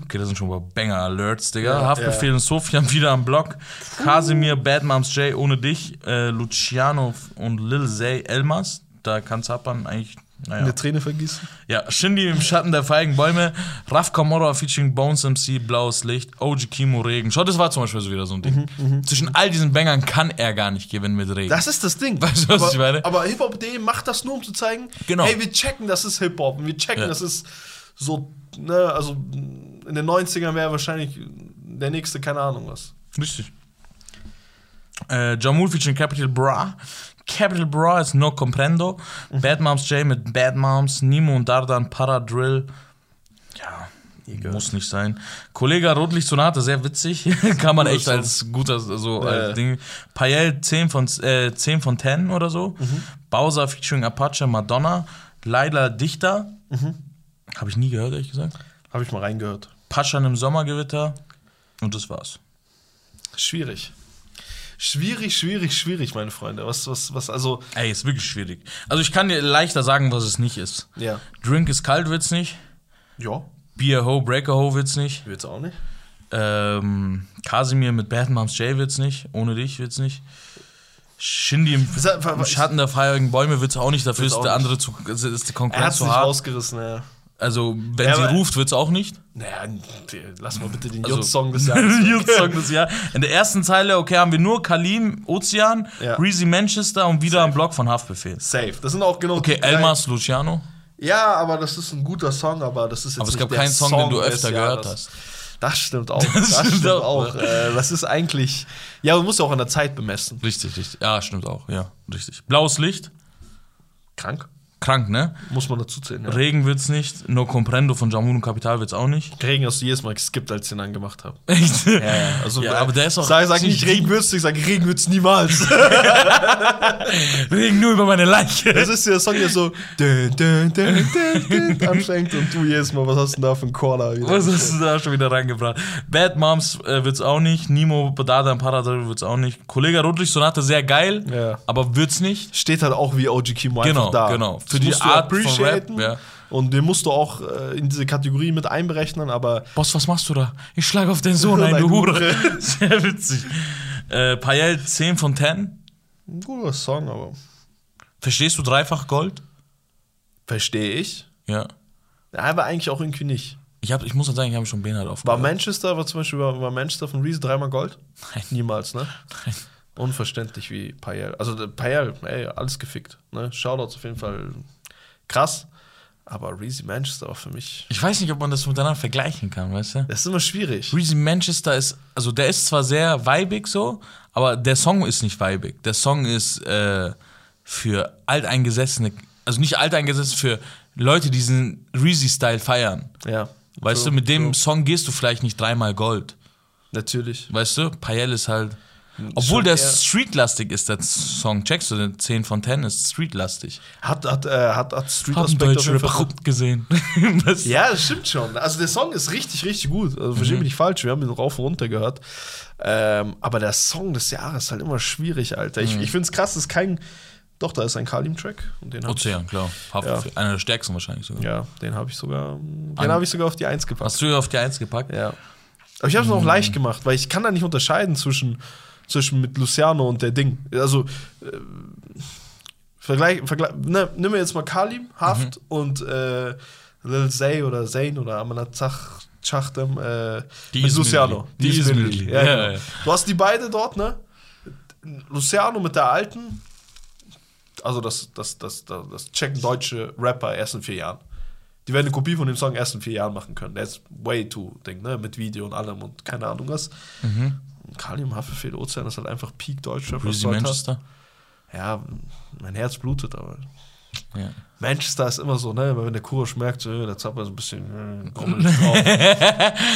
Speaker 2: Okay, das sind schon mal Banger-Alerts, Digga.
Speaker 1: Ja,
Speaker 2: Haftbefehl und Sofian wieder am Block. Kasimir, Bad Moms J, ohne dich. Äh, Luciano und Lil Zay, Elmas. Da kann Zappern eigentlich. Naja.
Speaker 1: Eine Träne vergießen.
Speaker 2: Ja, Shindy im Schatten der feigen Bäume, Raf Kamora featuring Bones MC, Blaues Licht, OG Kimo Regen. Schau, das war zum Beispiel so wieder so ein Ding. Zwischen all diesen Bängern kann er gar nicht gewinnen mit Regen.
Speaker 1: Das ist das Ding.
Speaker 2: Weißt du, was
Speaker 1: aber,
Speaker 2: ich meine?
Speaker 1: Aber Hip-Hop.de macht das nur, um zu zeigen,
Speaker 2: Genau.
Speaker 1: hey, wir checken, das ist Hip-Hop. und Wir checken,
Speaker 2: Ja.
Speaker 1: das ist so, ne, also in den 90ern wäre wahrscheinlich der nächste, keine Ahnung was.
Speaker 2: Richtig. Äh, Jamul featuring Capital Bra. Capital Bra ist No Comprendo.
Speaker 1: Mhm.
Speaker 2: Bad Moms J mit Bad Moms, Nimo und Dardan, Paradrill. Ja, muss nicht sein. Kollege Rotlicht Sonate, sehr witzig. Kann man
Speaker 1: Cooler
Speaker 2: echt
Speaker 1: Song.
Speaker 2: als guter so
Speaker 1: Also. Ja, ja.
Speaker 2: als Ding. Payel 10 von, äh, 10 von 10 oder so.
Speaker 1: Mhm.
Speaker 2: Bowser featuring Apache, Madonna. Leila Dichter.
Speaker 1: Mhm.
Speaker 2: Habe ich nie gehört, ehrlich gesagt.
Speaker 1: Habe ich mal reingehört.
Speaker 2: Paschan im Sommergewitter. Und das war's.
Speaker 1: Schwierig. Schwierig, schwierig, schwierig, meine Freunde. Was, was, was, also,
Speaker 2: Ey, ist wirklich schwierig. Also ich kann dir leichter sagen, was es nicht ist.
Speaker 1: ja.
Speaker 2: Drink ist kalt wird's nicht.
Speaker 1: Ja,
Speaker 2: Beer Ho, Breaker Ho wird's nicht.
Speaker 1: wird's auch nicht.
Speaker 2: Ähm, Kasimir mit Bad Moms J wird's nicht. Ohne dich wird's nicht. Shindy im,
Speaker 1: Sa- wa- wa-
Speaker 2: im Schatten der feurigen Bäume wird's auch nicht. Dafür
Speaker 1: Wird's
Speaker 2: ist
Speaker 1: auch
Speaker 2: der
Speaker 1: nicht.
Speaker 2: andere zu, ist- ist die
Speaker 1: Er hat
Speaker 2: Konkurrenz
Speaker 1: sich
Speaker 2: zu hart.
Speaker 1: rausgerissen, ja.
Speaker 2: Also wenn
Speaker 1: Ja,
Speaker 2: sie
Speaker 1: aber-
Speaker 2: ruft, wird's auch nicht.
Speaker 1: Naja, n- lass mal bitte den
Speaker 2: Also-
Speaker 1: Jutz-Song des Jahres.
Speaker 2: Song des Jahres. In der ersten Zeile, okay, haben wir nur Kalim, Ozean,
Speaker 1: Ja.
Speaker 2: Breezy Manchester und wieder am Block von Haftbefehl.
Speaker 1: Safe. Das sind auch genau
Speaker 2: Okay,
Speaker 1: die drei-
Speaker 2: Elmas, Luciano.
Speaker 1: Ja, aber das ist ein guter Song, aber das ist jetzt
Speaker 2: Aber es
Speaker 1: nicht
Speaker 2: gab
Speaker 1: der
Speaker 2: keinen Song, den du
Speaker 1: des
Speaker 2: öfter gehört
Speaker 1: Jahres.
Speaker 2: hast.
Speaker 1: Das stimmt auch. Das, stimmt, auch. Äh, das ist eigentlich. Ja, man muss ja auch an der Zeit bemessen.
Speaker 2: Richtig, richtig. Ja, stimmt auch. Ja, richtig. Blaues Licht,
Speaker 1: Krank.
Speaker 2: krank, ne?
Speaker 1: Muss man dazu zählen. Ja.
Speaker 2: Regen wird's nicht. No Comprendo von Jamun und Kapital wird's auch nicht.
Speaker 1: Regen hast du jedes Mal geskippt, als ich den angemacht habe.
Speaker 2: Echt?
Speaker 1: Also,
Speaker 2: Ja,
Speaker 1: äh,
Speaker 2: aber der ist auch
Speaker 1: Sag, sag
Speaker 2: ziemlich
Speaker 1: nicht Regen wird's, ich sag Regen wird's niemals.
Speaker 2: Regen nur über meine Leiche.
Speaker 1: das ist der Song, der so dün, dün, dün, dün, dün, anfängt und du jedes Mal, was hast du denn da für einen Corner wieder?
Speaker 2: Was hast du da schon wieder reingebracht? Bad Moms äh, wird's auch nicht. Nimo Badada im Paradise wird's auch nicht. Kollege Rotlich Sonate sehr geil,
Speaker 1: Ja.
Speaker 2: aber wird's nicht.
Speaker 1: Steht halt auch wie OG Kimo
Speaker 2: Genau,
Speaker 1: einfach da.
Speaker 2: genau. Für
Speaker 1: das
Speaker 2: die
Speaker 1: musst du
Speaker 2: Art von Rap,
Speaker 1: appreciaten.
Speaker 2: ja.
Speaker 1: Und den musst du auch äh, in diese Kategorie mit einberechnen, aber
Speaker 2: Boss, was machst du da? Ich schlage auf deinen Sohn ein,
Speaker 1: Nein,
Speaker 2: du
Speaker 1: Hure.
Speaker 2: Hure. Sehr witzig. Äh, Payel 10 von 10.
Speaker 1: ein guter Song, aber.
Speaker 2: Verstehst du dreifach Gold?
Speaker 1: Verstehe ich.
Speaker 2: Ja.
Speaker 1: Ja, aber eigentlich auch irgendwie nicht.
Speaker 2: Ich, hab, ich muss halt sagen, ich habe schon Benhard aufgehört.
Speaker 1: War Manchester, war zum Beispiel war, war Manchester von Reese dreimal Gold?
Speaker 2: Nein.
Speaker 1: Niemals, ne? Unverständlich wie Payel. Also der Payel, ey, alles gefickt. Ne? Shoutouts auf jeden Fall krass. Aber Reese Manchester war für mich.
Speaker 2: Ich weiß nicht, ob man das miteinander vergleichen kann, weißt du?
Speaker 1: Das ist immer schwierig.
Speaker 2: Breezy Manchester ist, also der ist zwar sehr weibig so, aber der Song ist nicht weibig. Der Song ist äh, für alteingesessene, also nicht alteingesessen, für Leute, die diesen Reezy-Style feiern.
Speaker 1: Ja.
Speaker 2: Weißt
Speaker 1: So,
Speaker 2: du, mit dem Song gehst du vielleicht nicht dreimal Gold.
Speaker 1: Natürlich.
Speaker 2: Weißt du, Payel ist halt.
Speaker 1: Hm, schon
Speaker 2: Obwohl der
Speaker 1: eher-
Speaker 2: streetlastig ist, der Song. Checkst du, den 10 von 10 ist streetlastig.
Speaker 1: Hat, hat, äh, hat, hat Street
Speaker 2: Haben
Speaker 1: Aspekt auf
Speaker 2: deutsche
Speaker 1: jeden
Speaker 2: Rapper
Speaker 1: Fall.
Speaker 2: gut gesehen. Was?
Speaker 1: Ja, das stimmt schon. Also der Song ist richtig, richtig gut. Also verstehe mich nicht falsch, wir haben ihn rauf und runter gehört. Ähm, aber der Song des Jahres ist halt immer schwierig, Alter. Ich, ich finde es krass, dass kein. Doch, da ist ein Kalim-Track. Und den hab ich,
Speaker 2: Ozean, klar.
Speaker 1: Ja.
Speaker 2: Einer der stärksten wahrscheinlich sogar.
Speaker 1: ja, den habe ich sogar. Den habe ich sogar auf die Eins gepasst.
Speaker 2: Hast du auf die Eins gepackt?
Speaker 1: Ja. Aber ich habe es
Speaker 2: Mm.
Speaker 1: auch leicht gemacht, weil ich kann da nicht unterscheiden zwischen, zwischen mit Luciano und der Ding. Also äh, vergleich, vergleich, ne, nimm mir jetzt mal Kalim, Haft
Speaker 2: Mhm.
Speaker 1: und äh, Lil Zay oder Zayn oder Amanat Zach. Schachtem, äh,
Speaker 2: Die
Speaker 1: mit
Speaker 2: ist
Speaker 1: Luciano.
Speaker 2: Milli. Die ist
Speaker 1: Milli.
Speaker 2: Milli.
Speaker 1: Ja,
Speaker 2: Ja,
Speaker 1: genau.
Speaker 2: ja.
Speaker 1: Du hast die beide dort, ne? Luciano mit der alten. Also, das, das, das, das, das checken deutsche Rapper erst in vier Jahren. Die werden eine Kopie von dem Song erst in vier Jahren machen können. Der ist way too Ding, ne? Mit Video und allem und keine Ahnung was.
Speaker 2: Mhm.
Speaker 1: Und Kalium, Haferfeld, Ozean ist halt einfach Peak Deutschrap. was
Speaker 2: Breezy
Speaker 1: du halt
Speaker 2: Manchester?
Speaker 1: hast. Ja, mein Herz blutet, aber
Speaker 2: Ja.
Speaker 1: Manchester ist immer so, ne? Wenn der Kurosch merkt, äh, der Zapper ist ein bisschen äh, grummelig drauf.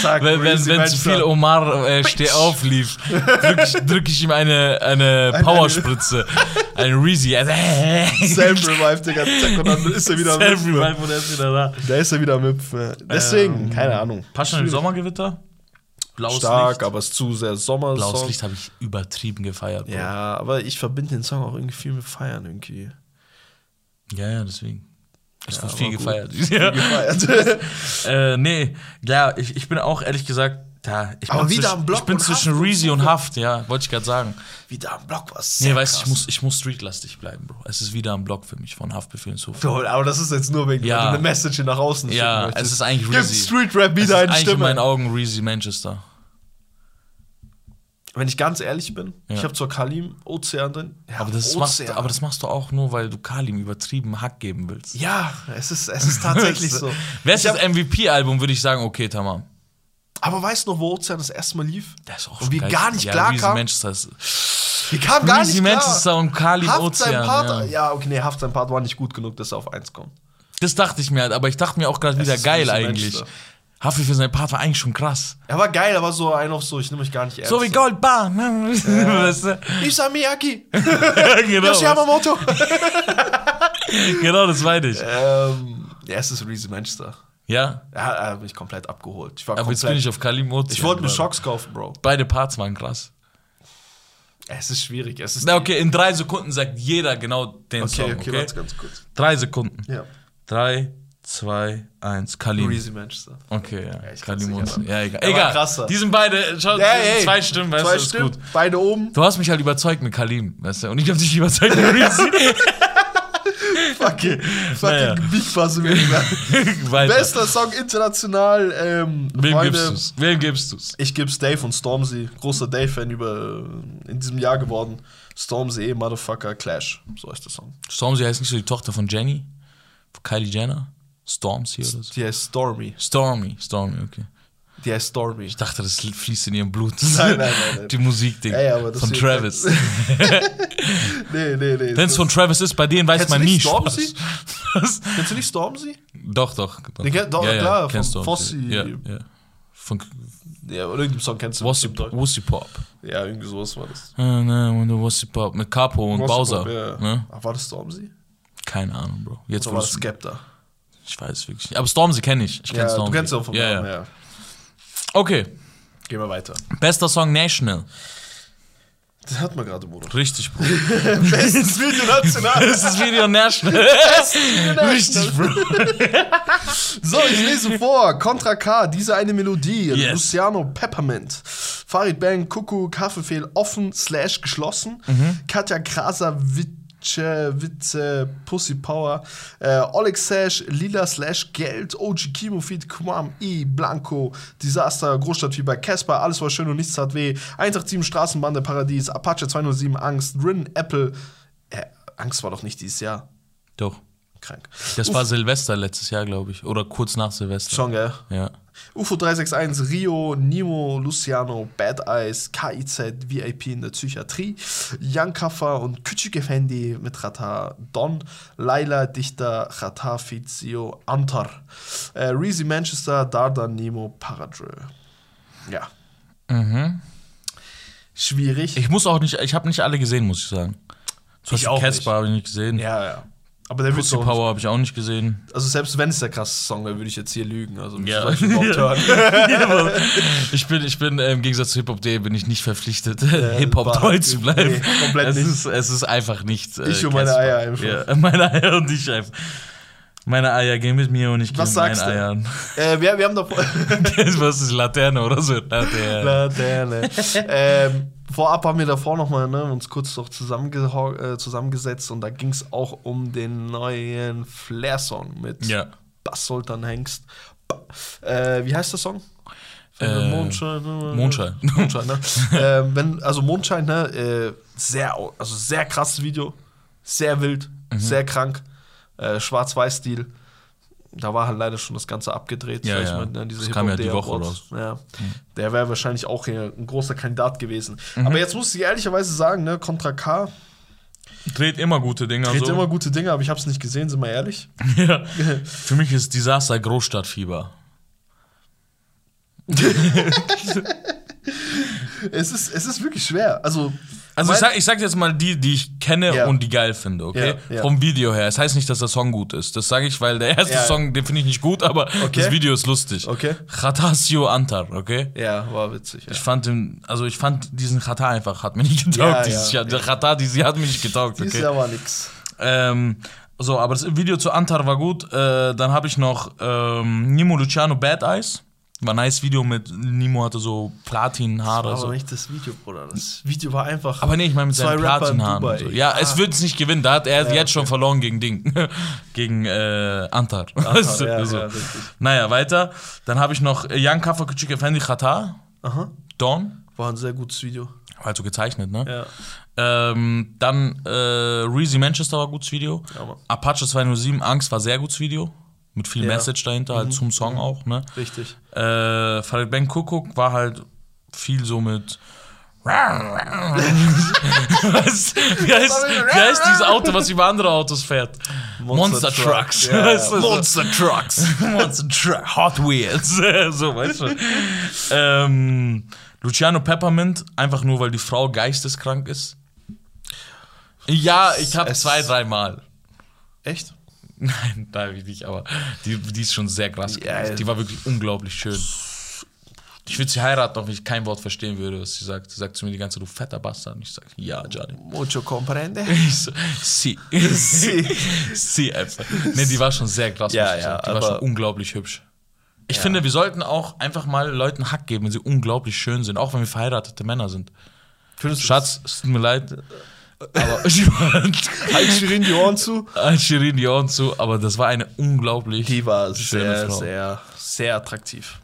Speaker 1: Zack,
Speaker 2: Wenn, wenn,
Speaker 1: Greasy
Speaker 2: wenn zu
Speaker 1: Manchester.
Speaker 2: viel Omar äh, steh auf lief, drücke ich, drück ich ihm eine, eine Powerspritze. Ein Reezy. Also,
Speaker 1: Self-Revive, Digga. Zack, und dann ist er wieder ne? am Hüpfen.
Speaker 2: Self-Revive Ähm. und er ist wieder da.
Speaker 1: Da ist er wieder am Hüpfen. Deswegen, keine Ahnung.
Speaker 2: Passt schon im Sommergewitter? Blaues
Speaker 1: Stark,
Speaker 2: Licht.
Speaker 1: aber es ist zu sehr Sommer.
Speaker 2: Blaues Licht habe ich übertrieben gefeiert. Bro.
Speaker 1: Ja, aber ich verbinde den Song auch irgendwie viel mit Feiern irgendwie.
Speaker 2: ja, ja, deswegen. Es wird
Speaker 1: aber
Speaker 2: viel
Speaker 1: gut.
Speaker 2: gefeiert.
Speaker 1: Gefeiert.
Speaker 2: Äh, nee, ja, ich, ich bin auch ehrlich gesagt, ja, ich
Speaker 1: Aber
Speaker 2: bin,
Speaker 1: wieder
Speaker 2: zwischen,
Speaker 1: am Block
Speaker 2: ich bin
Speaker 1: und
Speaker 2: zwischen
Speaker 1: Haft und
Speaker 2: Reezy
Speaker 1: so.
Speaker 2: und Haft, ja, wollte ich gerade sagen.
Speaker 1: wieder am Block was.
Speaker 2: Nee, weißt du, ich muss, ich muss streetlastig bleiben, Bro. Es ist wieder am Block für mich von Haftbefehl ins Hof.
Speaker 1: Toll, aber das ist jetzt nur wegen
Speaker 2: Ja.
Speaker 1: weil du eine Message nach außen. schicken
Speaker 2: Ja, es ist
Speaker 1: möchtest.
Speaker 2: eigentlich
Speaker 1: Gib
Speaker 2: Reezy.
Speaker 1: Street Rap
Speaker 2: Es ist
Speaker 1: wieder eine
Speaker 2: eigentlich in meinen
Speaker 1: Stimme.
Speaker 2: Augen Reezy Manchester.
Speaker 1: Wenn ich ganz ehrlich bin,
Speaker 2: Ja.
Speaker 1: ich habe zwar Kalim Ozean drin. Ja,
Speaker 2: Aber das, machst,
Speaker 1: Ozean.
Speaker 2: aber das machst du auch nur, weil du Kalim übertrieben Hack geben willst.
Speaker 1: ja, es ist, es ist tatsächlich so.
Speaker 2: Wär's
Speaker 1: Ich
Speaker 2: das MVP-Album, würde ich sagen, okay, tamam.
Speaker 1: Aber weißt du noch, wo Ozean das erste Mal lief?
Speaker 2: Das ist auch
Speaker 1: Und wir
Speaker 2: geil.
Speaker 1: gar nicht
Speaker 2: ja,
Speaker 1: klar
Speaker 2: Reezy
Speaker 1: kamen.
Speaker 2: Manchester ist.
Speaker 1: Wir kamen gar
Speaker 2: Reezy
Speaker 1: nicht klar.
Speaker 2: Manchester und Kalim
Speaker 1: Haft sein
Speaker 2: Ozean.
Speaker 1: Part,
Speaker 2: ja.
Speaker 1: ja. okay, nee, Haft sein Part war nicht gut genug, dass er auf 1 kommt.
Speaker 2: Das dachte ich mir halt, aber ich dachte mir auch gerade wieder
Speaker 1: ist
Speaker 2: geil
Speaker 1: Reezy
Speaker 2: eigentlich.
Speaker 1: Manchester.
Speaker 2: Hafi für seinen Part war eigentlich schon krass.
Speaker 1: Er war geil, aber so ein auf so, ich nehme mich gar nicht ernst.
Speaker 2: So wie Goldbar. ne? Weißt du?
Speaker 1: Isa Miyaki,
Speaker 2: genau,
Speaker 1: Yoshi Yamamoto.
Speaker 2: genau, das meine ich.
Speaker 1: ähm, ja, es ist Reezy Manchester.
Speaker 2: Ja,
Speaker 1: Er hat, er hat mich komplett abgeholt. Ich war
Speaker 2: aber jetzt bin
Speaker 1: komplett.
Speaker 2: ich auf Kalim Ozean.
Speaker 1: ich wollte mir Schocks kaufen, Bro.
Speaker 2: Beide Parts waren krass.
Speaker 1: Es ist schwierig. Es ist
Speaker 2: Na, okay, in drei Sekunden sagt jeder genau den
Speaker 1: okay,
Speaker 2: Song.
Speaker 1: okay,
Speaker 2: Okay,
Speaker 1: warte ganz kurz.
Speaker 2: Drei Sekunden.
Speaker 1: Ja.
Speaker 2: Drei, zwei, eins, Kalim.
Speaker 1: Reezy Manchester.
Speaker 2: Okay, ja.
Speaker 1: ich kann's
Speaker 2: Kalim
Speaker 1: nicht,
Speaker 2: Ozean. Ja, egal.
Speaker 1: Er war
Speaker 2: Egal.
Speaker 1: krasser.
Speaker 2: Die sind beide,
Speaker 1: Ja,
Speaker 2: schau, das sind
Speaker 1: ey.
Speaker 2: zwei Stimmen, weißt
Speaker 1: Zwei
Speaker 2: du, ist
Speaker 1: Stimmen,
Speaker 2: gut.
Speaker 1: beide um. oben.
Speaker 2: Du hast mich halt überzeugt mit Kalim, weißt du, und ich hab dich überzeugt mit Reezy.
Speaker 1: Fucking,
Speaker 2: Naja.
Speaker 1: fucking Big Bass im Endeffekt.
Speaker 2: Weiter.
Speaker 1: Bester Song international. Ähm,
Speaker 2: Wem
Speaker 1: Freunde,
Speaker 2: gibst du's? Wem gibst du's?
Speaker 1: Ich geb's Dave und Stormzy. Großer Dave-Fan über äh, in diesem Jahr geworden. Stormzy, eh, Motherfucker, Clash. So ist der Song.
Speaker 2: Stormzy heißt nicht so die Tochter von Jenny? Von Kylie Jenner? Storms hier oder so?
Speaker 1: Die heißt Stormy.
Speaker 2: Stormy, Stormy, okay.
Speaker 1: Die heißt Stormy.
Speaker 2: Ich dachte, das fließt in ihrem Blut.
Speaker 1: Nein, nein, nein, nein.
Speaker 2: Die Musik, Digga.
Speaker 1: Ey, Äh, aber das
Speaker 2: von
Speaker 1: hier-
Speaker 2: Travis.
Speaker 1: Nee, nee, nee.
Speaker 2: Wenn es von Travis ist, bei denen weiß
Speaker 1: Kennst
Speaker 2: man
Speaker 1: du
Speaker 2: nie
Speaker 1: nicht
Speaker 2: Spaß.
Speaker 1: Stormzy?
Speaker 2: Was?
Speaker 1: Kennst du nicht Stormzy?
Speaker 2: doch, doch. Doch,
Speaker 1: Den kenn- doch, klar, von
Speaker 2: kennst du auch.
Speaker 1: Fossi.
Speaker 2: Ja, ja. Von
Speaker 1: Ja, oder irgendeinem Song kennst du.
Speaker 2: Wossi,
Speaker 1: bestimmt.
Speaker 2: Wossi Pop.
Speaker 1: Ja, irgendwie sowas war das.
Speaker 2: Ah, nein, und der Wossi Pop. Mit Capo und
Speaker 1: Monster
Speaker 2: Bowser.
Speaker 1: Pop, Ja.
Speaker 2: Ne?
Speaker 1: Ach, war das Stormzy?
Speaker 2: Keine Ahnung, Bro. Jetzt
Speaker 1: Oder
Speaker 2: wo
Speaker 1: war das
Speaker 2: du's-
Speaker 1: Skepta?
Speaker 2: Ich weiß wirklich nicht. Aber Stormzy kenne ich. Ich kenne
Speaker 1: Ja,
Speaker 2: Stormzy.
Speaker 1: du kennst ja auch von
Speaker 2: ja,
Speaker 1: Namen,
Speaker 2: ja.
Speaker 1: ja.
Speaker 2: Okay.
Speaker 1: Gehen wir weiter.
Speaker 2: Bester Song National.
Speaker 1: Das hat man gerade, Bruder.
Speaker 2: Richtig, Bro.
Speaker 1: Bestes Video national.
Speaker 2: Das ist das Video National. Richtig, Bro.
Speaker 1: So, ich lese vor. Contra K, diese eine Melodie.
Speaker 2: Yes.
Speaker 1: Luciano Peppermint. Farid Bang, Kuku, Kaffeefehl, offen, slash, geschlossen.
Speaker 2: Mhm.
Speaker 1: Katja Krasavice, Witze, Pussy Power. Äh, Oleg Sash, Lila slash, Geld. OG Kimo Feed, Quam, I, Blanco. Desaster, Großstadtfieber, Casper, alles war schön und nichts tat weh. Eintracht 7, Straßenbande, Paradies. Apache 207, Angst. Rin, Apple. Äh, Angst war doch nicht dieses Jahr.
Speaker 2: Doch.
Speaker 1: Krank.
Speaker 2: Das war Silvester letztes Jahr, glaube ich. Oder kurz nach Silvester.
Speaker 1: Schon, gell?
Speaker 2: Ja.
Speaker 1: UFO 361, Rio, Nimo, Luciano, Bad Eyes, KIZ, VIP in der Psychiatrie, Jan Kaffer und Küçük Efendi mit Rata, Don, Laila, Dichter, Rata, Fizio, Antar, äh, Reezy Manchester, Dardan, Nimo, Paradrill. Ja. Schwierig.
Speaker 2: Mhm. Ich muss auch nicht, ich habe nicht alle gesehen, muss ich sagen. Zum
Speaker 1: Ich
Speaker 2: Beispiel
Speaker 1: auch
Speaker 2: Casper habe ich nicht gesehen.
Speaker 1: ja, ja. Aber der wird
Speaker 2: Pussy
Speaker 1: so.
Speaker 2: Power habe ich auch nicht gesehen.
Speaker 1: Also, selbst wenn es der krasse Song wäre, würde ich jetzt hier lügen. Also,
Speaker 2: Ja.
Speaker 1: soll ich überhaupt hören?
Speaker 2: Ich bin, ich bin äh, im Gegensatz zu Hip-Hop.de bin ich nicht verpflichtet,
Speaker 1: war-
Speaker 2: Hip-Hop treu zu bleiben.
Speaker 1: Äh, Nee, komplett
Speaker 2: es
Speaker 1: nicht.
Speaker 2: Ist, es ist einfach nicht. äh,
Speaker 1: Ich und meine
Speaker 2: Casper.
Speaker 1: Eier einfach.
Speaker 2: Ja, meine Eier und ich einfach. Meine Eier gehen mit mir und ich gehe
Speaker 1: Was
Speaker 2: mit meinen
Speaker 1: sagst du?
Speaker 2: Eiern.
Speaker 1: äh, wir, wir haben davor.
Speaker 2: Was ist Laterne oder so? Laterne.
Speaker 1: Laterne. ähm, vorab haben wir davor nochmal ne, uns kurz noch zusammenge äh, zusammengesetzt und da ging es auch um den neuen Flair-Song mit
Speaker 2: Ja.
Speaker 1: Bass Sultan Hengst. Ba- Äh, wie heißt der Song? Wenn
Speaker 2: Äh,
Speaker 1: Mondschein. äh,
Speaker 2: Mondschein.
Speaker 1: Mondschein, ne? äh, wenn, also Mondschein, ne? Äh, sehr, au- also sehr krasses Video. Sehr wild,
Speaker 2: Mhm.
Speaker 1: sehr krank. Äh, Schwarz-Weiß-Stil. Da war halt leider schon das Ganze abgedreht.
Speaker 2: Ja,
Speaker 1: So,
Speaker 2: ja.
Speaker 1: meine, ne, diese
Speaker 2: Das kam ja die
Speaker 1: Hip-Hop-Day
Speaker 2: Woche Mhm.
Speaker 1: Awards. Ja. Der wäre wahrscheinlich auch hier ein großer Kandidat gewesen. Aber jetzt muss ich ehrlicherweise sagen, ne, Contra K
Speaker 2: Dreht immer gute Dinger.
Speaker 1: Dreht
Speaker 2: so.
Speaker 1: immer gute Dinge, aber ich hab's nicht gesehen, sind wir ehrlich.
Speaker 2: ja. Für mich ist Desaster Großstadtfieber.
Speaker 1: Es ist, es ist wirklich schwer. Also,
Speaker 2: Also
Speaker 1: weil-
Speaker 2: ich sag, ich sag jetzt mal die, die ich kenne
Speaker 1: Ja.
Speaker 2: und die geil finde, okay?
Speaker 1: Ja, ja.
Speaker 2: Vom Video her. Es heißt nicht, dass der Song gut ist. Das sage ich, weil der erste
Speaker 1: Ja, ja.
Speaker 2: Song, den finde ich nicht gut, aber
Speaker 1: Okay.
Speaker 2: das Video ist lustig.
Speaker 1: Okay.
Speaker 2: Khatasio Antar, okay?
Speaker 1: ja, war witzig. Ja.
Speaker 2: Ich fand den, also ich fand diesen Khatar einfach, hat mir nicht getaugt.
Speaker 1: Ja,
Speaker 2: dieses
Speaker 1: ja.
Speaker 2: Jahr. Der Khatar dieses Jahr hat mir nicht getaugt,
Speaker 1: Dieses
Speaker 2: okay?
Speaker 1: Jahr war nix.
Speaker 2: Ähm, so, aber das Video zu Antar war gut. Äh, dann habe ich noch ähm, Nimo Luciano Bad Eyes. War ein nice Video mit Nimo hatte so Platin-Haare.
Speaker 1: Aber
Speaker 2: so.
Speaker 1: nicht das Video, Bruder. Das Video war einfach.
Speaker 2: Aber nee, ich meine mit
Speaker 1: Zwei
Speaker 2: seinen
Speaker 1: Rapper in
Speaker 2: Platinhaaren.
Speaker 1: Dubai.
Speaker 2: und So. Ja,
Speaker 1: Ah.
Speaker 2: es wird es nicht gewinnen. Da hat er jetzt schon verloren gegen Ding. gegen äh, Antar. Weißt du,
Speaker 1: ja,
Speaker 2: so.
Speaker 1: ja, richtig.
Speaker 2: naja, weiter. Dann habe ich noch äh, Young Kafa Küçük Efendi Khatar.
Speaker 1: Aha.
Speaker 2: Dawn.
Speaker 1: War ein sehr gutes Video.
Speaker 2: War halt so gezeichnet, ne?
Speaker 1: Ja.
Speaker 2: Ähm, dann äh, Reezy Manchester war ein gutes Video.
Speaker 1: Ja, Mann.
Speaker 2: Apache 207 Angst war ein sehr gutes Video. Mit viel
Speaker 1: Ja. Mhm.
Speaker 2: Message dahinter, halt zum Song auch, ne?
Speaker 1: Richtig.
Speaker 2: Äh, Farid Ben Kukuk war halt viel so mit. was? Wie heißt, wie heißt dieses Auto, was über andere Autos fährt? Monster, Trucks.
Speaker 1: Ja,
Speaker 2: Weißt
Speaker 1: ja.
Speaker 2: du, so-
Speaker 1: Monster Trucks.
Speaker 2: Monster Truck. Hot Wheels. so, weißt du. ähm, Luciano Peppermint, einfach nur, weil die Frau geisteskrank ist. Ja, ich habe
Speaker 1: Es-
Speaker 2: zwei, dreimal.
Speaker 1: Echt?
Speaker 2: Nein, da habe ich nicht, aber die, die ist schon sehr krass.
Speaker 1: Ja,
Speaker 2: gewesen. die war wirklich unglaublich schön. Ich würde sie heiraten, auch wenn ich kein Wort verstehen würde, was sie sagt. Sie sagt zu mir die ganze Zeit, du fetter Bastard. Und ich sage, ja, Gianni.
Speaker 1: Mucho comprende.
Speaker 2: Ich so, sie. sie. sie einfach. Nee, die war schon sehr krass.
Speaker 1: Ja,
Speaker 2: muss ich
Speaker 1: ja,
Speaker 2: sagen. die war
Speaker 1: aber-
Speaker 2: schon unglaublich hübsch. Ich finde, wir sollten auch einfach mal Leuten Hack geben, wenn sie unglaublich schön sind, auch wenn wir verheiratete Männer sind.
Speaker 1: Findest du-
Speaker 2: Schatz, es tut mir leid. Aber ich halt,
Speaker 1: Halt Shirin die Ohren zu.
Speaker 2: Shirin die Ohren zu, aber das war eine unglaublich
Speaker 1: Die war
Speaker 2: schöne
Speaker 1: sehr,
Speaker 2: Frau.
Speaker 1: sehr, sehr attraktiv.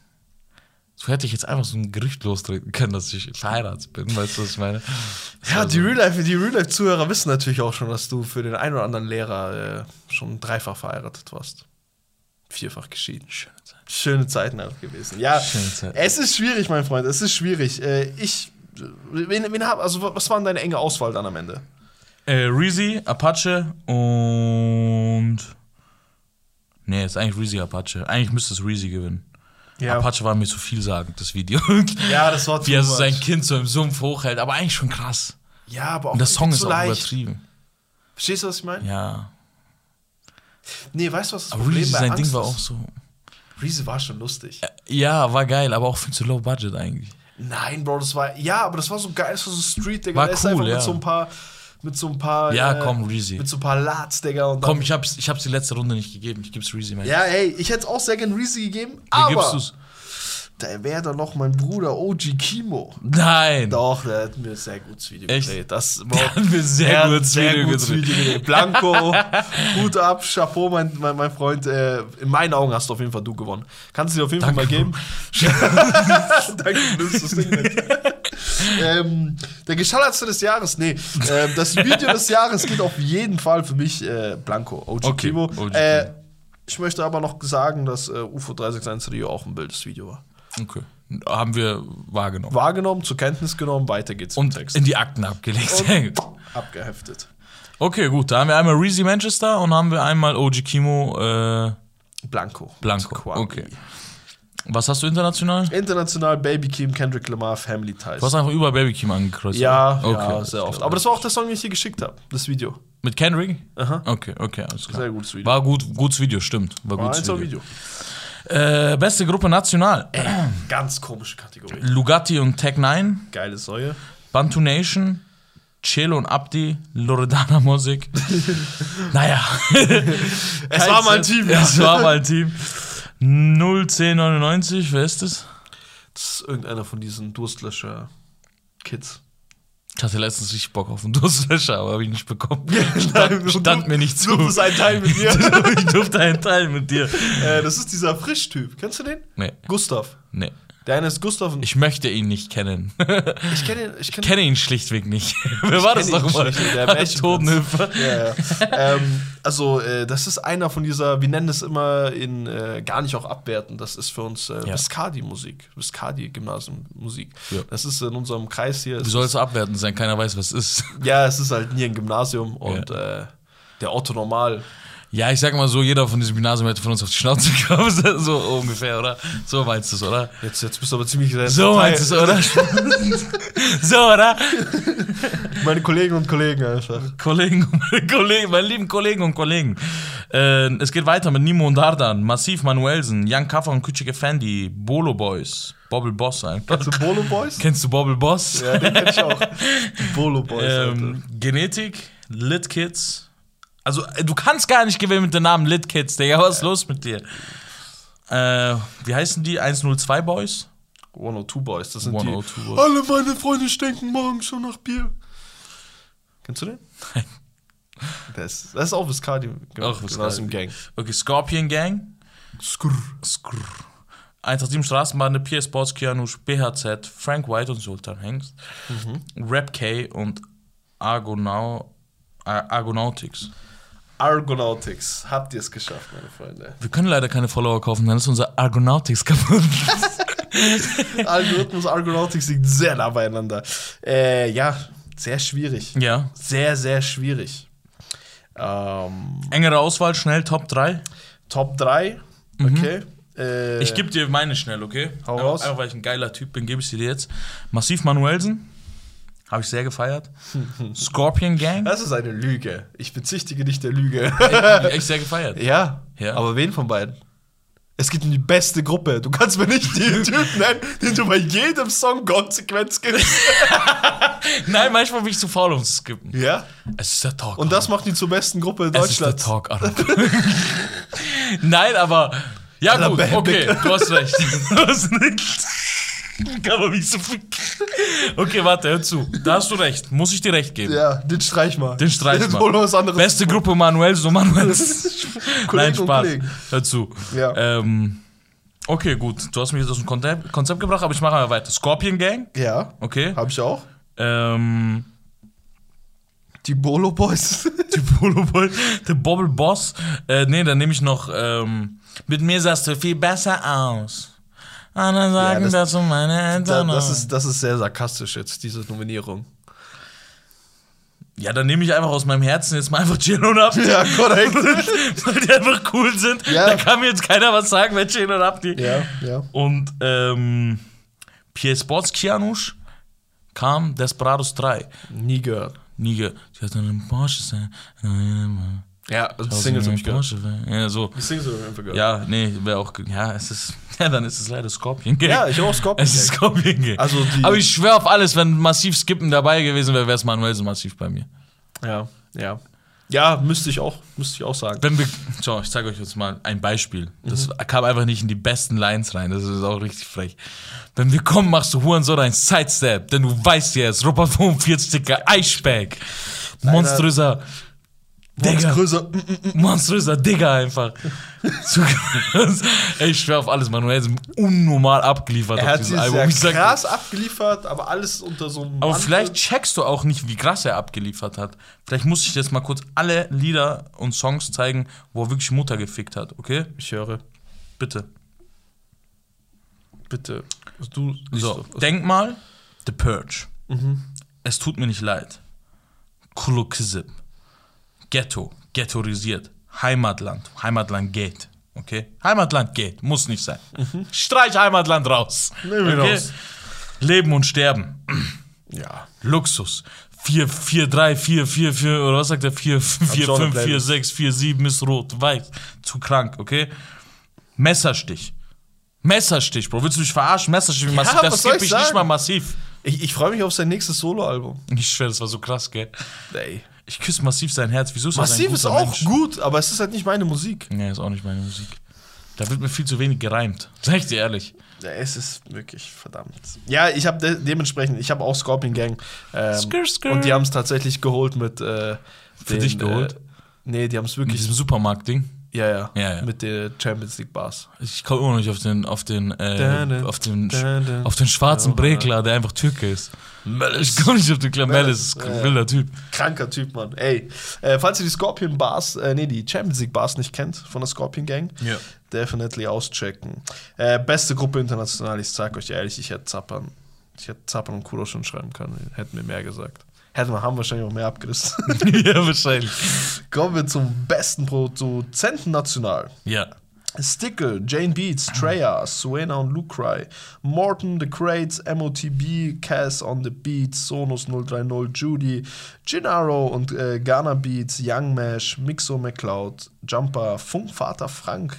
Speaker 2: So hätte ich jetzt einfach so ein Gerücht lostreten können, dass ich verheiratet bin, weißt du, was ich meine?
Speaker 1: Ja, die Real-Life-Zuhörer die Real -Life wissen natürlich auch schon, dass du für den einen oder anderen Lehrer äh, schon dreifach verheiratet warst. Vierfach geschieden. Schöne Zeiten. Schöne Zeiten halt gewesen. Ja,
Speaker 2: Schöne Zeiten.
Speaker 1: es ist schwierig, mein Freund, es ist schwierig. Äh, ich, wen, wen hab, also was war denn deine enge Auswahl dann am Ende?
Speaker 2: Äh, Reezy, Apache und. Nee, ist eigentlich Reezy, Apache. Eigentlich müsste es Reezy gewinnen. Apache war mir zu vielsagend, das Video.
Speaker 1: Ja, das war
Speaker 2: Wie er so
Speaker 1: much.
Speaker 2: sein Kind so im Sumpf hochhält, aber eigentlich schon krass.
Speaker 1: Ja, aber auch
Speaker 2: Und der Song
Speaker 1: irgendwie
Speaker 2: ist
Speaker 1: zu
Speaker 2: auch
Speaker 1: leicht.
Speaker 2: übertrieben.
Speaker 1: Verstehst du, was ich meine?
Speaker 2: Ja.
Speaker 1: Nee, weißt du, was das
Speaker 2: Aber
Speaker 1: Problem
Speaker 2: Reezy,
Speaker 1: bei
Speaker 2: sein
Speaker 1: Angst
Speaker 2: Ding war
Speaker 1: ist?
Speaker 2: auch so. Äh,
Speaker 1: Reezy war schon lustig.
Speaker 2: Ja, war geil, aber auch viel zu low budget eigentlich.
Speaker 1: Nein, Bro, das war. Ja, aber das war so geil, das war so Street, Digga.
Speaker 2: War
Speaker 1: Der ist
Speaker 2: cool,
Speaker 1: einfach
Speaker 2: ja.
Speaker 1: mit so ein paar. Mit so ein paar. äh,
Speaker 2: Ja, komm, Reezy.
Speaker 1: Mit so ein paar Lats, Digga. Und dann,
Speaker 2: Komm, ich hab's, ich hab's die letzte Runde nicht gegeben. Ich geb's Reezy, mein.
Speaker 1: Ja, ey, ich hätte es auch sehr gern Reezy gegeben,
Speaker 2: Wie
Speaker 1: aber.
Speaker 2: gibst du's?
Speaker 1: Da wäre dann noch mein Bruder OG Kimo.
Speaker 2: Nein.
Speaker 1: Doch, der hat mir ein sehr gutes Video
Speaker 2: Echt?
Speaker 1: gedreht. Das Bro,
Speaker 2: Der hat mir sehr
Speaker 1: der hat ein
Speaker 2: gutes Video gedreht.
Speaker 1: gedreht. Blanco, Hut ab, Chapeau, mein, mein, mein Freund. Äh, in meinen Augen hast du auf jeden Fall du gewonnen. Kannst du dir auf jeden Fall mal geben. Danke, du nimmst das Ding mit. ähm, der Geschallertste des Jahres, nee. Ähm, das Video des Jahres geht auf jeden Fall für mich äh, Blanco, OG
Speaker 2: Okay,
Speaker 1: Kimo.
Speaker 2: OG
Speaker 1: Äh,
Speaker 2: Kimo.
Speaker 1: ich möchte aber noch sagen, dass äh, UFO 361 Rio auch ein wildes Video war.
Speaker 2: Okay. Haben wir wahrgenommen.
Speaker 1: Wahrgenommen, zur Kenntnis genommen, weiter geht's im
Speaker 2: Und
Speaker 1: Text.
Speaker 2: in die Akten abgelegt. Sehr gut.
Speaker 1: Abgeheftet.
Speaker 2: Okay, gut. Da haben wir einmal Reezy Manchester und haben wir einmal OG Kimo äh,
Speaker 1: Blanco.
Speaker 2: Blanco.
Speaker 1: Quami.
Speaker 2: Okay. Was hast du international?
Speaker 1: International Baby Kim, Kendrick Lamar, Family Ties.
Speaker 2: Du hast einfach über Baby Kim angekreuzt.
Speaker 1: ja,
Speaker 2: oder?
Speaker 1: ja, sehr oft. Aber das war auch der Song, den ich dir geschickt habe, das Video.
Speaker 2: Mit Kendrick?
Speaker 1: Aha.
Speaker 2: Okay, okay, alles klar.
Speaker 1: Sehr gutes Video.
Speaker 2: War gut, gutes Video, stimmt. War
Speaker 1: War
Speaker 2: gutes
Speaker 1: eins auf
Speaker 2: Video.
Speaker 1: Video.
Speaker 2: Äh, beste Gruppe national. Äh,
Speaker 1: Ganz komische Kategorie.
Speaker 2: Lugatti und Tech 9,
Speaker 1: Geile Säue.
Speaker 2: Bantu Nation, Chelo und Abdi, Loredana Musik. naja.
Speaker 1: Es war mal ein Team.
Speaker 2: Ja, es war mal ein Team. 01099, wer ist das?
Speaker 1: Das ist irgendeiner von diesen Durstlöscher-Kids.
Speaker 2: Ich hatte letztens richtig Bock auf einen Durstlöscher, aber habe ich nicht bekommen.
Speaker 1: Nein,
Speaker 2: Stand,
Speaker 1: du-
Speaker 2: stand mir nicht zu.
Speaker 1: Du bist ein Teil mit dir.
Speaker 2: ich durfte einen Teil mit dir.
Speaker 1: äh, das ist dieser Frischtyp. Kennst du den?
Speaker 2: Nee,
Speaker 1: Gustav.
Speaker 2: nee.
Speaker 1: Der eine ist Gustav und
Speaker 2: Ich möchte ihn nicht kennen.
Speaker 1: ich kenne ihn. Ich
Speaker 2: Ich kenne ihn schlichtweg nicht. Wer war das
Speaker 1: kenn ihn
Speaker 2: nochmal?
Speaker 1: schlichtweg, der
Speaker 2: Hans Todenhöfer.
Speaker 1: Ja, ja. ähm, also, äh, das ist einer von dieser, wir nennen es immer in äh, gar nicht auch abwerten, das ist für uns äh,
Speaker 2: Ja.
Speaker 1: Viscardi-Musik, Viscardi-Gymnasium-Musik.
Speaker 2: Ja.
Speaker 1: Das ist in unserem Kreis hier.
Speaker 2: Wie
Speaker 1: Es
Speaker 2: soll es abwertend sein? Keiner weiß, was es ist.
Speaker 1: ja, es ist halt nie ein Gymnasium und äh, der Otto Normal.
Speaker 2: Ja, ich sag mal so, jeder von diesem Gymnasium hätte von uns auf die Schnauze bekommen. so ungefähr, oder? So meinst du es, oder?
Speaker 1: Jetzt, jetzt bist du aber ziemlich
Speaker 2: So meinst du es, oder? so, oder?
Speaker 1: Meine Kollegen und Kollegen einfach.
Speaker 2: Kollegen, und- Kollegen, meine lieben Kollegen und Kollegen. Äh, es geht weiter mit Nimo und Dardan, Massiv Manuelsen, Jan Kaffer und Küçük Effendi, Bolo Boys, Bobble Boss einfach.
Speaker 1: Zu Bolo Boys?
Speaker 2: Kennst du Bobble Boss?
Speaker 1: Ja, den kenn ich auch. Die Bolo Boys, Alter.
Speaker 2: ähm, Genetik, Lit Kids. Also, äh, du kannst gar nicht gewinnen mit dem Namen Lit Kids, Digga. Was ist los mit dir? Äh, wie heißen die? 102 Boys?
Speaker 1: 102 Boys, das sind
Speaker 2: 102
Speaker 1: die.
Speaker 2: Boys.
Speaker 1: Alle meine Freunde stinken morgen schon nach Bier. Kennst du den?
Speaker 2: Nein.
Speaker 1: Das, das ist auch genau. Viscardi.
Speaker 2: Auch
Speaker 1: Aus dem Gang.
Speaker 2: Okay, Scorpion Gang.
Speaker 1: Skrrr.
Speaker 2: Skrrr. 187 Straßenbahn, PS Sports, Kianush, BHZ, Frank White und Sultan Hengst.
Speaker 1: Mhm.
Speaker 2: Rap K und Argonau, Ar- Argonautics.
Speaker 1: Argonautics. Habt ihr es geschafft, meine Freunde?
Speaker 2: Wir können leider keine Follower kaufen, dann ist unser Argonautics kaputt.
Speaker 1: Algorithmus, Argonautics liegt sehr nah beieinander. Äh, ja, sehr schwierig.
Speaker 2: ja.
Speaker 1: Sehr, sehr schwierig. Ähm,
Speaker 2: Engere Auswahl, schnell Top 3.
Speaker 1: Top 3. Okay. Äh,
Speaker 2: Mhm. Ich gebe dir meine schnell, okay?
Speaker 1: Hau
Speaker 2: Einfach-
Speaker 1: raus.
Speaker 2: Einfach weil ich ein geiler Typ bin, gebe ich sie dir jetzt. Massiv Manuelsen. Habe ich sehr gefeiert. Scorpion Gang.
Speaker 1: das ist eine Lüge. Ich bezichtige dich der Lüge.
Speaker 2: Hab ich echt sehr gefeiert.
Speaker 1: Ja,
Speaker 2: Ja.
Speaker 1: aber wen von beiden? Es gibt die beste Gruppe. Du kannst mir nicht den Typen nennen, den du bei jedem Song konsequent skippst.
Speaker 2: Nein, manchmal bin ich zu faul, um zu skippen.
Speaker 1: Ja?
Speaker 2: Es ist der Talk.
Speaker 1: Und das macht ihn zur besten Gruppe
Speaker 2: es ist der
Speaker 1: Deutschlands.
Speaker 2: Talk, Arno. Nein, aber. Ja,
Speaker 1: Aller
Speaker 2: gut,
Speaker 1: Band.
Speaker 2: okay, du hast recht. Du hast recht. Kann man mich so viel. Okay, warte, hör zu. Da hast du recht. Muss ich dir recht geben.
Speaker 1: Ja, den streich mal.
Speaker 2: Den streich mal.
Speaker 1: hol mal was anderes.
Speaker 2: Beste Gruppe Manuel, so Manuels. Nein,
Speaker 1: Kollegen und
Speaker 2: Spaß.
Speaker 1: Kollegen.
Speaker 2: Dazu.
Speaker 1: Ja.
Speaker 2: Ähm, okay, gut. Du hast mich jetzt aus dem Konzept, Konzept gebracht, aber ich mache mal weiter. Scorpion Gang.
Speaker 1: Ja,
Speaker 2: Okay.
Speaker 1: hab ich auch.
Speaker 2: Ähm,
Speaker 1: Die Bolo Boys.
Speaker 2: die Polo Boy, der Bobble Boss. Äh, nee, dann nehme ich noch. Ähm, mit mir sahst du viel besser aus. Andere sagen
Speaker 1: das-
Speaker 2: dazu meine
Speaker 1: Da,
Speaker 2: Eltern.
Speaker 1: das, ist, das ist sehr sarkastisch jetzt, diese Nominierung.
Speaker 2: ja, dann nehme ich einfach aus meinem Herzen jetzt mal einfach Chill und ab.
Speaker 1: Ja, korrekt.
Speaker 2: weil die einfach cool sind.
Speaker 1: Ja.
Speaker 2: Da kann mir jetzt keiner was sagen, wer Chill und ab die.
Speaker 1: ja, ja.
Speaker 2: Und ähm, Pierre Sports Kianusch kam Desperados 3.
Speaker 1: Nie gehört.
Speaker 2: Nige, sie hat einen Porsche sein.
Speaker 1: Ja, die Singles hab ich gehört.
Speaker 2: Porsche sein. Ja, so.
Speaker 1: Die Singles hab ich einfach gehört.
Speaker 2: Ja, nee, wäre auch. ge- Ja, es ist. Ja, dann ist es leider Scorpion Gang.
Speaker 1: Ja, ich auch Scorpion.
Speaker 2: es ist Scorpion Gang.
Speaker 1: Also die-
Speaker 2: Aber ich schwöre auf alles, wenn massiv Skippen dabei gewesen wäre, wäre es Manuelsen massiv bei mir.
Speaker 1: ja, ja. Ja, müsste ich auch, müsste ich auch sagen.
Speaker 2: Wenn wir. Schau, ich zeige euch jetzt mal ein Beispiel. Das
Speaker 1: Mhm.
Speaker 2: kam einfach nicht in die besten Lines rein. Das ist auch richtig frech. Wenn wir kommen, machst du Hurensohn ein Sidestep, denn du weißt ja es. Robert 45 Dicker, Eisberg. Monströser. Digga.
Speaker 1: größer.
Speaker 2: Monströser Digger einfach. Zu krass. Ey, ich schwör auf alles, Manuel ist unnormal abgeliefert
Speaker 1: Er
Speaker 2: auf
Speaker 1: hat
Speaker 2: diesem
Speaker 1: sie
Speaker 2: Album.
Speaker 1: sehr
Speaker 2: Ich sag-
Speaker 1: krass abgeliefert, aber alles unter so einem.
Speaker 2: Aber
Speaker 1: Mantel.
Speaker 2: vielleicht checkst du auch nicht, wie krass er abgeliefert hat. Vielleicht muss ich jetzt mal kurz alle Lieder und Songs zeigen, wo er wirklich Mutter gefickt hat, okay?
Speaker 1: Ich höre,
Speaker 2: Bitte.
Speaker 1: bitte. Also Du.
Speaker 2: So, Denkmal, The Purge. Es tut mir nicht leid. Kulukizib. Ghetto, ghettoisiert. Heimatland, Heimatland geht. Okay? Heimatland geht, muss nicht sein. Streich Heimatland raus.
Speaker 1: Nehmen wir raus.
Speaker 2: Leben und Sterben.
Speaker 1: Ja.
Speaker 2: Luxus. 4, 4, 3, 4, 4, 4, oder was sagt er? 4, 4,
Speaker 1: ich auch eine
Speaker 2: 5, 4,
Speaker 1: Playlist.
Speaker 2: 6, 4, 7 ist rot, weiß. Zu krank, okay? Messerstich. Messerstich, Bro. Willst du mich verarschen? Messerstich, wie massiv.
Speaker 1: was
Speaker 2: das
Speaker 1: soll
Speaker 2: skippe
Speaker 1: ich
Speaker 2: ich nicht
Speaker 1: sagen?
Speaker 2: mal massiv.
Speaker 1: Ich, ich freue mich auf sein nächstes Soloalbum.
Speaker 2: Ich schwöre, das war so krass, gell?
Speaker 1: Ey.
Speaker 2: Ich küsse massiv sein Herz. Wieso ist das
Speaker 1: Massiv ist auch gut, aber es ist halt nicht meine Musik.
Speaker 2: Nee, ist auch nicht meine Musik. Da wird mir viel zu wenig gereimt. Sag ich dir ehrlich.
Speaker 1: Ja, es ist wirklich verdammt. Ja, ich habe de dementsprechend, ich habe auch Scorpion Gang. Ähm,
Speaker 2: Skrr, skrr.
Speaker 1: Und die haben es tatsächlich geholt mit. Äh,
Speaker 2: Für dich geholt?
Speaker 1: Äh, nee, die haben es
Speaker 2: Mit
Speaker 1: wirklich.
Speaker 2: diesem Supermarkt-Ding.
Speaker 1: Ja, ja.
Speaker 2: Ja, ja.
Speaker 1: Mit der Champions League Bars.
Speaker 2: Also Ich komme immer noch nicht auf den, auf den,
Speaker 1: Da,
Speaker 2: äh,
Speaker 1: da,
Speaker 2: auf den,
Speaker 1: da, da.
Speaker 2: auf den schwarzen
Speaker 1: Ja.
Speaker 2: Brekler, der einfach Türke ist. Ich komme nicht auf den Klamelles, ist
Speaker 1: Ja, ja.
Speaker 2: ein wilder Typ.
Speaker 1: Kranker Typ, Mann. Ey, äh, falls ihr die Scorpion Bars, äh, nee, die Champions League Bars nicht kennt von der Scorpion Gang,
Speaker 2: Ja.
Speaker 1: definitely auschecken. Äh, beste Gruppe international, ich sag euch ehrlich, ich hätte Zappern, ich hätte Zappern und Kudo schon schreiben können, hätten mir mehr gesagt. Hätten wir, haben wahrscheinlich auch mehr abgerissen.
Speaker 2: ja, wahrscheinlich.
Speaker 1: Kommen wir zum besten Produzenten national.
Speaker 2: Ja.
Speaker 1: Stickle, Jane Beats, Treya, Suena und Lucry, Morton, The Crates, MOTB, Cass on the Beats, Sonos 030, Judy, Gennaro und äh, Ghana Beats, Young Mesh, Mixo McCloud, Jumper, Funkvater Frank,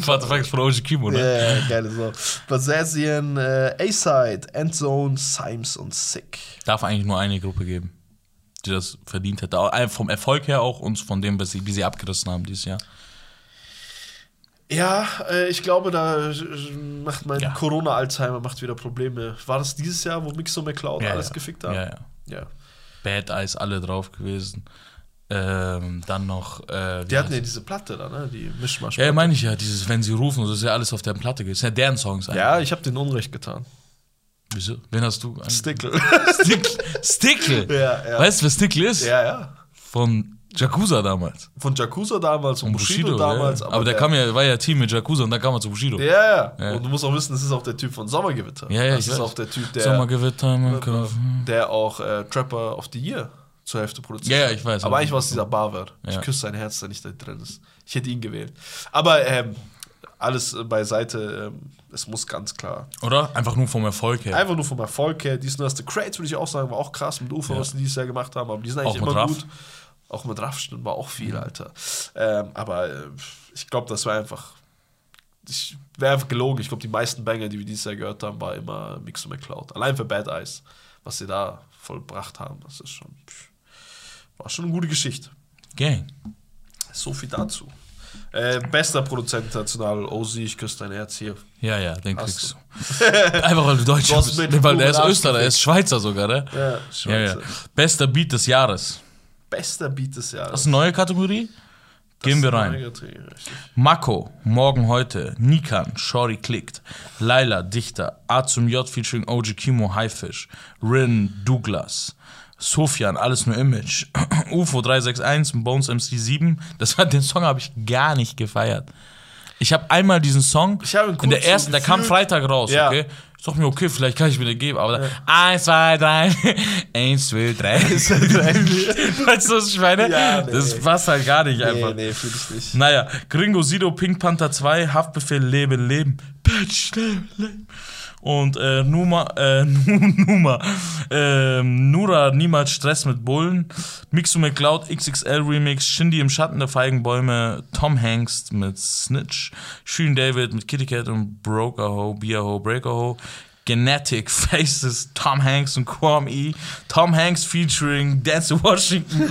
Speaker 2: Vater Frank ist von OG Kimo, ne?
Speaker 1: äh, geile so, Basasian, äh, A-Side, Endzone, Simes und Sick.
Speaker 2: Darf eigentlich nur eine Gruppe geben, die das verdient hätte. Auch, äh, vom Erfolg her auch und von dem, was sie, wie sie abgerissen haben dieses Jahr.
Speaker 1: Ja, äh, ich glaube, da äh, macht mein
Speaker 2: Ja.
Speaker 1: Corona-Alzheimer macht wieder Probleme. War das dieses Jahr, wo Mixo McCloud alles gefickt hat?
Speaker 2: Ja, ja.
Speaker 1: ja.
Speaker 2: Bad Eyes alle drauf gewesen. Ähm, dann noch. Äh, wie
Speaker 1: Die hatten ja
Speaker 2: heißt-
Speaker 1: diese Platte da, ne? Die Mischmasch.
Speaker 2: ja, meine ich ja, dieses Wenn sie rufen, das ist ja alles auf der Platte gewesen. Das sind ja deren Songs eigentlich.
Speaker 1: Ja, ich habe den Unrecht getan.
Speaker 2: Wieso? Wen hast du? an-
Speaker 1: Stickle.
Speaker 2: Stickl. Stickl.
Speaker 1: Ja, ja.
Speaker 2: Weißt du, wer Stickl ist?
Speaker 1: ja, ja.
Speaker 2: Von Jakuza damals.
Speaker 1: Von Jakuza damals und Bushido, damals.
Speaker 2: ja. Aber, der kam ja, war ja Team mit Jakuza und dann kam er zu Bushido.
Speaker 1: Ja, ja,
Speaker 2: Ja.
Speaker 1: Und du musst auch wissen, das ist auch der Typ von Sommergewitter.
Speaker 2: Ja, ja,
Speaker 1: Das
Speaker 2: ich
Speaker 1: ist
Speaker 2: weiß.
Speaker 1: auch der Typ, der,
Speaker 2: Sommergewitter, man kann.
Speaker 1: der auch äh, Trapper of the Year zur Hälfte produziert.
Speaker 2: Ja, ja, ich weiß.
Speaker 1: Aber eigentlich war es dieser Barwert. Ich
Speaker 2: Ja.
Speaker 1: küsse sein Herz, der nicht da drin ist. Ich hätte ihn gewählt. Aber ähm, alles äh, beiseite, ähm, es muss ganz klar
Speaker 2: Oder? Einfach nur vom Erfolg her.
Speaker 1: Einfach nur vom Erfolg her. Dies und das. The Crates würde ich auch sagen, war auch krass mit UFO,
Speaker 2: Ja.
Speaker 1: was die dieses Jahr gemacht haben. Aber die sind
Speaker 2: Auch
Speaker 1: eigentlich
Speaker 2: mit
Speaker 1: immer
Speaker 2: Raff. Mhm.
Speaker 1: gut. Auch mit Raff stimmt, war auch viel, Alter. Ähm, aber äh, ich glaube, das war einfach. Ich wäre einfach gelogen. Ich glaube, die meisten Banger, die wir dieses Jahr gehört haben, war immer Mix und McCloud. Allein für Bad Eyes, was sie da vollbracht haben, das ist schon. pff, War schon eine gute Geschichte.
Speaker 2: Gang.
Speaker 1: So viel dazu. Äh, bester Produzent international, Ozi, ich küsse dein Herz hier.
Speaker 2: Ja, ja, den
Speaker 1: Hast
Speaker 2: kriegst du. Einfach weil du Deutscher
Speaker 1: Du hast
Speaker 2: bist.
Speaker 1: mit
Speaker 2: Nee, weil der ist
Speaker 1: Blumen
Speaker 2: Österreicher, der ist Schweizer sogar, ne?
Speaker 1: Ja,
Speaker 2: Ja, ja.
Speaker 1: Schweizer.
Speaker 2: Bester Beat des Jahres.
Speaker 1: Bester Beat des Jahres.
Speaker 2: Das ist eine neue Kategorie. Gehen wir rein. Mako, Morgen heute, Nikan, Shorty klickt, Laila, Dichter, A zum J featuring OG Kimo, Highfish, Rin, Douglas, Sofian, alles nur Image, UFO 361, Bones MC 7, das war, den Song habe ich gar nicht gefeiert. Ich habe einmal diesen Song,
Speaker 1: Ich habe ihn
Speaker 2: in
Speaker 1: kurz
Speaker 2: der
Speaker 1: so
Speaker 2: ersten, der kam
Speaker 1: gefühlt.
Speaker 2: Freitag raus,
Speaker 1: Ja.
Speaker 2: okay? Ich dachte mir, okay, vielleicht kann ich wieder geben, aber dann, eins, zwei, drei, eins, zwei, drei. weißt du, was ich meine?
Speaker 1: Ja, nee.
Speaker 2: Das passt halt gar nicht einfach.
Speaker 1: Nee, nee, fühl ich nicht.
Speaker 2: Naja, Gringo Sido, Pink Panther 2, Haftbefehl, Leben, Leben, Bitch, Leben, Leben. Und äh, Numa, äh, Numa, ähm, Nura, niemals Stress mit Bullen, Mixu McCloud, XXL Remix, Shindy im Schatten der Feigenbäume, Tom Hanks mit Snitch, Sheen David mit Kitty Cat und Broker Ho, Beer Ho, Breaker Ho, Genetic Faces, Tom Hanks und Quam E, Tom Hanks featuring Dance Washington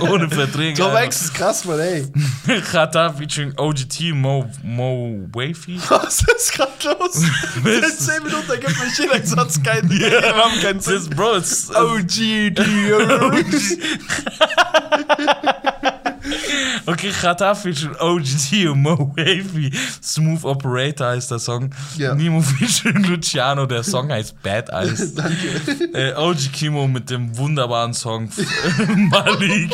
Speaker 2: ohne Verträge.
Speaker 1: Tom
Speaker 2: Alter.
Speaker 1: Hanks ist krass, Mann, ey.
Speaker 2: Chata featuring OGT Mo Mo Wavy.
Speaker 1: Was ist gerade los? In
Speaker 2: Mist.
Speaker 1: 10 Minuten ergibt mir jeder Satz keinen yeah. Namen, keinen
Speaker 2: Das ist
Speaker 1: Sinn.
Speaker 2: Bro, it's, uh,
Speaker 1: OG,
Speaker 2: okay, Chata featuring OGT Mo Wavy. Smooth Operator heißt der Song.
Speaker 1: Ja.
Speaker 2: Nemo featuring Luciano, der Song heißt Bad Eyes.
Speaker 1: Danke.
Speaker 2: äh, OG Kimo mit dem wunderbaren Song Malik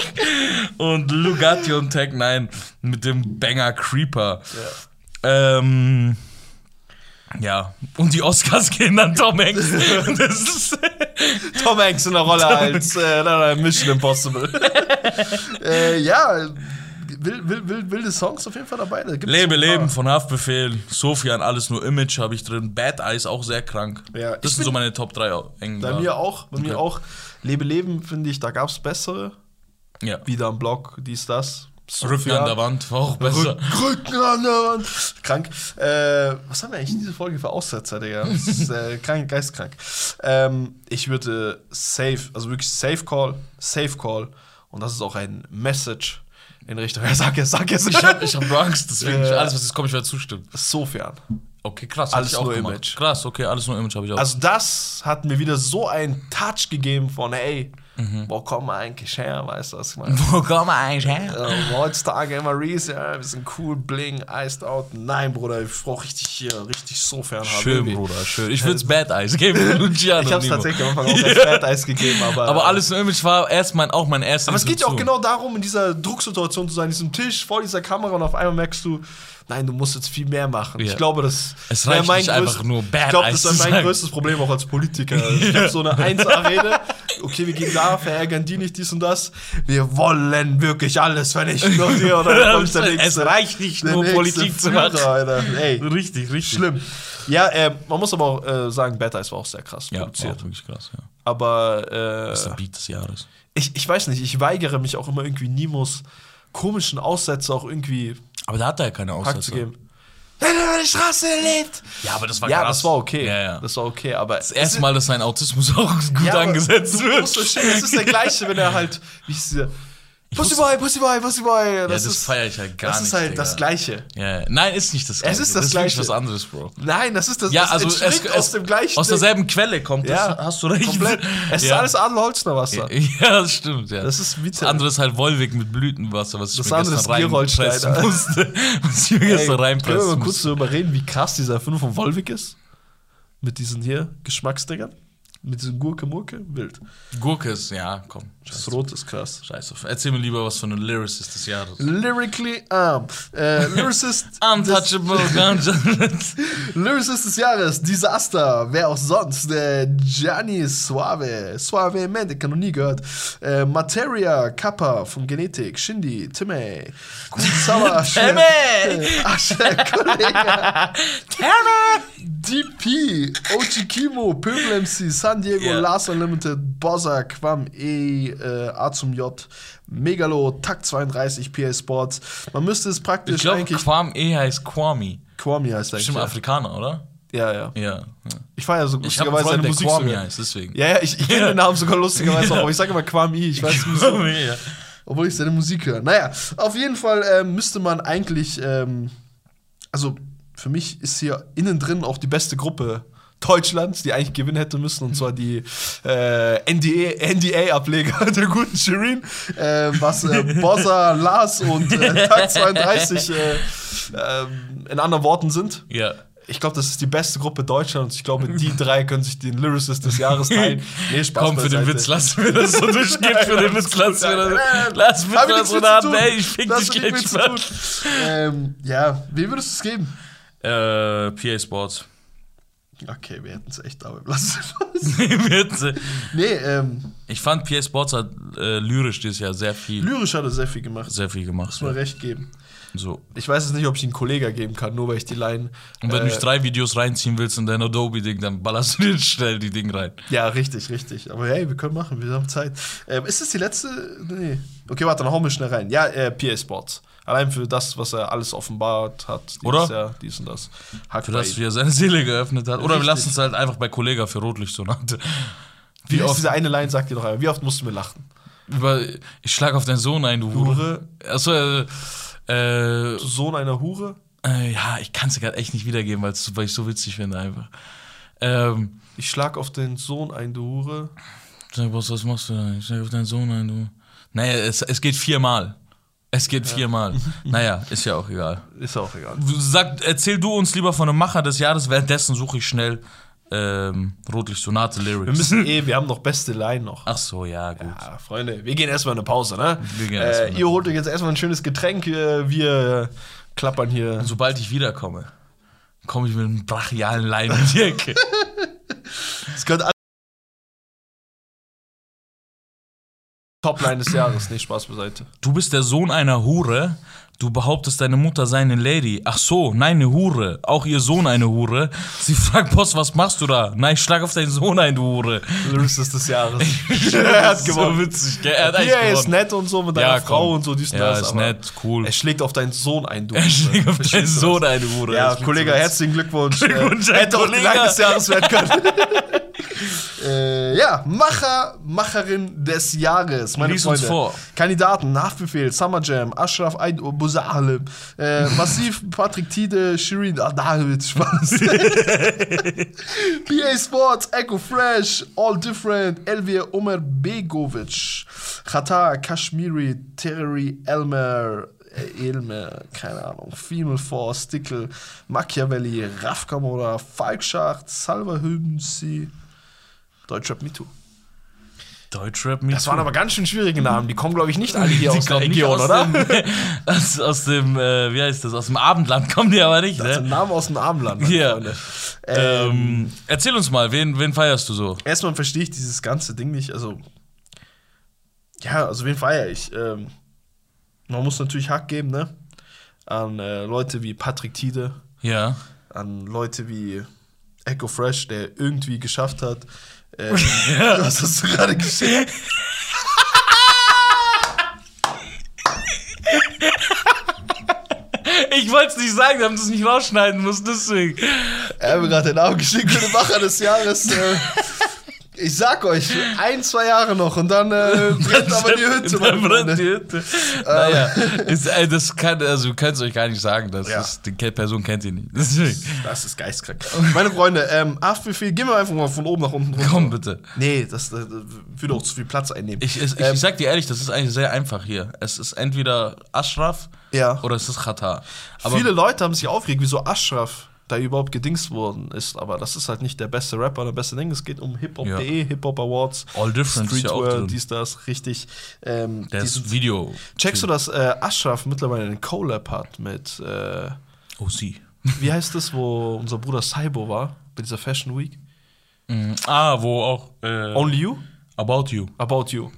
Speaker 2: und Lugatio und Tag 9 mit dem Banger Creeper. Ähm, ja, und die Oscars gehen an Tom Hanks. Das ist,
Speaker 1: Tom Hanks in der Rolle als äh, nein, nein, Mission Impossible. äh, ja, wild, wild, wild, wilde Songs auf jeden Fall dabei. Da gibt's so
Speaker 2: Lebe,
Speaker 1: ein paar.
Speaker 2: Leben von Haftbefehl, Sofian, alles nur Image habe ich drin, Bad Eyes auch sehr krank.
Speaker 1: Ja, ich
Speaker 2: das sind so meine Top 3 engen
Speaker 1: Bei mir auch, bei mir
Speaker 2: Okay.
Speaker 1: auch. Lebe, Leben, finde ich, da gab es bessere.
Speaker 2: ja.
Speaker 1: Wieder am Block, dies, das. Sophia.
Speaker 2: Rücken an der Wand war auch besser.
Speaker 1: Rücken, Rücken an der Wand. Also Krank. Äh, was haben wir eigentlich in dieser Folge für Aussetzer, Digga? Das ist äh, krank, geistkrank. Ähm, ich würde safe, also wirklich safe call, safe call. Und das ist auch ein Message in Richtung, ja, sag es, sag es.
Speaker 2: Ich habe ich hab nur Angst, deswegen
Speaker 1: Ja.
Speaker 2: alles, was jetzt kommt, ich werde zustimmen.
Speaker 1: Sofern.
Speaker 2: Okay, krass.
Speaker 1: Alles
Speaker 2: hab ich auch
Speaker 1: nur
Speaker 2: gemacht.
Speaker 1: Image.
Speaker 2: Krass, okay, alles nur Image habe ich auch.
Speaker 1: Also das hat mir wieder so einen Touch gegeben von, ey,
Speaker 2: Mhm.
Speaker 1: Wo kommen wir eigentlich her, weißt du, was ich meine?
Speaker 2: Wo kommen wir eigentlich her?
Speaker 1: Äh, heutzutage immer Reese, ja, wir sind cool, bling, iced out. Nein, Bruder, ich brauch richtig hier, richtig so fern.
Speaker 2: Schön,
Speaker 1: Habibi.
Speaker 2: Bruder, schön. Ich würd's Bad Eyes geben. Luciano
Speaker 1: Ich hab's
Speaker 2: Nimo.
Speaker 1: tatsächlich am Anfang auch als Bad Eis gegeben, aber.
Speaker 2: Aber alles nur Image war erst mein, auch mein erstes.
Speaker 1: Aber es geht ja auch genau darum, in dieser Drucksituation zu sein, in diesem Tisch, vor dieser Kamera und auf einmal merkst du, nein, du musst jetzt viel mehr machen.
Speaker 2: Ja.
Speaker 1: Ich glaube, das
Speaker 2: Es
Speaker 1: wär
Speaker 2: reicht nicht einfach nur Bad
Speaker 1: Ich glaube, das
Speaker 2: Eyes zu
Speaker 1: ist mein
Speaker 2: sagen.
Speaker 1: größtes Problem auch als Politiker. Ich habe so eine 1A-Rede, okay, wir gehen da, verärgern die nicht, dies und das. Wir wollen wirklich alles vernichten und hier oder dann kommt der
Speaker 2: Es
Speaker 1: nächste.
Speaker 2: reicht nicht
Speaker 1: der
Speaker 2: nur
Speaker 1: nächste
Speaker 2: Politik zu
Speaker 1: Führer,
Speaker 2: machen.
Speaker 1: Alter. Ey,
Speaker 2: Richtig, richtig.
Speaker 1: genau- schlimm. Ja, äh, man muss aber auch äh, sagen, Bad Eyes war auch sehr krass
Speaker 2: Ja, war auch
Speaker 1: produziert.
Speaker 2: wirklich krass. Ja.
Speaker 1: Aber äh,
Speaker 2: Das ist der Beat des Jahres.
Speaker 1: ich, ich weiß nicht, ich weigere mich auch immer irgendwie Nimos komischen Aussätze auch irgendwie
Speaker 2: Aber da hat er ja keine
Speaker 1: Pack
Speaker 2: Aussätze.
Speaker 1: zu geben. Wenn er über die Straße lebt!
Speaker 2: Ja, aber das war
Speaker 1: Ja,
Speaker 2: krass.
Speaker 1: das war okay.
Speaker 2: Ja, ja. Das,
Speaker 1: Das war okay, aber. Das
Speaker 2: erste Mal, dass sein Autismus auch gut
Speaker 1: ja, aber
Speaker 2: angesetzt
Speaker 1: du
Speaker 2: wird.
Speaker 1: musst verstehen, Es ist der gleiche, wenn er halt. Wie ist dieser. Pussy Boy, Pussy Boy, Pussy Boy.
Speaker 2: das feier ich halt gar
Speaker 1: Das ist
Speaker 2: nicht,
Speaker 1: halt
Speaker 2: Digga.
Speaker 1: das Gleiche.
Speaker 2: Ja, ja. Nein, ist nicht das gleiche.
Speaker 1: ist das
Speaker 2: wirklich
Speaker 1: Gleiche.
Speaker 2: was anderes, Bro.
Speaker 1: Nein, das ist das.
Speaker 2: Ja,
Speaker 1: das
Speaker 2: also es,
Speaker 1: entspringt
Speaker 2: es,
Speaker 1: aus dem gleichen.
Speaker 2: Aus
Speaker 1: Ding.
Speaker 2: derselben Quelle kommt
Speaker 1: Ja,
Speaker 2: das. Hast du recht.
Speaker 1: Komplett. Es ist
Speaker 2: Ja.
Speaker 1: alles Adelholzner-Wasser.
Speaker 2: Ja, das stimmt, ja.
Speaker 1: Das ist wie
Speaker 2: das andere ist halt Wolwig mit Blütenwasser, was ich
Speaker 1: Das
Speaker 2: mir
Speaker 1: andere
Speaker 2: gestern
Speaker 1: ist Bierholstein,
Speaker 2: reinpressen
Speaker 1: Alter.
Speaker 2: musste. Was ich mir gestern
Speaker 1: können wir
Speaker 2: reinpressen
Speaker 1: mal kurz
Speaker 2: musste.
Speaker 1: darüber reden, wie krass dieser Film von Wolwig ist? Mit diesen hier Geschmacksdingern? Mit diesen Gurke-Murke? Wild.
Speaker 2: Gurke ist, ja, komm. Scheiß,
Speaker 1: Das Rot ist krass.
Speaker 2: scheiß auf. Erzähl mir lieber was von den Lyricist des Jahres.
Speaker 1: Lyrically arm. Äh, Lyricist,
Speaker 2: Untouchable Ganja.
Speaker 1: Lyricist des Jahres, Disaster, wer auch sonst, äh, Gianni Suave, Suave Mente, kann noch nie gehört, äh, Materia, Kappa von Genetik, Shindy, Timmy, Kusawa,
Speaker 2: Timmy!
Speaker 1: Asche, Asche, Kollege, DP, Ochi Kimo, Pöbel MC, San Diego,
Speaker 2: Ja.
Speaker 1: Last Unlimited, Bozza, Quam, E, äh, A zum J, Megalo, Takt 32, PA Sports. Man müsste es praktisch
Speaker 2: Ich glaube,
Speaker 1: eigentlich.
Speaker 2: Quam E heißt Kwami.
Speaker 1: Kwami heißt eigentlich.
Speaker 2: Bestimmt
Speaker 1: Ja.
Speaker 2: Afrikaner, oder?
Speaker 1: ja, ja.
Speaker 2: Ja. ja.
Speaker 1: Ich war ja so
Speaker 2: Ich habe einen
Speaker 1: lustigerweise
Speaker 2: Freund,
Speaker 1: seine
Speaker 2: der
Speaker 1: Musik
Speaker 2: Kwami
Speaker 1: sogar.
Speaker 2: heißt, deswegen.
Speaker 1: Ja, ja, ich, ich kenne den Namen sogar lustigerweise auch, aber ich sage immer Kwami, ich weiß nicht, wieso,
Speaker 2: Kwame, ja.
Speaker 1: obwohl ich seine Musik höre. Naja, auf jeden Fall ähm, müsste man eigentlich, ähm, also für mich ist hier innen drin auch die beste Gruppe Deutschlands, die eigentlich gewinnen hätte müssen, und zwar die äh, NDA, NDA-Ableger der guten Shirin, äh, was äh, Bossa, Lars und äh, Tag 32 äh, ähm, in anderen Worten sind.
Speaker 2: Ja.
Speaker 1: Ich glaube, das ist die beste Gruppe Deutschlands. Ich glaube, die drei können sich den Lyricist des Jahres teilen. Nee, Spaß
Speaker 2: Komm, für den
Speaker 1: beiseite.
Speaker 2: Witz lassen wir das so durchgehen. Für den Witz lassen wir
Speaker 1: Nein,
Speaker 2: das. Lass mich
Speaker 1: Hab ich
Speaker 2: das
Speaker 1: nichts
Speaker 2: so
Speaker 1: mit
Speaker 2: da.
Speaker 1: zu tun.
Speaker 2: Ey, ich fick
Speaker 1: Das
Speaker 2: dich
Speaker 1: hat
Speaker 2: gleich.
Speaker 1: nichts mit
Speaker 2: Spaß.
Speaker 1: zu tun. Ähm, ja, wem würdest du es geben?
Speaker 2: Äh, PA Sports.
Speaker 1: Okay, wir hätten es echt dabei belassen.
Speaker 2: Bitte.
Speaker 1: nee, ähm,
Speaker 2: ich fand PA Sports hat äh, lyrisch dieses Jahr sehr viel,
Speaker 1: lyrisch hat er sehr viel gemacht.
Speaker 2: sehr viel gemacht.
Speaker 1: Muss man recht geben.
Speaker 2: So.
Speaker 1: Ich weiß jetzt nicht, ob ich einen Kollega geben kann, nur weil ich die Line.
Speaker 2: Und wenn du
Speaker 1: äh,
Speaker 2: mich drei Videos reinziehen willst in dein Adobe-Ding, dann ballerst du dir schnell die Ding rein.
Speaker 1: Ja, richtig, richtig. Aber hey, wir können machen, wir haben Zeit. Ähm, ist das die letzte? Nee. Okay, warte, dann hauen wir schnell rein. Ja, äh, PA Sports. Allein für das, was er alles offenbart hat. Dieses
Speaker 2: Oder?
Speaker 1: Jahr, dies und das. Hack
Speaker 2: Für
Speaker 1: bei
Speaker 2: das,
Speaker 1: ihm.
Speaker 2: wie er seine Seele geöffnet hat. Oder wir
Speaker 1: Richtig.
Speaker 2: lassen es halt einfach bei Kollega für Rotlichtsonate.
Speaker 1: Wie,
Speaker 2: Wie
Speaker 1: oft?
Speaker 2: oft?
Speaker 1: Diese eine Line sagt ihr noch einmal. Wie oft mussten wir lachen?
Speaker 2: Über, ich schlag auf deinen Sohn ein, du Hure.
Speaker 1: Hure.
Speaker 2: Achso, äh,
Speaker 1: Du
Speaker 2: äh,
Speaker 1: Sohn einer Hure?
Speaker 2: Äh, ja, ich kann es ja gerade echt nicht wiedergeben, weil's- weil ich so witzig finde einfach. Ähm,
Speaker 1: Ich schlag auf den Sohn ein, du Hure.
Speaker 2: sag, Boss, was machst du da? Ich sag auf deinen Sohn ein, du. Naja, es, es geht viermal. Es geht viermal. Naja, ist ja auch egal.
Speaker 1: Ist auch egal.
Speaker 2: Sag, erzähl du uns lieber von einem Macher des Jahres, währenddessen suche ich schnell ähm,
Speaker 1: Wir
Speaker 2: Rotlicht-Sonate-Lyrics.
Speaker 1: müssen eh, wir haben noch beste Line noch.
Speaker 2: Ach so, ja, gut.
Speaker 1: Ja, Freunde, wir gehen erstmal in eine Pause, ne?
Speaker 2: Ah. Wir gehen erstmal in
Speaker 1: äh,
Speaker 2: eine
Speaker 1: ihr holt euch jetzt erstmal ein schönes Getränk. äh, Wir äh, klappern hier.
Speaker 2: Sobald ich wiederkomme, komme ich mit einem brachialen Leim in die Ecke.
Speaker 1: Es gehört alles. Topline des Jahres, nicht Spaß beiseite.
Speaker 2: Du bist der Sohn einer Hure. Du behauptest, deine Mutter sei eine Lady. Ach so, nein, eine Hure. Auch ihr Sohn eine Hure. Sie fragt, Boss, was machst du da? Nein, ich schlag auf deinen Sohn ein, du Hure.
Speaker 1: Lyricist des Jahres. er hat gewonnen.
Speaker 2: So witzig, gell? Er hat
Speaker 1: Hier
Speaker 2: eigentlich
Speaker 1: ist
Speaker 2: gewonnen.
Speaker 1: nett und so mit deiner Frau und so, dies und
Speaker 2: Ja,
Speaker 1: das.
Speaker 2: ist
Speaker 1: aber
Speaker 2: nett, cool.
Speaker 1: Er schlägt auf deinen Sohn ein, du.
Speaker 2: Er schlägt auf deinen
Speaker 1: Verstehst du
Speaker 2: Sohn
Speaker 1: das?
Speaker 2: eine Hure.
Speaker 1: Ja,
Speaker 2: Das ist
Speaker 1: Kollege,
Speaker 2: witzig.
Speaker 1: herzlichen Glückwunsch.
Speaker 2: Glückwunsch,
Speaker 1: Äh,
Speaker 2: Herr
Speaker 1: Hätte auch die
Speaker 2: Kollege.
Speaker 1: Line des Jahres werden können. Äh, ja, Macher, Macherin des Jahres. Meine
Speaker 2: Lies uns
Speaker 1: Freunde.
Speaker 2: vor.
Speaker 1: Kandidaten, Haftbefehl, Summer Jam, Ashraf Aid Buzale, äh, Massiv, Patrick Tide, Shirin Adarovic, Spaß. PA Sports, Echo Fresh, All Different, Elvia Omer Begovic, Qatar, Kashmiri, Terry Elmer, äh, Elmer, keine Ahnung, Female Force, Stickel, Machiavelli, Raf Kamora, Falkschacht, Salva Hünsi, Deutschrap MeToo.
Speaker 2: Deutschrap Me
Speaker 1: Das waren aber ganz schön schwierige Namen. Die kommen, glaube ich, nicht alle hier
Speaker 2: Die
Speaker 1: aus der
Speaker 2: kommen nicht
Speaker 1: Region,
Speaker 2: aus
Speaker 1: oder?
Speaker 2: Dem, aus, aus dem, äh, wie heißt das, aus dem Abendland kommen die aber nicht,
Speaker 1: Das sind
Speaker 2: ne?
Speaker 1: Also Namen aus dem Armland. meine
Speaker 2: Ja.
Speaker 1: Freunde. Ähm,
Speaker 2: Ähm, erzähl uns mal, wen, wen feierst du so?
Speaker 1: erstmal verstehe ich dieses ganze Ding nicht. Also, ja, also wen feiere ich? Ähm, man muss natürlich Hack geben, ne? An äh, Leute wie Patrick Tide,
Speaker 2: Ja.
Speaker 1: an Leute wie Echo Fresh, der irgendwie geschafft hat. Ähm, was hast du gerade geschehen?
Speaker 2: Ich wollte es nicht sagen, wir haben das nicht rausschneiden müssen, deswegen.
Speaker 1: Er hat mir gerade den Namen geschickt für den Macher des Jahres. Äh, ich sag euch, ein, zwei Jahre noch und dann äh, brennt aber die Hütte.
Speaker 2: Da
Speaker 1: meine
Speaker 2: brennt
Speaker 1: Freunde.
Speaker 2: die Hütte. Naja, ist, äh, das kann, also, ihr könnt es euch gar nicht sagen, das
Speaker 1: Ja.
Speaker 2: ist, die Ke- Person kennt ihr nicht. Deswegen.
Speaker 1: Das ist geistkrank. Meine Freunde, ähm, Haftbefehl, gehen wir einfach mal von oben nach unten runter.
Speaker 2: Komm bitte.
Speaker 1: Nee, das, äh, würde auch zu viel Platz einnehmen.
Speaker 2: Ich, ich,
Speaker 1: Ähm,
Speaker 2: ich sag dir ehrlich, das ist eigentlich sehr einfach hier. Es ist entweder Ashraf
Speaker 1: Ja.
Speaker 2: oder es ist Qatar. Aber
Speaker 1: Viele Leute haben sich aufgeregt, wieso Ashraf da überhaupt gedingst worden ist, aber das ist halt nicht der beste Rapper, der beste Ding. Es geht um Hip-Hop.de, Hip-Hop Awards,
Speaker 2: All Different ist ja auch
Speaker 1: Streetwear,
Speaker 2: drin.
Speaker 1: dies, das, richtig. Ähm,
Speaker 2: der
Speaker 1: diesen-
Speaker 2: ist Video.
Speaker 1: checkst du, dass äh, Ashraf mittlerweile einen Collab hat mit, äh,
Speaker 2: Oh, sie.
Speaker 1: wie heißt das, wo unser Bruder Saibo war, bei dieser Fashion Week?
Speaker 2: Mhm. Ah, wo auch. Äh,
Speaker 1: Only You?
Speaker 2: About You.
Speaker 1: About You.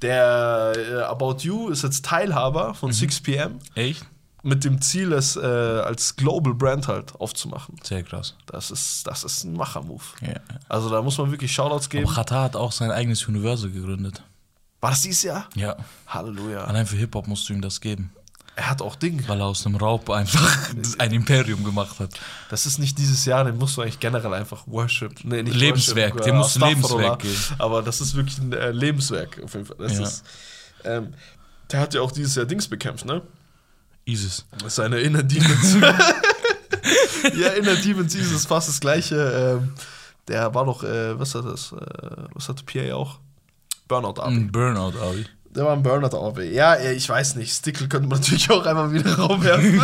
Speaker 1: Der äh, About You ist jetzt Teilhaber von 6pm
Speaker 2: Echt?
Speaker 1: mit dem Ziel, es äh, als Global Brand halt aufzumachen.
Speaker 2: Sehr krass.
Speaker 1: Das ist, das ist ein Macher-Move.
Speaker 2: Ja.
Speaker 1: Also da muss man wirklich Shoutouts
Speaker 2: Aber
Speaker 1: geben.
Speaker 2: Qatar hat auch sein eigenes Universal gegründet.
Speaker 1: War das dieses Jahr?
Speaker 2: Ja.
Speaker 1: Halleluja.
Speaker 2: Allein für Hip-Hop musst du ihm das geben.
Speaker 1: Er hat auch Ding.
Speaker 2: Weil er aus einem Raub einfach ein Imperium gemacht hat.
Speaker 1: Das ist nicht dieses Jahr, den musst du eigentlich generell einfach worship. Nee, nicht
Speaker 2: Lebenswerk,
Speaker 1: worship,
Speaker 2: dem
Speaker 1: äh,
Speaker 2: musst du ein
Speaker 1: Astaghfirullah.
Speaker 2: Lebenswerk geben.
Speaker 1: Aber das ist wirklich ein äh, Lebenswerk auf jeden Fall. Das
Speaker 2: Ja.
Speaker 1: ist, ähm, der hat ja auch dieses Jahr Dings bekämpft, ne?
Speaker 2: ISIS.
Speaker 1: Seine Inner Demons. ja, Inner Demons ist fast das gleiche. Ähm, der war doch, äh, was hat das? Äh, was hatte PA auch? Burnout Army.
Speaker 2: Ein Burnout, Abi.
Speaker 1: Der war ein Burnout Army. Ja, ja, ich weiß nicht. Stickle könnte man natürlich auch einmal wieder raufwerfen.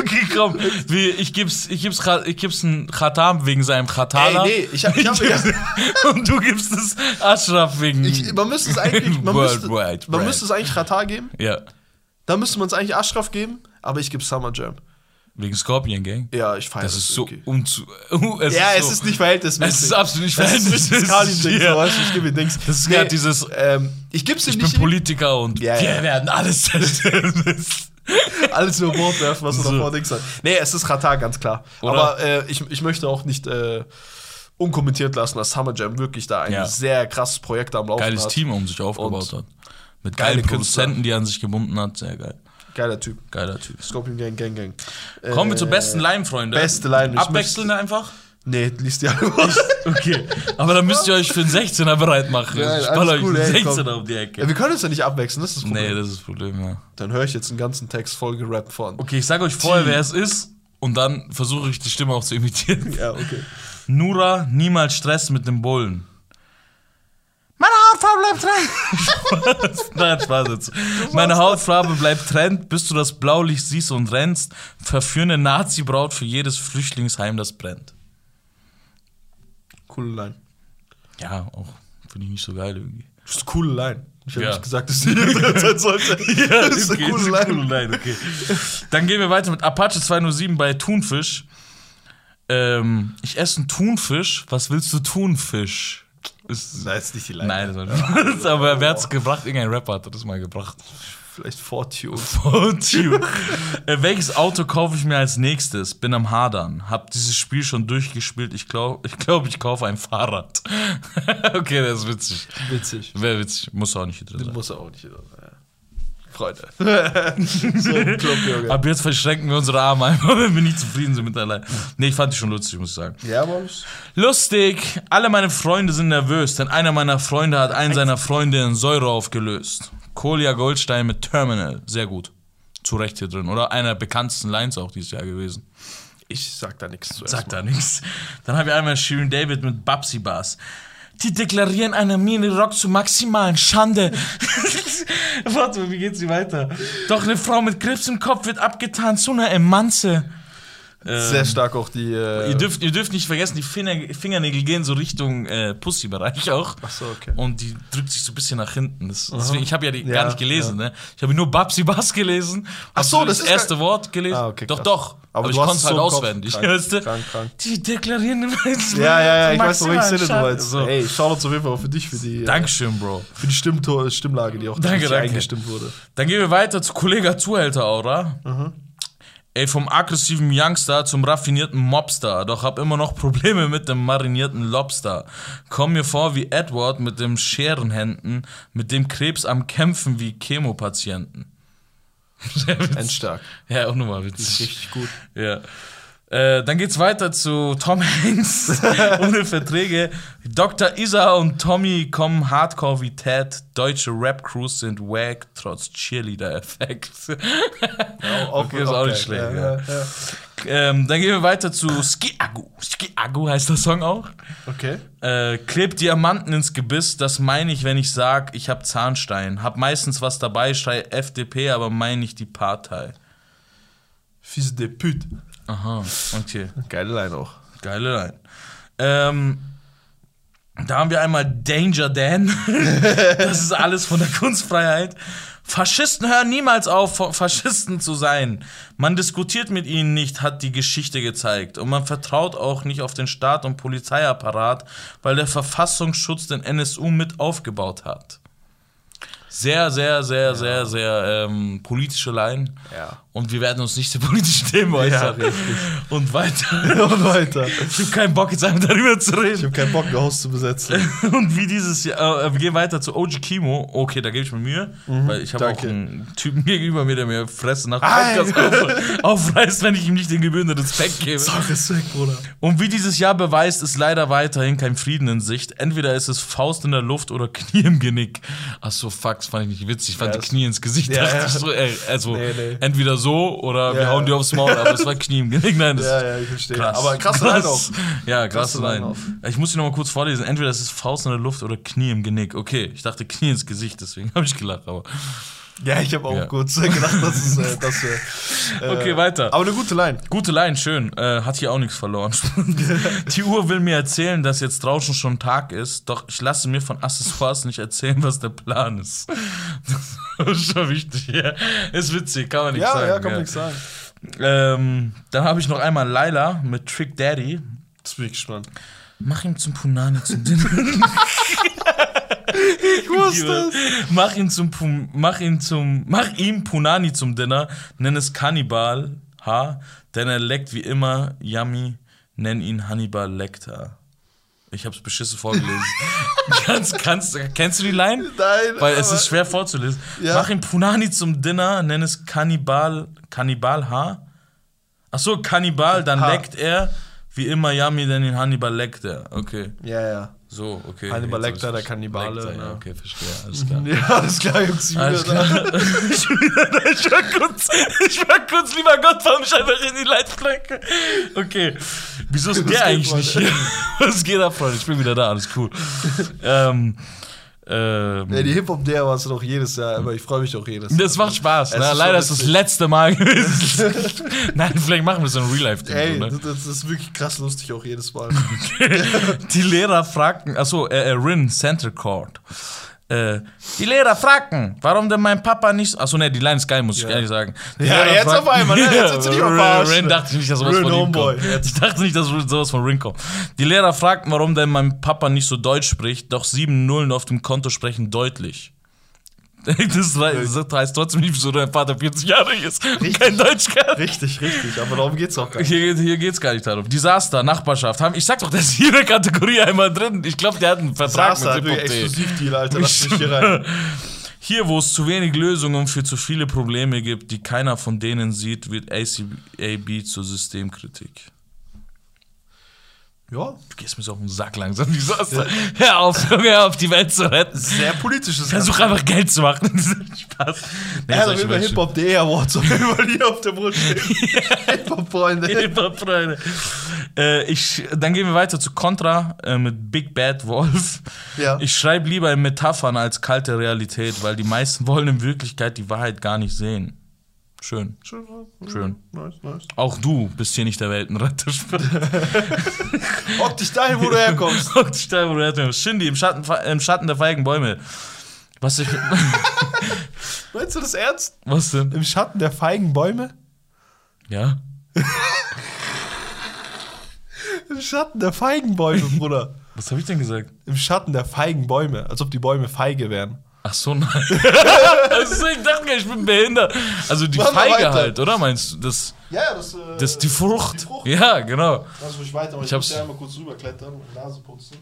Speaker 2: Okay, komm. Wie, ich gib's, ich gib's, Kha- ich gib's ein Khatam wegen seinem
Speaker 1: Ey,
Speaker 2: Khataler.
Speaker 1: nee, ich hab. Ich hab ja,
Speaker 2: Und du gibst es Ashraf wegen.
Speaker 1: ich, man müsste es eigentlich. Man müsste,
Speaker 2: Worldwide
Speaker 1: man
Speaker 2: Brand.
Speaker 1: müsste es eigentlich Ratar geben.
Speaker 2: ja.
Speaker 1: Dann müsste man es eigentlich Ashraf geben. Aber ich gebe Summer Jam.
Speaker 2: Wegen Scorpion Gang.
Speaker 1: Ja, ich feiere
Speaker 2: Das ist so
Speaker 1: irgendwie.
Speaker 2: unzu. es
Speaker 1: Ja,
Speaker 2: so-
Speaker 1: es ist nicht verhältnismäßig.
Speaker 2: Es ist absolut nicht
Speaker 1: Es ist nicht
Speaker 2: verhältnismäßig.
Speaker 1: Stalin-Ding,
Speaker 2: Ja.
Speaker 1: so, weißt du, ich gebe ihm Dings.
Speaker 2: Das ist grad dieses,
Speaker 1: Ähm, ich gebe es ihm
Speaker 2: Ich bin
Speaker 1: nicht.
Speaker 2: Politiker und
Speaker 1: Ja, ja.
Speaker 2: wir werden alles zerstören.
Speaker 1: alles über Bord werfen, was er
Speaker 2: So.
Speaker 1: davor denkst. Nee, es ist Katar, ganz klar.
Speaker 2: Oder?
Speaker 1: Aber äh, ich, ich möchte auch nicht äh, unkommentiert lassen, dass Summer Jam wirklich da ein
Speaker 2: Ja.
Speaker 1: sehr krasses Projekt am Laufen
Speaker 2: Geiles
Speaker 1: hat.
Speaker 2: Team um sich aufgebaut hat. Mit geilen
Speaker 1: geile Künstler.
Speaker 2: Produzenten, die er an sich gebunden hat. Sehr geil.
Speaker 1: Geiler Typ.
Speaker 2: Geiler Typ.
Speaker 1: Scorpion Gang, Gang, Gang.
Speaker 2: Kommen wir
Speaker 1: Äh,
Speaker 2: zur besten Line, Freunde.
Speaker 1: beste Line. Ich
Speaker 2: Abwechselnd einfach.
Speaker 1: Nee, liest die alle
Speaker 2: Okay. Aber dann müsst ihr euch für den 16er bereit machen.
Speaker 1: Nein, alles
Speaker 2: ich baller euch
Speaker 1: gut,
Speaker 2: einen
Speaker 1: ey, komm.
Speaker 2: 16er um die Ecke.
Speaker 1: Ja, wir können uns ja nicht abwechseln, das ist das Problem.
Speaker 2: Nee, das ist das Problem, ja.
Speaker 1: Dann höre ich jetzt einen ganzen Text voll gerappt von.
Speaker 2: Okay, ich sag euch vorher, wer es ist. Und dann versuche ich die Stimme auch zu imitieren.
Speaker 1: Ja, okay.
Speaker 2: Nura, niemals Stress mit dem Bullen. Meine Hautfarbe bleibt trend. Nein, Spaß jetzt. Meine Hautfarbe bleibt trend, bis du das Blaulicht siehst und rennst. Verführende Nazi-Braut für jedes Flüchtlingsheim, das brennt.
Speaker 1: Coole Line.
Speaker 2: Ja, auch. Finde ich nicht so geil irgendwie.
Speaker 1: Das ist eine coole Line. Ich habe
Speaker 2: Ja.
Speaker 1: nicht gesagt, dass die hier sein sollte. das ist eine
Speaker 2: Okay,
Speaker 1: coole
Speaker 2: ist eine
Speaker 1: Line.
Speaker 2: Line, okay. Dann gehen wir weiter mit Apache 207 bei Thunfisch. Ähm, ich esse einen Thunfisch. Was willst du Thunfisch? Ist,
Speaker 1: Nein, ist nicht die Line.
Speaker 2: nein, das war nicht. aber wer hat's gebracht? Irgendein Rapper hat das mal gebracht.
Speaker 1: Vielleicht Fortune.
Speaker 2: Und you. äh, welches Auto kaufe ich mir als nächstes? Bin am Hadern. Hab dieses Spiel schon durchgespielt. Ich glaube, ich, glaub, ich kaufe ein Fahrrad. okay, das ist witzig.
Speaker 1: Witzig.
Speaker 2: Wäre witzig. Muss auch nicht hier drin sein.
Speaker 1: Muss er auch nicht. Ja. Freunde. so ein Club, Junge.
Speaker 2: Ab jetzt verschränken wir unsere Arme einfach, wenn wir nicht zufrieden sind mit allein. Nee, ich fand die schon lustig, muss ich sagen.
Speaker 1: Ja, Mann.
Speaker 2: Lustig, alle meine Freunde sind nervös, denn einer meiner Freunde hat einen seiner Freunde in Säure aufgelöst. Kolja Goldstein mit Terminal, sehr gut. Zu Recht hier drin, oder? Einer der bekanntesten Lines auch dieses Jahr gewesen.
Speaker 1: Ich sag da nichts zu.
Speaker 2: Sagt da nichts. Dann habe ich einmal Shirin David mit Babsy Bars. Die deklarieren eine Mini-Rock zur maximalen Schande. Warte, wie geht's hier weiter? Doch eine Frau mit Krebs im Kopf wird abgetan zu einer Emanze.
Speaker 1: Sehr stark auch die. Äh,
Speaker 2: Ähm, Ihr dürft, ihr dürft nicht vergessen, die Finger, Fingernägel gehen so Richtung äh, Pussy-Bereich auch.
Speaker 1: Ach so, okay.
Speaker 2: Und die drückt sich so ein bisschen nach hinten. Das, deswegen, ich habe ja die
Speaker 1: Ja,
Speaker 2: gar nicht gelesen, ne? Ich habe nur Babsi Bass gelesen. Ach
Speaker 1: so, das ist
Speaker 2: erste Wort gelesen.
Speaker 1: Ah, okay,
Speaker 2: doch,
Speaker 1: krass.
Speaker 2: doch.
Speaker 1: Aber
Speaker 2: Aber,
Speaker 1: du
Speaker 2: ich
Speaker 1: hast
Speaker 2: konnte
Speaker 1: es
Speaker 2: es halt
Speaker 1: so im Kopf.
Speaker 2: auswendig.
Speaker 1: Krank,
Speaker 2: weißt du?
Speaker 1: krank, krank.
Speaker 2: Die deklarieren den
Speaker 1: ja, ja, ja, ich weiß, wo ich
Speaker 2: Maximalen
Speaker 1: Sinne du
Speaker 2: Schaden.
Speaker 1: meinst.
Speaker 2: So.
Speaker 1: Ey, Shoutouts auf jeden Fall auch für dich, für die, äh,
Speaker 2: Dankeschön, Bro.
Speaker 1: Für die Stimmtor Stimmlage, die auch
Speaker 2: Danke,
Speaker 1: richtig
Speaker 2: danke.
Speaker 1: eingestimmt wurde.
Speaker 2: Dann gehen wir weiter zu Kollega Zuhälter, oder?
Speaker 1: Mhm.
Speaker 2: Ey, vom aggressiven Youngster zum raffinierten Mobster, doch hab immer noch Probleme mit dem marinierten Lobster. Komm mir vor wie Edward mit dem Scherenhänden, mit dem Krebs am Kämpfen wie Chemopatienten. Sehr witzig.
Speaker 1: Endstark.
Speaker 2: ja, auch nochmal witzig.
Speaker 1: Richtig gut.
Speaker 2: Ja. Äh, dann geht's weiter zu Tom Hanks ohne Verträge. Dr. Isa und Tommy kommen hardcore wie Ted. Deutsche Rap-Crews sind wack, trotz Cheerleader-Effekt.
Speaker 1: Auch,
Speaker 2: Okay, ist auch nicht schlecht, ja.
Speaker 1: ja.
Speaker 2: ähm, dann gehen wir weiter zu Ski-Agu. Ski-Agu heißt der Song auch.
Speaker 1: Okay.
Speaker 2: Äh, kleb Diamanten ins Gebiss, das meine ich, wenn ich sag, ich hab Zahnstein. Hab meistens was dabei, schrei FDP, aber meine ich die Partei.
Speaker 1: Fils de pute.
Speaker 2: Aha, okay.
Speaker 1: Geile Line auch.
Speaker 2: Geile Line. Ähm, da haben wir einmal Danger Dan. das ist alles von der Kunstfreiheit. Faschisten hören niemals auf, Fa- Faschisten zu sein. Man diskutiert mit ihnen nicht, hat die Geschichte gezeigt. Und man vertraut auch nicht auf den Staat und Polizeiapparat, weil der Verfassungsschutz den NSU mit aufgebaut hat. Sehr, sehr, sehr, sehr, sehr ähm, politische Line.
Speaker 1: Ja.
Speaker 2: Und wir werden uns nicht zu politischen Themen äußern.
Speaker 1: richtig.
Speaker 2: und weiter.
Speaker 1: Und weiter.
Speaker 2: Ich habe keinen Bock, jetzt einfach darüber zu
Speaker 1: Ich
Speaker 2: reden.
Speaker 1: habe keinen Bock, ein Haus zu besetzen.
Speaker 2: Und wie dieses Jahr, äh, wir gehen weiter zu OG Kimo. Okay, da gebe ich mir Mühe, weil ich habe auch
Speaker 1: Mhm. danke.
Speaker 2: einen Typen gegenüber mir, der mir Fresse nach
Speaker 1: Ei.
Speaker 2: Podcast auf, aufreißt, wenn ich ihm nicht den gebührenden Respekt gebe.
Speaker 1: Respekt, Bruder.
Speaker 2: Und wie dieses Jahr beweist, ist leider weiterhin kein Frieden in Sicht. Entweder ist es Faust in der Luft oder Knie im Genick. Ach so, fuck, das fand ich nicht witzig. Ich fand
Speaker 1: Ja,
Speaker 2: die
Speaker 1: das-
Speaker 2: Knie ins Gesicht.
Speaker 1: Ja,
Speaker 2: dachte
Speaker 1: ja.
Speaker 2: ich so, ey, also,
Speaker 1: Nee, nee.
Speaker 2: entweder so oder wir
Speaker 1: Ja,
Speaker 2: hauen
Speaker 1: ja.
Speaker 2: dir aufs Maul. Aber es war Knie im Genick. Nein, das
Speaker 1: Ja, ja, ich verstehe.
Speaker 2: Krass.
Speaker 1: Aber krass, Line auch.
Speaker 2: Ja,
Speaker 1: Krasse
Speaker 2: krasse Line.
Speaker 1: Line auf.
Speaker 2: Ich muss sie nochmal kurz vorlesen. Entweder das ist Faust in der Luft oder Knie im Genick. Okay, ich dachte Knie ins Gesicht, deswegen habe ich gelacht. Aber
Speaker 1: Ja, ich habe auch
Speaker 2: Ja.
Speaker 1: kurz gedacht, dass es äh, das wär, äh,
Speaker 2: Okay, weiter.
Speaker 1: Aber eine gute Line.
Speaker 2: Gute Line, schön. Äh, hat hier auch nichts verloren. Die Uhr will mir erzählen, dass jetzt draußen schon Tag ist, doch ich lasse mir von Accessoires nicht erzählen, was der Plan ist. Das ist schon wichtig. Ja. Ist witzig, kann man nicht
Speaker 1: Ja,
Speaker 2: sagen.
Speaker 1: ja, kann man nichts sagen.
Speaker 2: Ähm, dann habe ich noch einmal Laila mit Trick Daddy.
Speaker 1: Das bin ich gespannt.
Speaker 2: Mach ihm zum Punani zum Dinner.
Speaker 1: Ich wusste es.
Speaker 2: Mach ihn zum Pum- mach ihn zum mach ihm Punani zum Dinner, nenn es Kannibal ha, denn er leckt wie immer yummy, nenn ihn Hannibal Lecter. Ich hab's beschissen vorgelesen. Ganz, kannst, kennst du die Line?
Speaker 1: Nein,
Speaker 2: Weil es
Speaker 1: aber-
Speaker 2: ist schwer vorzulesen.
Speaker 1: Ja.
Speaker 2: Mach ihm Punani zum Dinner, nenn es Kannibal Kannibal ha. Ach so, Kannibal, dann
Speaker 1: Ha.
Speaker 2: leckt er wie immer yummy, denn ihn Hannibal leckt er. Okay.
Speaker 1: Ja, ja.
Speaker 2: So, okay.
Speaker 1: Hannibal
Speaker 2: Jetzt
Speaker 1: Lecter,
Speaker 2: hab ich's
Speaker 1: der Kannibale,
Speaker 2: Lecter, ja,
Speaker 1: ne?
Speaker 2: okay, verstehe. Alles klar.
Speaker 1: Ja, alles klar, Jungs. ich bin
Speaker 2: Alles
Speaker 1: wieder
Speaker 2: klar. ich, bin wieder da. ich, war kurz, ich war kurz, lieber Gott, warum scheint er in die Leitplanke? Okay. Wieso ist
Speaker 1: geht,
Speaker 2: der eigentlich nicht
Speaker 1: Freunde?
Speaker 2: hier? Was geht ab, Freunde? Ich bin wieder da, alles cool. ähm, ähm,
Speaker 1: da. Ja, die Hip-Hop-DR warst du doch jedes Jahr, aber ich freue mich auch jedes Jahr.
Speaker 2: das macht Spaß.
Speaker 1: Es
Speaker 2: Ne?
Speaker 1: ist
Speaker 2: Leider
Speaker 1: schon
Speaker 2: ist das
Speaker 1: witzig.
Speaker 2: letzte Mal gewesen. Nein, vielleicht machen wir so ein Real-Life-Ding.
Speaker 1: Ey,
Speaker 2: so, ne?
Speaker 1: das, das ist wirklich krass lustig auch jedes Mal.
Speaker 2: Die Lehrer fragten, achso, äh, äh, Rin, Center Court. Äh, die Lehrer fragten, warum denn mein Papa nicht. Achso, ne, die Line ist geil, muss ich
Speaker 1: Ja.
Speaker 2: ehrlich sagen. Die
Speaker 1: Ja,
Speaker 2: Lehrer
Speaker 1: jetzt auf einmal, ne? Jetzt willst du dich mal
Speaker 2: Rin-
Speaker 1: verarschen.
Speaker 2: Rin dachte ich nicht, dass sowas
Speaker 1: Rin
Speaker 2: von ihm
Speaker 1: Homeboy.
Speaker 2: kommt. Ich dachte nicht, dass sowas von Rin kommt. Die Lehrer fragten, warum denn mein Papa nicht so Deutsch spricht, doch sieben Nullen auf dem Konto sprechen deutlich. Das rei- das heißt trotzdem nicht, wieso dein Vater 40 Jahre ist und kein Deutsch kann.
Speaker 1: richtig, richtig. Aber darum geht's auch gar nicht.
Speaker 2: Hier, hier geht's gar nicht darum. Desaster, Nachbarschaft. Haben, ich sag doch, das ist jede Kategorie einmal drin. Ich glaube, der hat einen Vertrag
Speaker 1: Saß da,
Speaker 2: mit
Speaker 1: wirklich
Speaker 2: Hip-Hop.de.
Speaker 1: Exklusivdeal, Alter. Lass mich hier rein.
Speaker 2: Hier, wo es zu wenig Lösungen für zu viele Probleme gibt, die keiner von denen sieht, wird ACAB zur Systemkritik.
Speaker 1: Ja,
Speaker 2: Du gehst mir so auf den Sack langsam, wie sagst du? Hör auf, Junge, hör auf die Welt zu retten.
Speaker 1: sehr politisches
Speaker 2: Versuch also einfach Geld zu machen. Spaß. Nee,
Speaker 1: Ja,
Speaker 2: solche
Speaker 1: dann über
Speaker 2: Menschen.
Speaker 1: Hip-Hop.de Awards auf jeden Fall hier auf der Brust Hip-Hop-Freunde.
Speaker 2: Hip-Hop-Freunde. Äh, ich, dann gehen wir weiter zu Contra äh, mit Big Bad Wolf.
Speaker 1: Ja.
Speaker 2: Ich schreibe lieber in Metaphern als kalte Realität, weil die meisten wollen in Wirklichkeit die Wahrheit gar nicht sehen. Schön. Schön.
Speaker 1: Nice, nice.
Speaker 2: Auch du bist hier nicht der Weltenretter.
Speaker 1: Hock dich dahin, wo du herkommst.
Speaker 2: Und Stein, wo du herkommst. Shindy im Schatten, im Schatten der feigen Bäume. Was ich.
Speaker 1: Meinst du das ernst?
Speaker 2: Was denn?
Speaker 1: Im Schatten der feigen Bäume?
Speaker 2: Ja.
Speaker 1: Im Schatten der feigen Bäume, Bruder.
Speaker 2: Was habe ich denn gesagt?
Speaker 1: Im Schatten der feigen Bäume. Als ob die Bäume feige wären.
Speaker 2: Ach so, nein. also, ich dachte, ich bin behindert. Also die
Speaker 1: Machen wir
Speaker 2: Feige
Speaker 1: weiter.
Speaker 2: halt, oder? Meinst du? Das,
Speaker 1: Ja, das, äh,
Speaker 2: das ist die Frucht.
Speaker 1: Die Frucht.
Speaker 2: Ja, genau.
Speaker 1: Lass mich weiter, aber ich,
Speaker 2: hab's-
Speaker 1: muss ja einmal kurz rüberklettern und Nase putzen.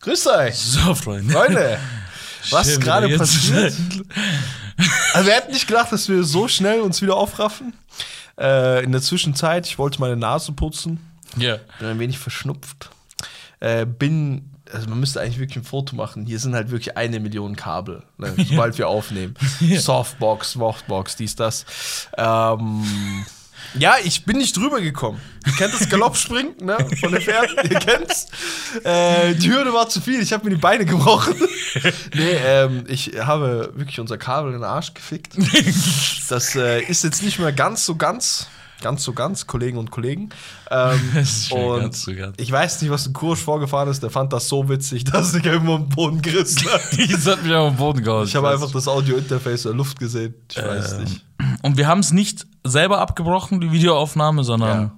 Speaker 1: Grüß euch,
Speaker 2: So, Freunde.
Speaker 1: Freunde. Was
Speaker 2: Schön,
Speaker 1: ist gerade
Speaker 2: wieder jetzt-
Speaker 1: passiert? Also wir hätten nicht gedacht, dass wir so schnell uns wieder aufraffen. Äh, in der Zwischenzeit, ich wollte meine Nase putzen,
Speaker 2: ja.
Speaker 1: bin ein wenig verschnupft. Äh, bin, also man müsste eigentlich wirklich ein Foto machen. Hier sind halt wirklich eine Million Kabel, ne, sobald wir aufnehmen. Softbox, Softbox, dies, das. Ähm, ja, ich bin nicht drüber gekommen. Ihr kennt das Galoppspringen, ne? Von den Pferden, ihr kennt's. Äh, die Hürde war zu viel, ich habe mir die Beine gebrochen. nee, ähm, ich habe wirklich unser Kabel in den Arsch gefickt. Das äh, ist jetzt nicht mehr ganz so ganz, ganz so ganz, Kollegen und Kollegen. Ähm,
Speaker 2: Das ist schon
Speaker 1: und
Speaker 2: ganz so ganz.
Speaker 1: ich weiß nicht, was in Kursch vorgefahren ist. Der fand das so witzig, dass ich irgendwo am Boden gerissen hat.
Speaker 2: Das hat mich auf den Boden gehauen.
Speaker 1: Ich habe einfach das Audio-Interface in der Luft gesehen. Ich weiß
Speaker 2: Ähm,
Speaker 1: nicht.
Speaker 2: Und wir haben es nicht selber abgebrochen, die Videoaufnahme, sondern.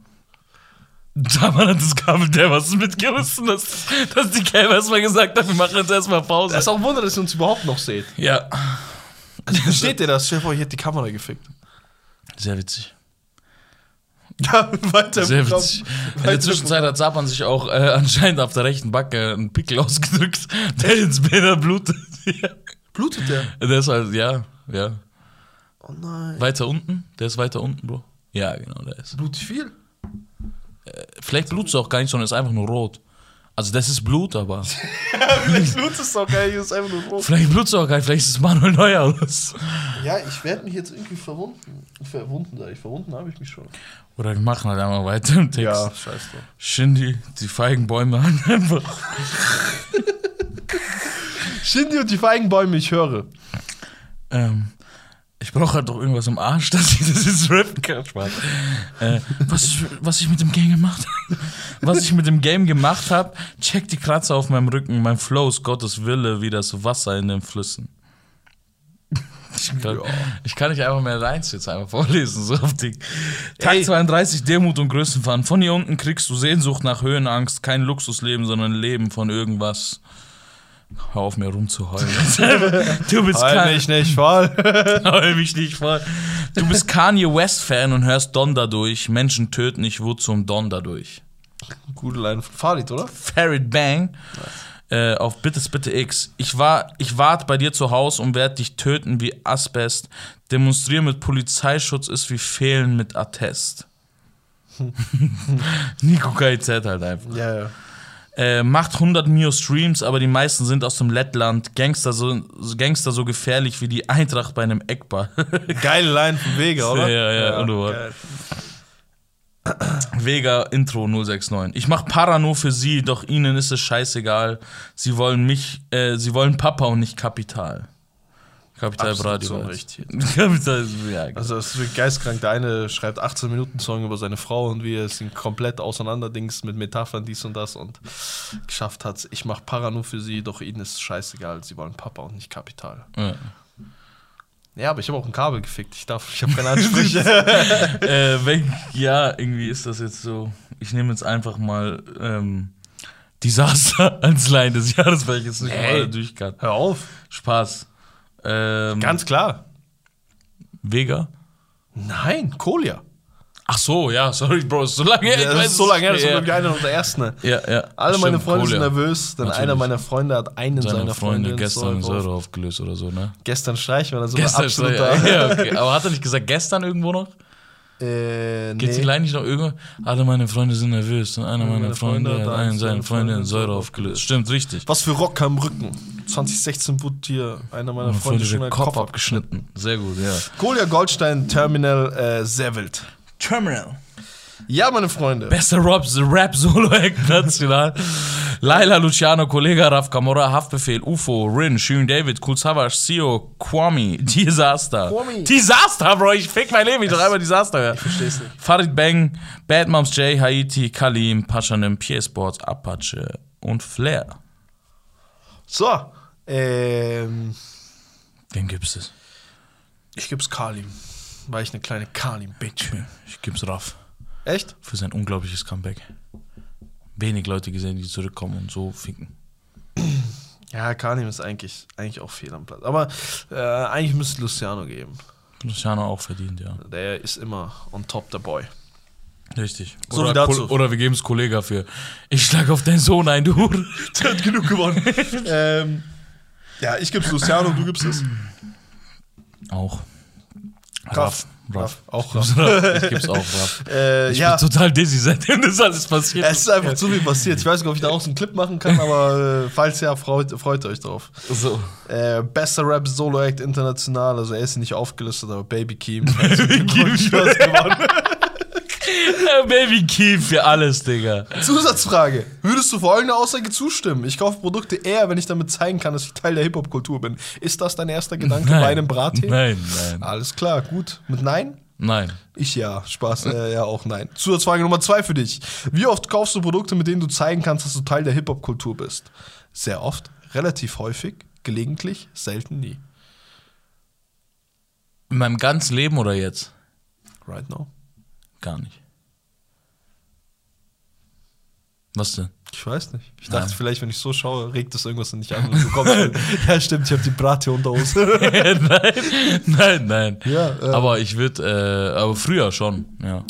Speaker 2: Da war dann das Kabel, der was mitgerissen dass, dass die Cam erstmal gesagt hat, wir machen jetzt erstmal
Speaker 1: Es
Speaker 2: Pause.
Speaker 1: ist auch ein Wunder, dass ihr uns überhaupt noch seht.
Speaker 2: Ja.
Speaker 1: Versteht ihr das? Stell dir vor, ich hätte die Kamera gefickt.
Speaker 2: Also, Sehr witzig.
Speaker 1: Ja, weiter. im
Speaker 2: Sehr
Speaker 1: Programm.
Speaker 2: witzig. In
Speaker 1: Weiter
Speaker 2: der
Speaker 1: im
Speaker 2: Zwischenzeit hat Saban sich auch äh, anscheinend auf der rechten Backe einen Pickel ausgedrückt, der jetzt Bäder blutet. Ja.
Speaker 1: Programm. Blutet der?
Speaker 2: der ist halt, ja, ja.
Speaker 1: Oh nein.
Speaker 2: Weiter unten? Der ist weiter unten, Bro. Ja, genau, der ist.
Speaker 1: Blutet viel?
Speaker 2: Vielleicht blutet es auch gar nicht, sondern ist einfach nur rot. Also, das ist Blut, aber.
Speaker 1: Vielleicht blutet es doch gar nicht. Ist einfach nur rot.
Speaker 2: vielleicht blutet es auch gar nicht, vielleicht ist es Manuel Neuer oder so.
Speaker 1: Ja, ich werde mich jetzt irgendwie verwunden. Verwunden, sag ich. Verwunden habe ich mich schon.
Speaker 2: Oder wir machen halt einmal weiter im Text.
Speaker 1: Ja,
Speaker 2: Ja.
Speaker 1: scheiß drauf.
Speaker 2: Shindy, die feigen Bäume an einfach.
Speaker 1: Shindy und die Feigenbäume, ich höre.
Speaker 2: Ähm, ich brauche halt doch irgendwas im Arsch, dass ich das jetzt rappen kann. Spaß. Äh, was, ich, was ich mit dem Game gemacht habe. Was ich mit dem Game gemacht habe, check die Kratzer auf meinem Rücken. Mein Flow ist Gottes Wille wie das Wasser in den Flüssen. Ich kann,
Speaker 1: Ja.
Speaker 2: ich kann nicht einfach mehr reins jetzt einfach vorlesen, so auf Ding. Tag
Speaker 1: Ey.
Speaker 2: 32, Demut und Größenwahn. Von hier unten kriegst du Sehnsucht nach Höhenangst. Kein Luxusleben, sondern Leben von irgendwas. Hör auf, mir rumzuheulen. du bist
Speaker 1: Halt
Speaker 2: kein-
Speaker 1: mich nicht voll.
Speaker 2: Heul mich nicht voll. Du bist Kanye West Fan und hörst Don dadurch. Menschen töten, ich wurde zum Don dadurch.
Speaker 1: Gute Line von Farid, oder?
Speaker 2: Farid Bang. Äh, auf Bittes, bitte X. Ich, war, ich wart bei dir zu Hause und werd dich töten wie Asbest. Demonstrieren mit Polizeischutz ist wie Fehlen mit Attest. Nico KZ halt einfach.
Speaker 1: Ja, ja.
Speaker 2: Äh, macht 100 Mio Streams, aber die meisten sind aus dem Lettland. Gangster so, Gangster so gefährlich wie die Eintracht bei einem Eckball.
Speaker 1: Geile Line von Vega, oder?
Speaker 2: Ja, ja, und du-
Speaker 1: geil.
Speaker 2: Vega Intro 069. Ich mach Parano für sie, doch ihnen ist es scheißegal. Sie wollen mich, äh, sie wollen Papa und nicht Kapital. Kapital
Speaker 1: Absolut zu
Speaker 2: Radio.
Speaker 1: Unrecht
Speaker 2: Kapital ist ja,
Speaker 1: Also, das ist wirklich geistkrank. Der eine schreibt 18 Minuten Song über seine Frau und wie er es ihn komplett auseinanderdings mit Metaphern, dies und das und geschafft hat. Ich mache Parano für sie, doch ihnen ist scheißegal. Sie wollen Papa und nicht Kapital.
Speaker 2: ja.
Speaker 1: Ja, aber ich habe auch ein Kabel gefickt. Ich darf, ich habe keine Ansprüche.
Speaker 2: äh, wenn, ja, irgendwie ist das jetzt so. Ich nehme jetzt einfach mal ähm, Desaster als Line des Jahres, weil ich jetzt nicht mal
Speaker 1: Ey.
Speaker 2: alle durch kann.
Speaker 1: Hör auf.
Speaker 2: Spaß. Ähm,
Speaker 1: Ganz klar.
Speaker 2: Vega?
Speaker 1: Nein, Kolia.
Speaker 2: Ach so, ja, sorry, Bro, ist so lange her.
Speaker 1: Ja,
Speaker 2: ich
Speaker 1: das
Speaker 2: weiß
Speaker 1: ist so lange her, das
Speaker 2: nicht
Speaker 1: war,
Speaker 2: mehr.
Speaker 1: glaube ich, einer unserer ersten. ne?
Speaker 2: Ja, ja.
Speaker 1: Alle meine
Speaker 2: Stimmt,
Speaker 1: Freunde
Speaker 2: Kohle.
Speaker 1: sind nervös, denn einer
Speaker 2: Natürlich.
Speaker 1: meiner Freunde hat einen
Speaker 2: Seine
Speaker 1: seiner
Speaker 2: Freunde
Speaker 1: Freunde
Speaker 2: gestern in
Speaker 1: Säure.
Speaker 2: Säure aufgelöst oder so, ne?
Speaker 1: Gestern streichen wir dann so
Speaker 2: Gestern,
Speaker 1: ein absoluter.
Speaker 2: sorry, ja, okay. Aber hat er nicht gesagt, gestern irgendwo noch?
Speaker 1: Äh, nee.
Speaker 2: Geht die Line nicht noch irgendwo? Alle meine Freunde sind nervös und einer meiner
Speaker 1: meine
Speaker 2: Freunde,
Speaker 1: Freunde
Speaker 2: hat
Speaker 1: hat
Speaker 2: einen
Speaker 1: einen
Speaker 2: seiner
Speaker 1: seiner
Speaker 2: Freunde in
Speaker 1: Freunde
Speaker 2: Säure aufgelöst. Stimmt, richtig.
Speaker 1: Was für Rock am Rücken. 2016 wurde dir einer meiner
Speaker 2: Meine
Speaker 1: Freunde
Speaker 2: Freunde
Speaker 1: schon
Speaker 2: den
Speaker 1: einen
Speaker 2: Kopf
Speaker 1: Kopf ab.
Speaker 2: abgeschnitten. Sehr gut, ja.
Speaker 1: Kolja Goldstein Terminal äh, Sevelt.
Speaker 2: Terminal.
Speaker 1: Ja, meine Freunde.
Speaker 2: Bester Rap-Solo-Act national. Laila Luciano, Kollega Raf Kamora, Haftbefehl, UFO, Rin, Shirin David, Kul Savas, Sio, Kwami, E Disaster.
Speaker 1: Kwami.
Speaker 2: Disaster, Bro, ich fick mein Leben, ich doch einmal Disaster. Ja.
Speaker 1: Verstehst du?
Speaker 2: Farid Bang, Bad Moms J, Haiti, Kalim, Paschanim, PS Sports, Apache und Flair.
Speaker 1: So. Ähm,
Speaker 2: Wem gibst es?
Speaker 1: ich geb's Kalim. Weil ich eine kleine Kalim-Bitch bin.
Speaker 2: Ich geb's Raf
Speaker 1: Echt?
Speaker 2: für sein unglaubliches Comeback. Wenig Leute gesehen, die zurückkommen und so ficken.
Speaker 1: Ja, Kalim ist eigentlich, eigentlich auch fehl am Platz. Aber äh, eigentlich müsste Luciano geben.
Speaker 2: Luciano auch verdient, ja.
Speaker 1: Der ist immer on top der Boy.
Speaker 2: Richtig.
Speaker 1: So
Speaker 2: oder,
Speaker 1: viel dazu.
Speaker 2: Kol- oder wir geben es Kollega für. Ich schlag auf deinen Sohn ein, du. Hure.
Speaker 1: Der hat genug gewonnen. ähm, ja, ich geb's Luciano, du gibst es.
Speaker 2: Auch.
Speaker 1: Raff.
Speaker 2: Raff.
Speaker 1: Auch
Speaker 2: Raff.
Speaker 1: Raff.
Speaker 2: Ich geb's auch, Raff.
Speaker 1: Äh,
Speaker 2: Ich
Speaker 1: ja,
Speaker 2: bin total dizzy, seitdem das alles passiert
Speaker 1: es
Speaker 2: ist.
Speaker 1: ist einfach zu viel passiert. Ich weiß nicht, ob ich daraus einen Clip machen kann, aber äh, falls ja, freut, freut euch drauf.
Speaker 2: So.
Speaker 1: Äh, bester Rap Solo Act international, also er ist nicht aufgelistet, aber Baby Keem. Genau,
Speaker 2: Baby Key für alles, Digga.
Speaker 1: Zusatzfrage: Würdest du folgender Aussage zustimmen? Ich kaufe Produkte eher, wenn ich damit zeigen kann, dass ich Teil der Hip-Hop-Kultur bin. Ist das dein erster Gedanke bei einem Brattee?
Speaker 2: Nein, nein.
Speaker 1: Alles klar, gut. Mit Nein?
Speaker 2: Nein.
Speaker 1: Ich ja, Spaß, äh, ja auch nein. Zusatzfrage Nummer zwei für dich. Wie oft kaufst du Produkte, mit denen du zeigen kannst, dass du Teil der Hip-Hop-Kultur bist? Sehr oft, relativ häufig, gelegentlich, selten nie.
Speaker 2: In meinem ganzen Leben oder jetzt?
Speaker 1: Right now.
Speaker 2: Gar nicht. Was denn?
Speaker 1: Ich weiß nicht. Ich dachte
Speaker 2: Nein.
Speaker 1: vielleicht, wenn ich so schaue, regt das irgendwas in dich an und du kommst. mit, ja, stimmt, ich habe die Brate unter uns. ja,
Speaker 2: nein, nein, nein.
Speaker 1: äh,
Speaker 2: Aber ich würde, äh, aber früher schon, ja.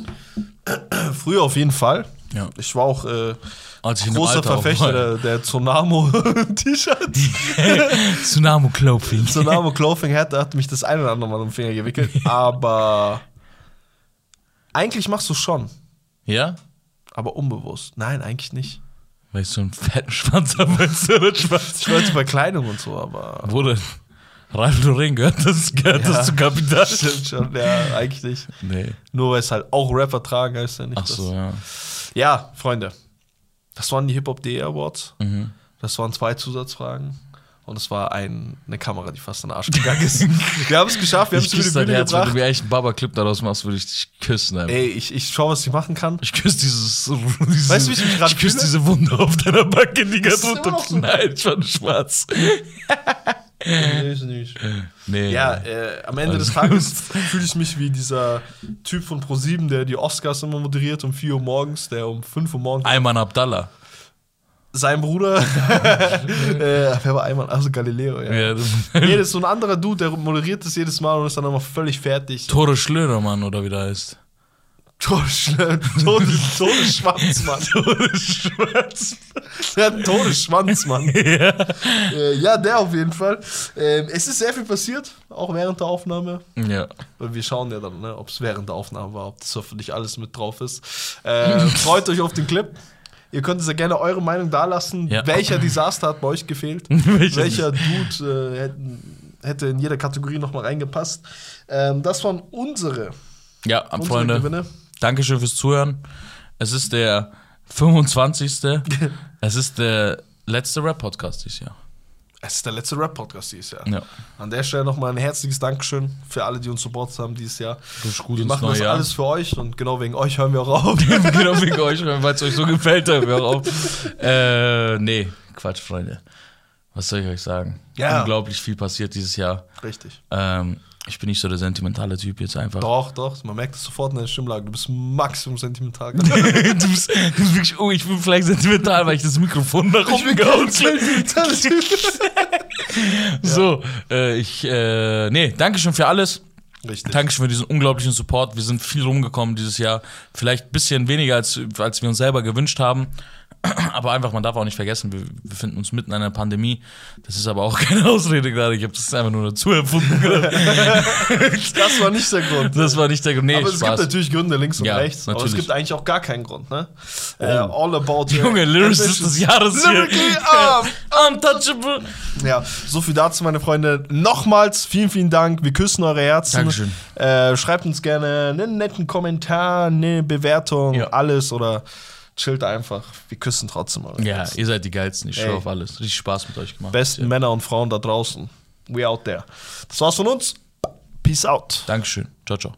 Speaker 1: früher auf jeden Fall.
Speaker 2: Ja.
Speaker 1: Ich war auch äh,
Speaker 2: Als ich in dem
Speaker 1: großer
Speaker 2: Alter auch
Speaker 1: Verfechter
Speaker 2: war.
Speaker 1: der, der Tsunamo-T-Shirts.
Speaker 2: Tsunami Clothing.
Speaker 1: Tsunami Clothing hat, hat mich das ein oder andere Mal um den Finger gewickelt. Aber eigentlich machst du schon,
Speaker 2: Ja?
Speaker 1: aber unbewusst. Nein, eigentlich nicht.
Speaker 2: Weil ich so einen fetten Schwanz habe, willst du den Schwanz?
Speaker 1: Ich weiß über Kleidung und so, aber.
Speaker 2: Wurde Ralf Loren gehört das, gehört
Speaker 1: Ja.
Speaker 2: das zu Kapital?
Speaker 1: Stimmt schon, ja, eigentlich nicht.
Speaker 2: Nee.
Speaker 1: Nur weil es halt auch Rapper tragen, heißt ja nicht.
Speaker 2: Ach so,
Speaker 1: Dass,
Speaker 2: ja.
Speaker 1: ja, Freunde. Das waren die Hip-Hop.de Awards.
Speaker 2: Mhm.
Speaker 1: Das waren zwei Zusatzfragen. Und es war ein, eine Kamera, die fast in den Arsch gegangen ist. wir haben es geschafft, wir haben es
Speaker 2: Ich
Speaker 1: über die
Speaker 2: küsse dein
Speaker 1: Bühne
Speaker 2: Herz, wenn du
Speaker 1: gebracht.
Speaker 2: mir echt einen Baba-Clip daraus machst, würde ich dich küssen. Ey.
Speaker 1: Ey, ich, ich schaue, was ich machen kann.
Speaker 2: Ich küsse dieses. Diese,
Speaker 1: Weißt du, wie ich mich grad
Speaker 2: Ich küsse
Speaker 1: fühle?
Speaker 2: diese Wunde auf deiner Backe, die ganz
Speaker 1: ist immer
Speaker 2: runter.
Speaker 1: noch so.
Speaker 2: Nein, ich fand schwarz.
Speaker 1: Nee, ist nicht.
Speaker 2: Nee.
Speaker 1: Ja, äh, am Ende
Speaker 2: Also-
Speaker 1: des Tages fühle ich mich wie dieser Typ von Pro7, der die Oscars immer moderiert um 4 Uhr morgens, der um 5 Uhr morgens.
Speaker 2: Ayman Abdallah.
Speaker 1: Sein Bruder. äh, wer war einmal? Also Galileo, ja.
Speaker 2: Ja.
Speaker 1: Nee, das ist so ein anderer Dude, der moderiert das jedes Mal und ist dann immer völlig fertig.
Speaker 2: Tore Schlödermann, oder wie der heißt.
Speaker 1: Todes- Todesschwanz, Mann.
Speaker 2: Tore Schwarz.
Speaker 1: Der hat einen Todesschwanz, Mann.
Speaker 2: ja.
Speaker 1: äh, ja, der auf jeden Fall. Ähm, es ist sehr viel passiert, auch während der Aufnahme.
Speaker 2: Ja.
Speaker 1: Weil wir schauen ja dann, ne, ob es während der Aufnahme war, ob das hoffentlich alles mit drauf ist. Äh, freut euch auf den Clip. Ihr könnt sehr gerne eure Meinung dalassen.
Speaker 2: Ja.
Speaker 1: Welcher Desaster hat bei euch gefehlt?
Speaker 2: Welcher
Speaker 1: Welcher Dude äh, hätten- hätte in jeder Kategorie nochmal reingepasst? Ähm, das waren unsere,
Speaker 2: Ja, an
Speaker 1: unsere
Speaker 2: Freunde.
Speaker 1: Gewinne.
Speaker 2: Dankeschön fürs Zuhören. Es ist der 25. es ist der letzte Rap-Podcast dieses Jahr.
Speaker 1: Es ist der letzte Rap-Podcast dieses Jahr.
Speaker 2: Ja.
Speaker 1: An der Stelle nochmal ein herzliches Dankeschön für alle, die uns supportet haben dieses Jahr.
Speaker 2: Rutsch gut
Speaker 1: Wir
Speaker 2: ins
Speaker 1: machen
Speaker 2: neue
Speaker 1: das
Speaker 2: Jahr.
Speaker 1: alles für euch und genau wegen euch hören wir auch auf.
Speaker 2: genau wegen euch, weil es euch so gefällt. Hört mir auf. Äh, nee, Quatsch, Freunde. Was soll ich euch sagen?
Speaker 1: Ja.
Speaker 2: Unglaublich viel passiert dieses Jahr.
Speaker 1: Richtig.
Speaker 2: Ähm, ich bin nicht so der sentimentale Typ jetzt einfach.
Speaker 1: Doch, doch, man merkt es sofort in der Stimmlage. Du bist maximum sentimental.
Speaker 2: du, bist, du bist wirklich, oh, ich bin vielleicht sentimental, weil ich das Mikrofon nach oben gehauen habe.
Speaker 1: Typ.
Speaker 2: So, äh, ich, äh, nee, Dankeschön für alles.
Speaker 1: Richtig.
Speaker 2: Danke für diesen unglaublichen Support. Wir sind viel rumgekommen dieses Jahr. Vielleicht ein bisschen weniger, als, als wir uns selber gewünscht haben. Aber einfach, man darf auch nicht vergessen, wir befinden uns mitten in einer Pandemie. Das ist aber auch keine Ausrede gerade. Ich habe das einfach nur dazu erfunden. gerade.
Speaker 1: Das war nicht der Grund.
Speaker 2: das war nicht der Nee,
Speaker 1: aber es gibt
Speaker 2: Spaß.
Speaker 1: natürlich Gründe links und
Speaker 2: Ja,
Speaker 1: rechts. Aber es
Speaker 2: natürlich.
Speaker 1: gibt eigentlich auch gar keinen Grund, ne? Äh, all about
Speaker 2: Junge, Lyricist des Jahres hier.
Speaker 1: Lyrically arm.
Speaker 2: Untouchable.
Speaker 1: Ja, so viel dazu, meine Freunde. Nochmals vielen, vielen Dank. Wir küssen eure Herzen.
Speaker 2: Dankeschön.
Speaker 1: Äh, schreibt uns gerne einen netten Kommentar, eine Bewertung,
Speaker 2: Ja.
Speaker 1: alles oder chillt einfach. Wir küssen trotzdem eure
Speaker 2: Ja,
Speaker 1: Herzen.
Speaker 2: ihr seid die geilsten. Ich
Speaker 1: Ey.
Speaker 2: schwöre auf alles. Richtig Spaß mit euch gemacht.
Speaker 1: Besten
Speaker 2: Ja.
Speaker 1: Männer und Frauen da draußen. We out there. Das war's von uns. Peace out.
Speaker 2: Dankeschön. Ciao, ciao.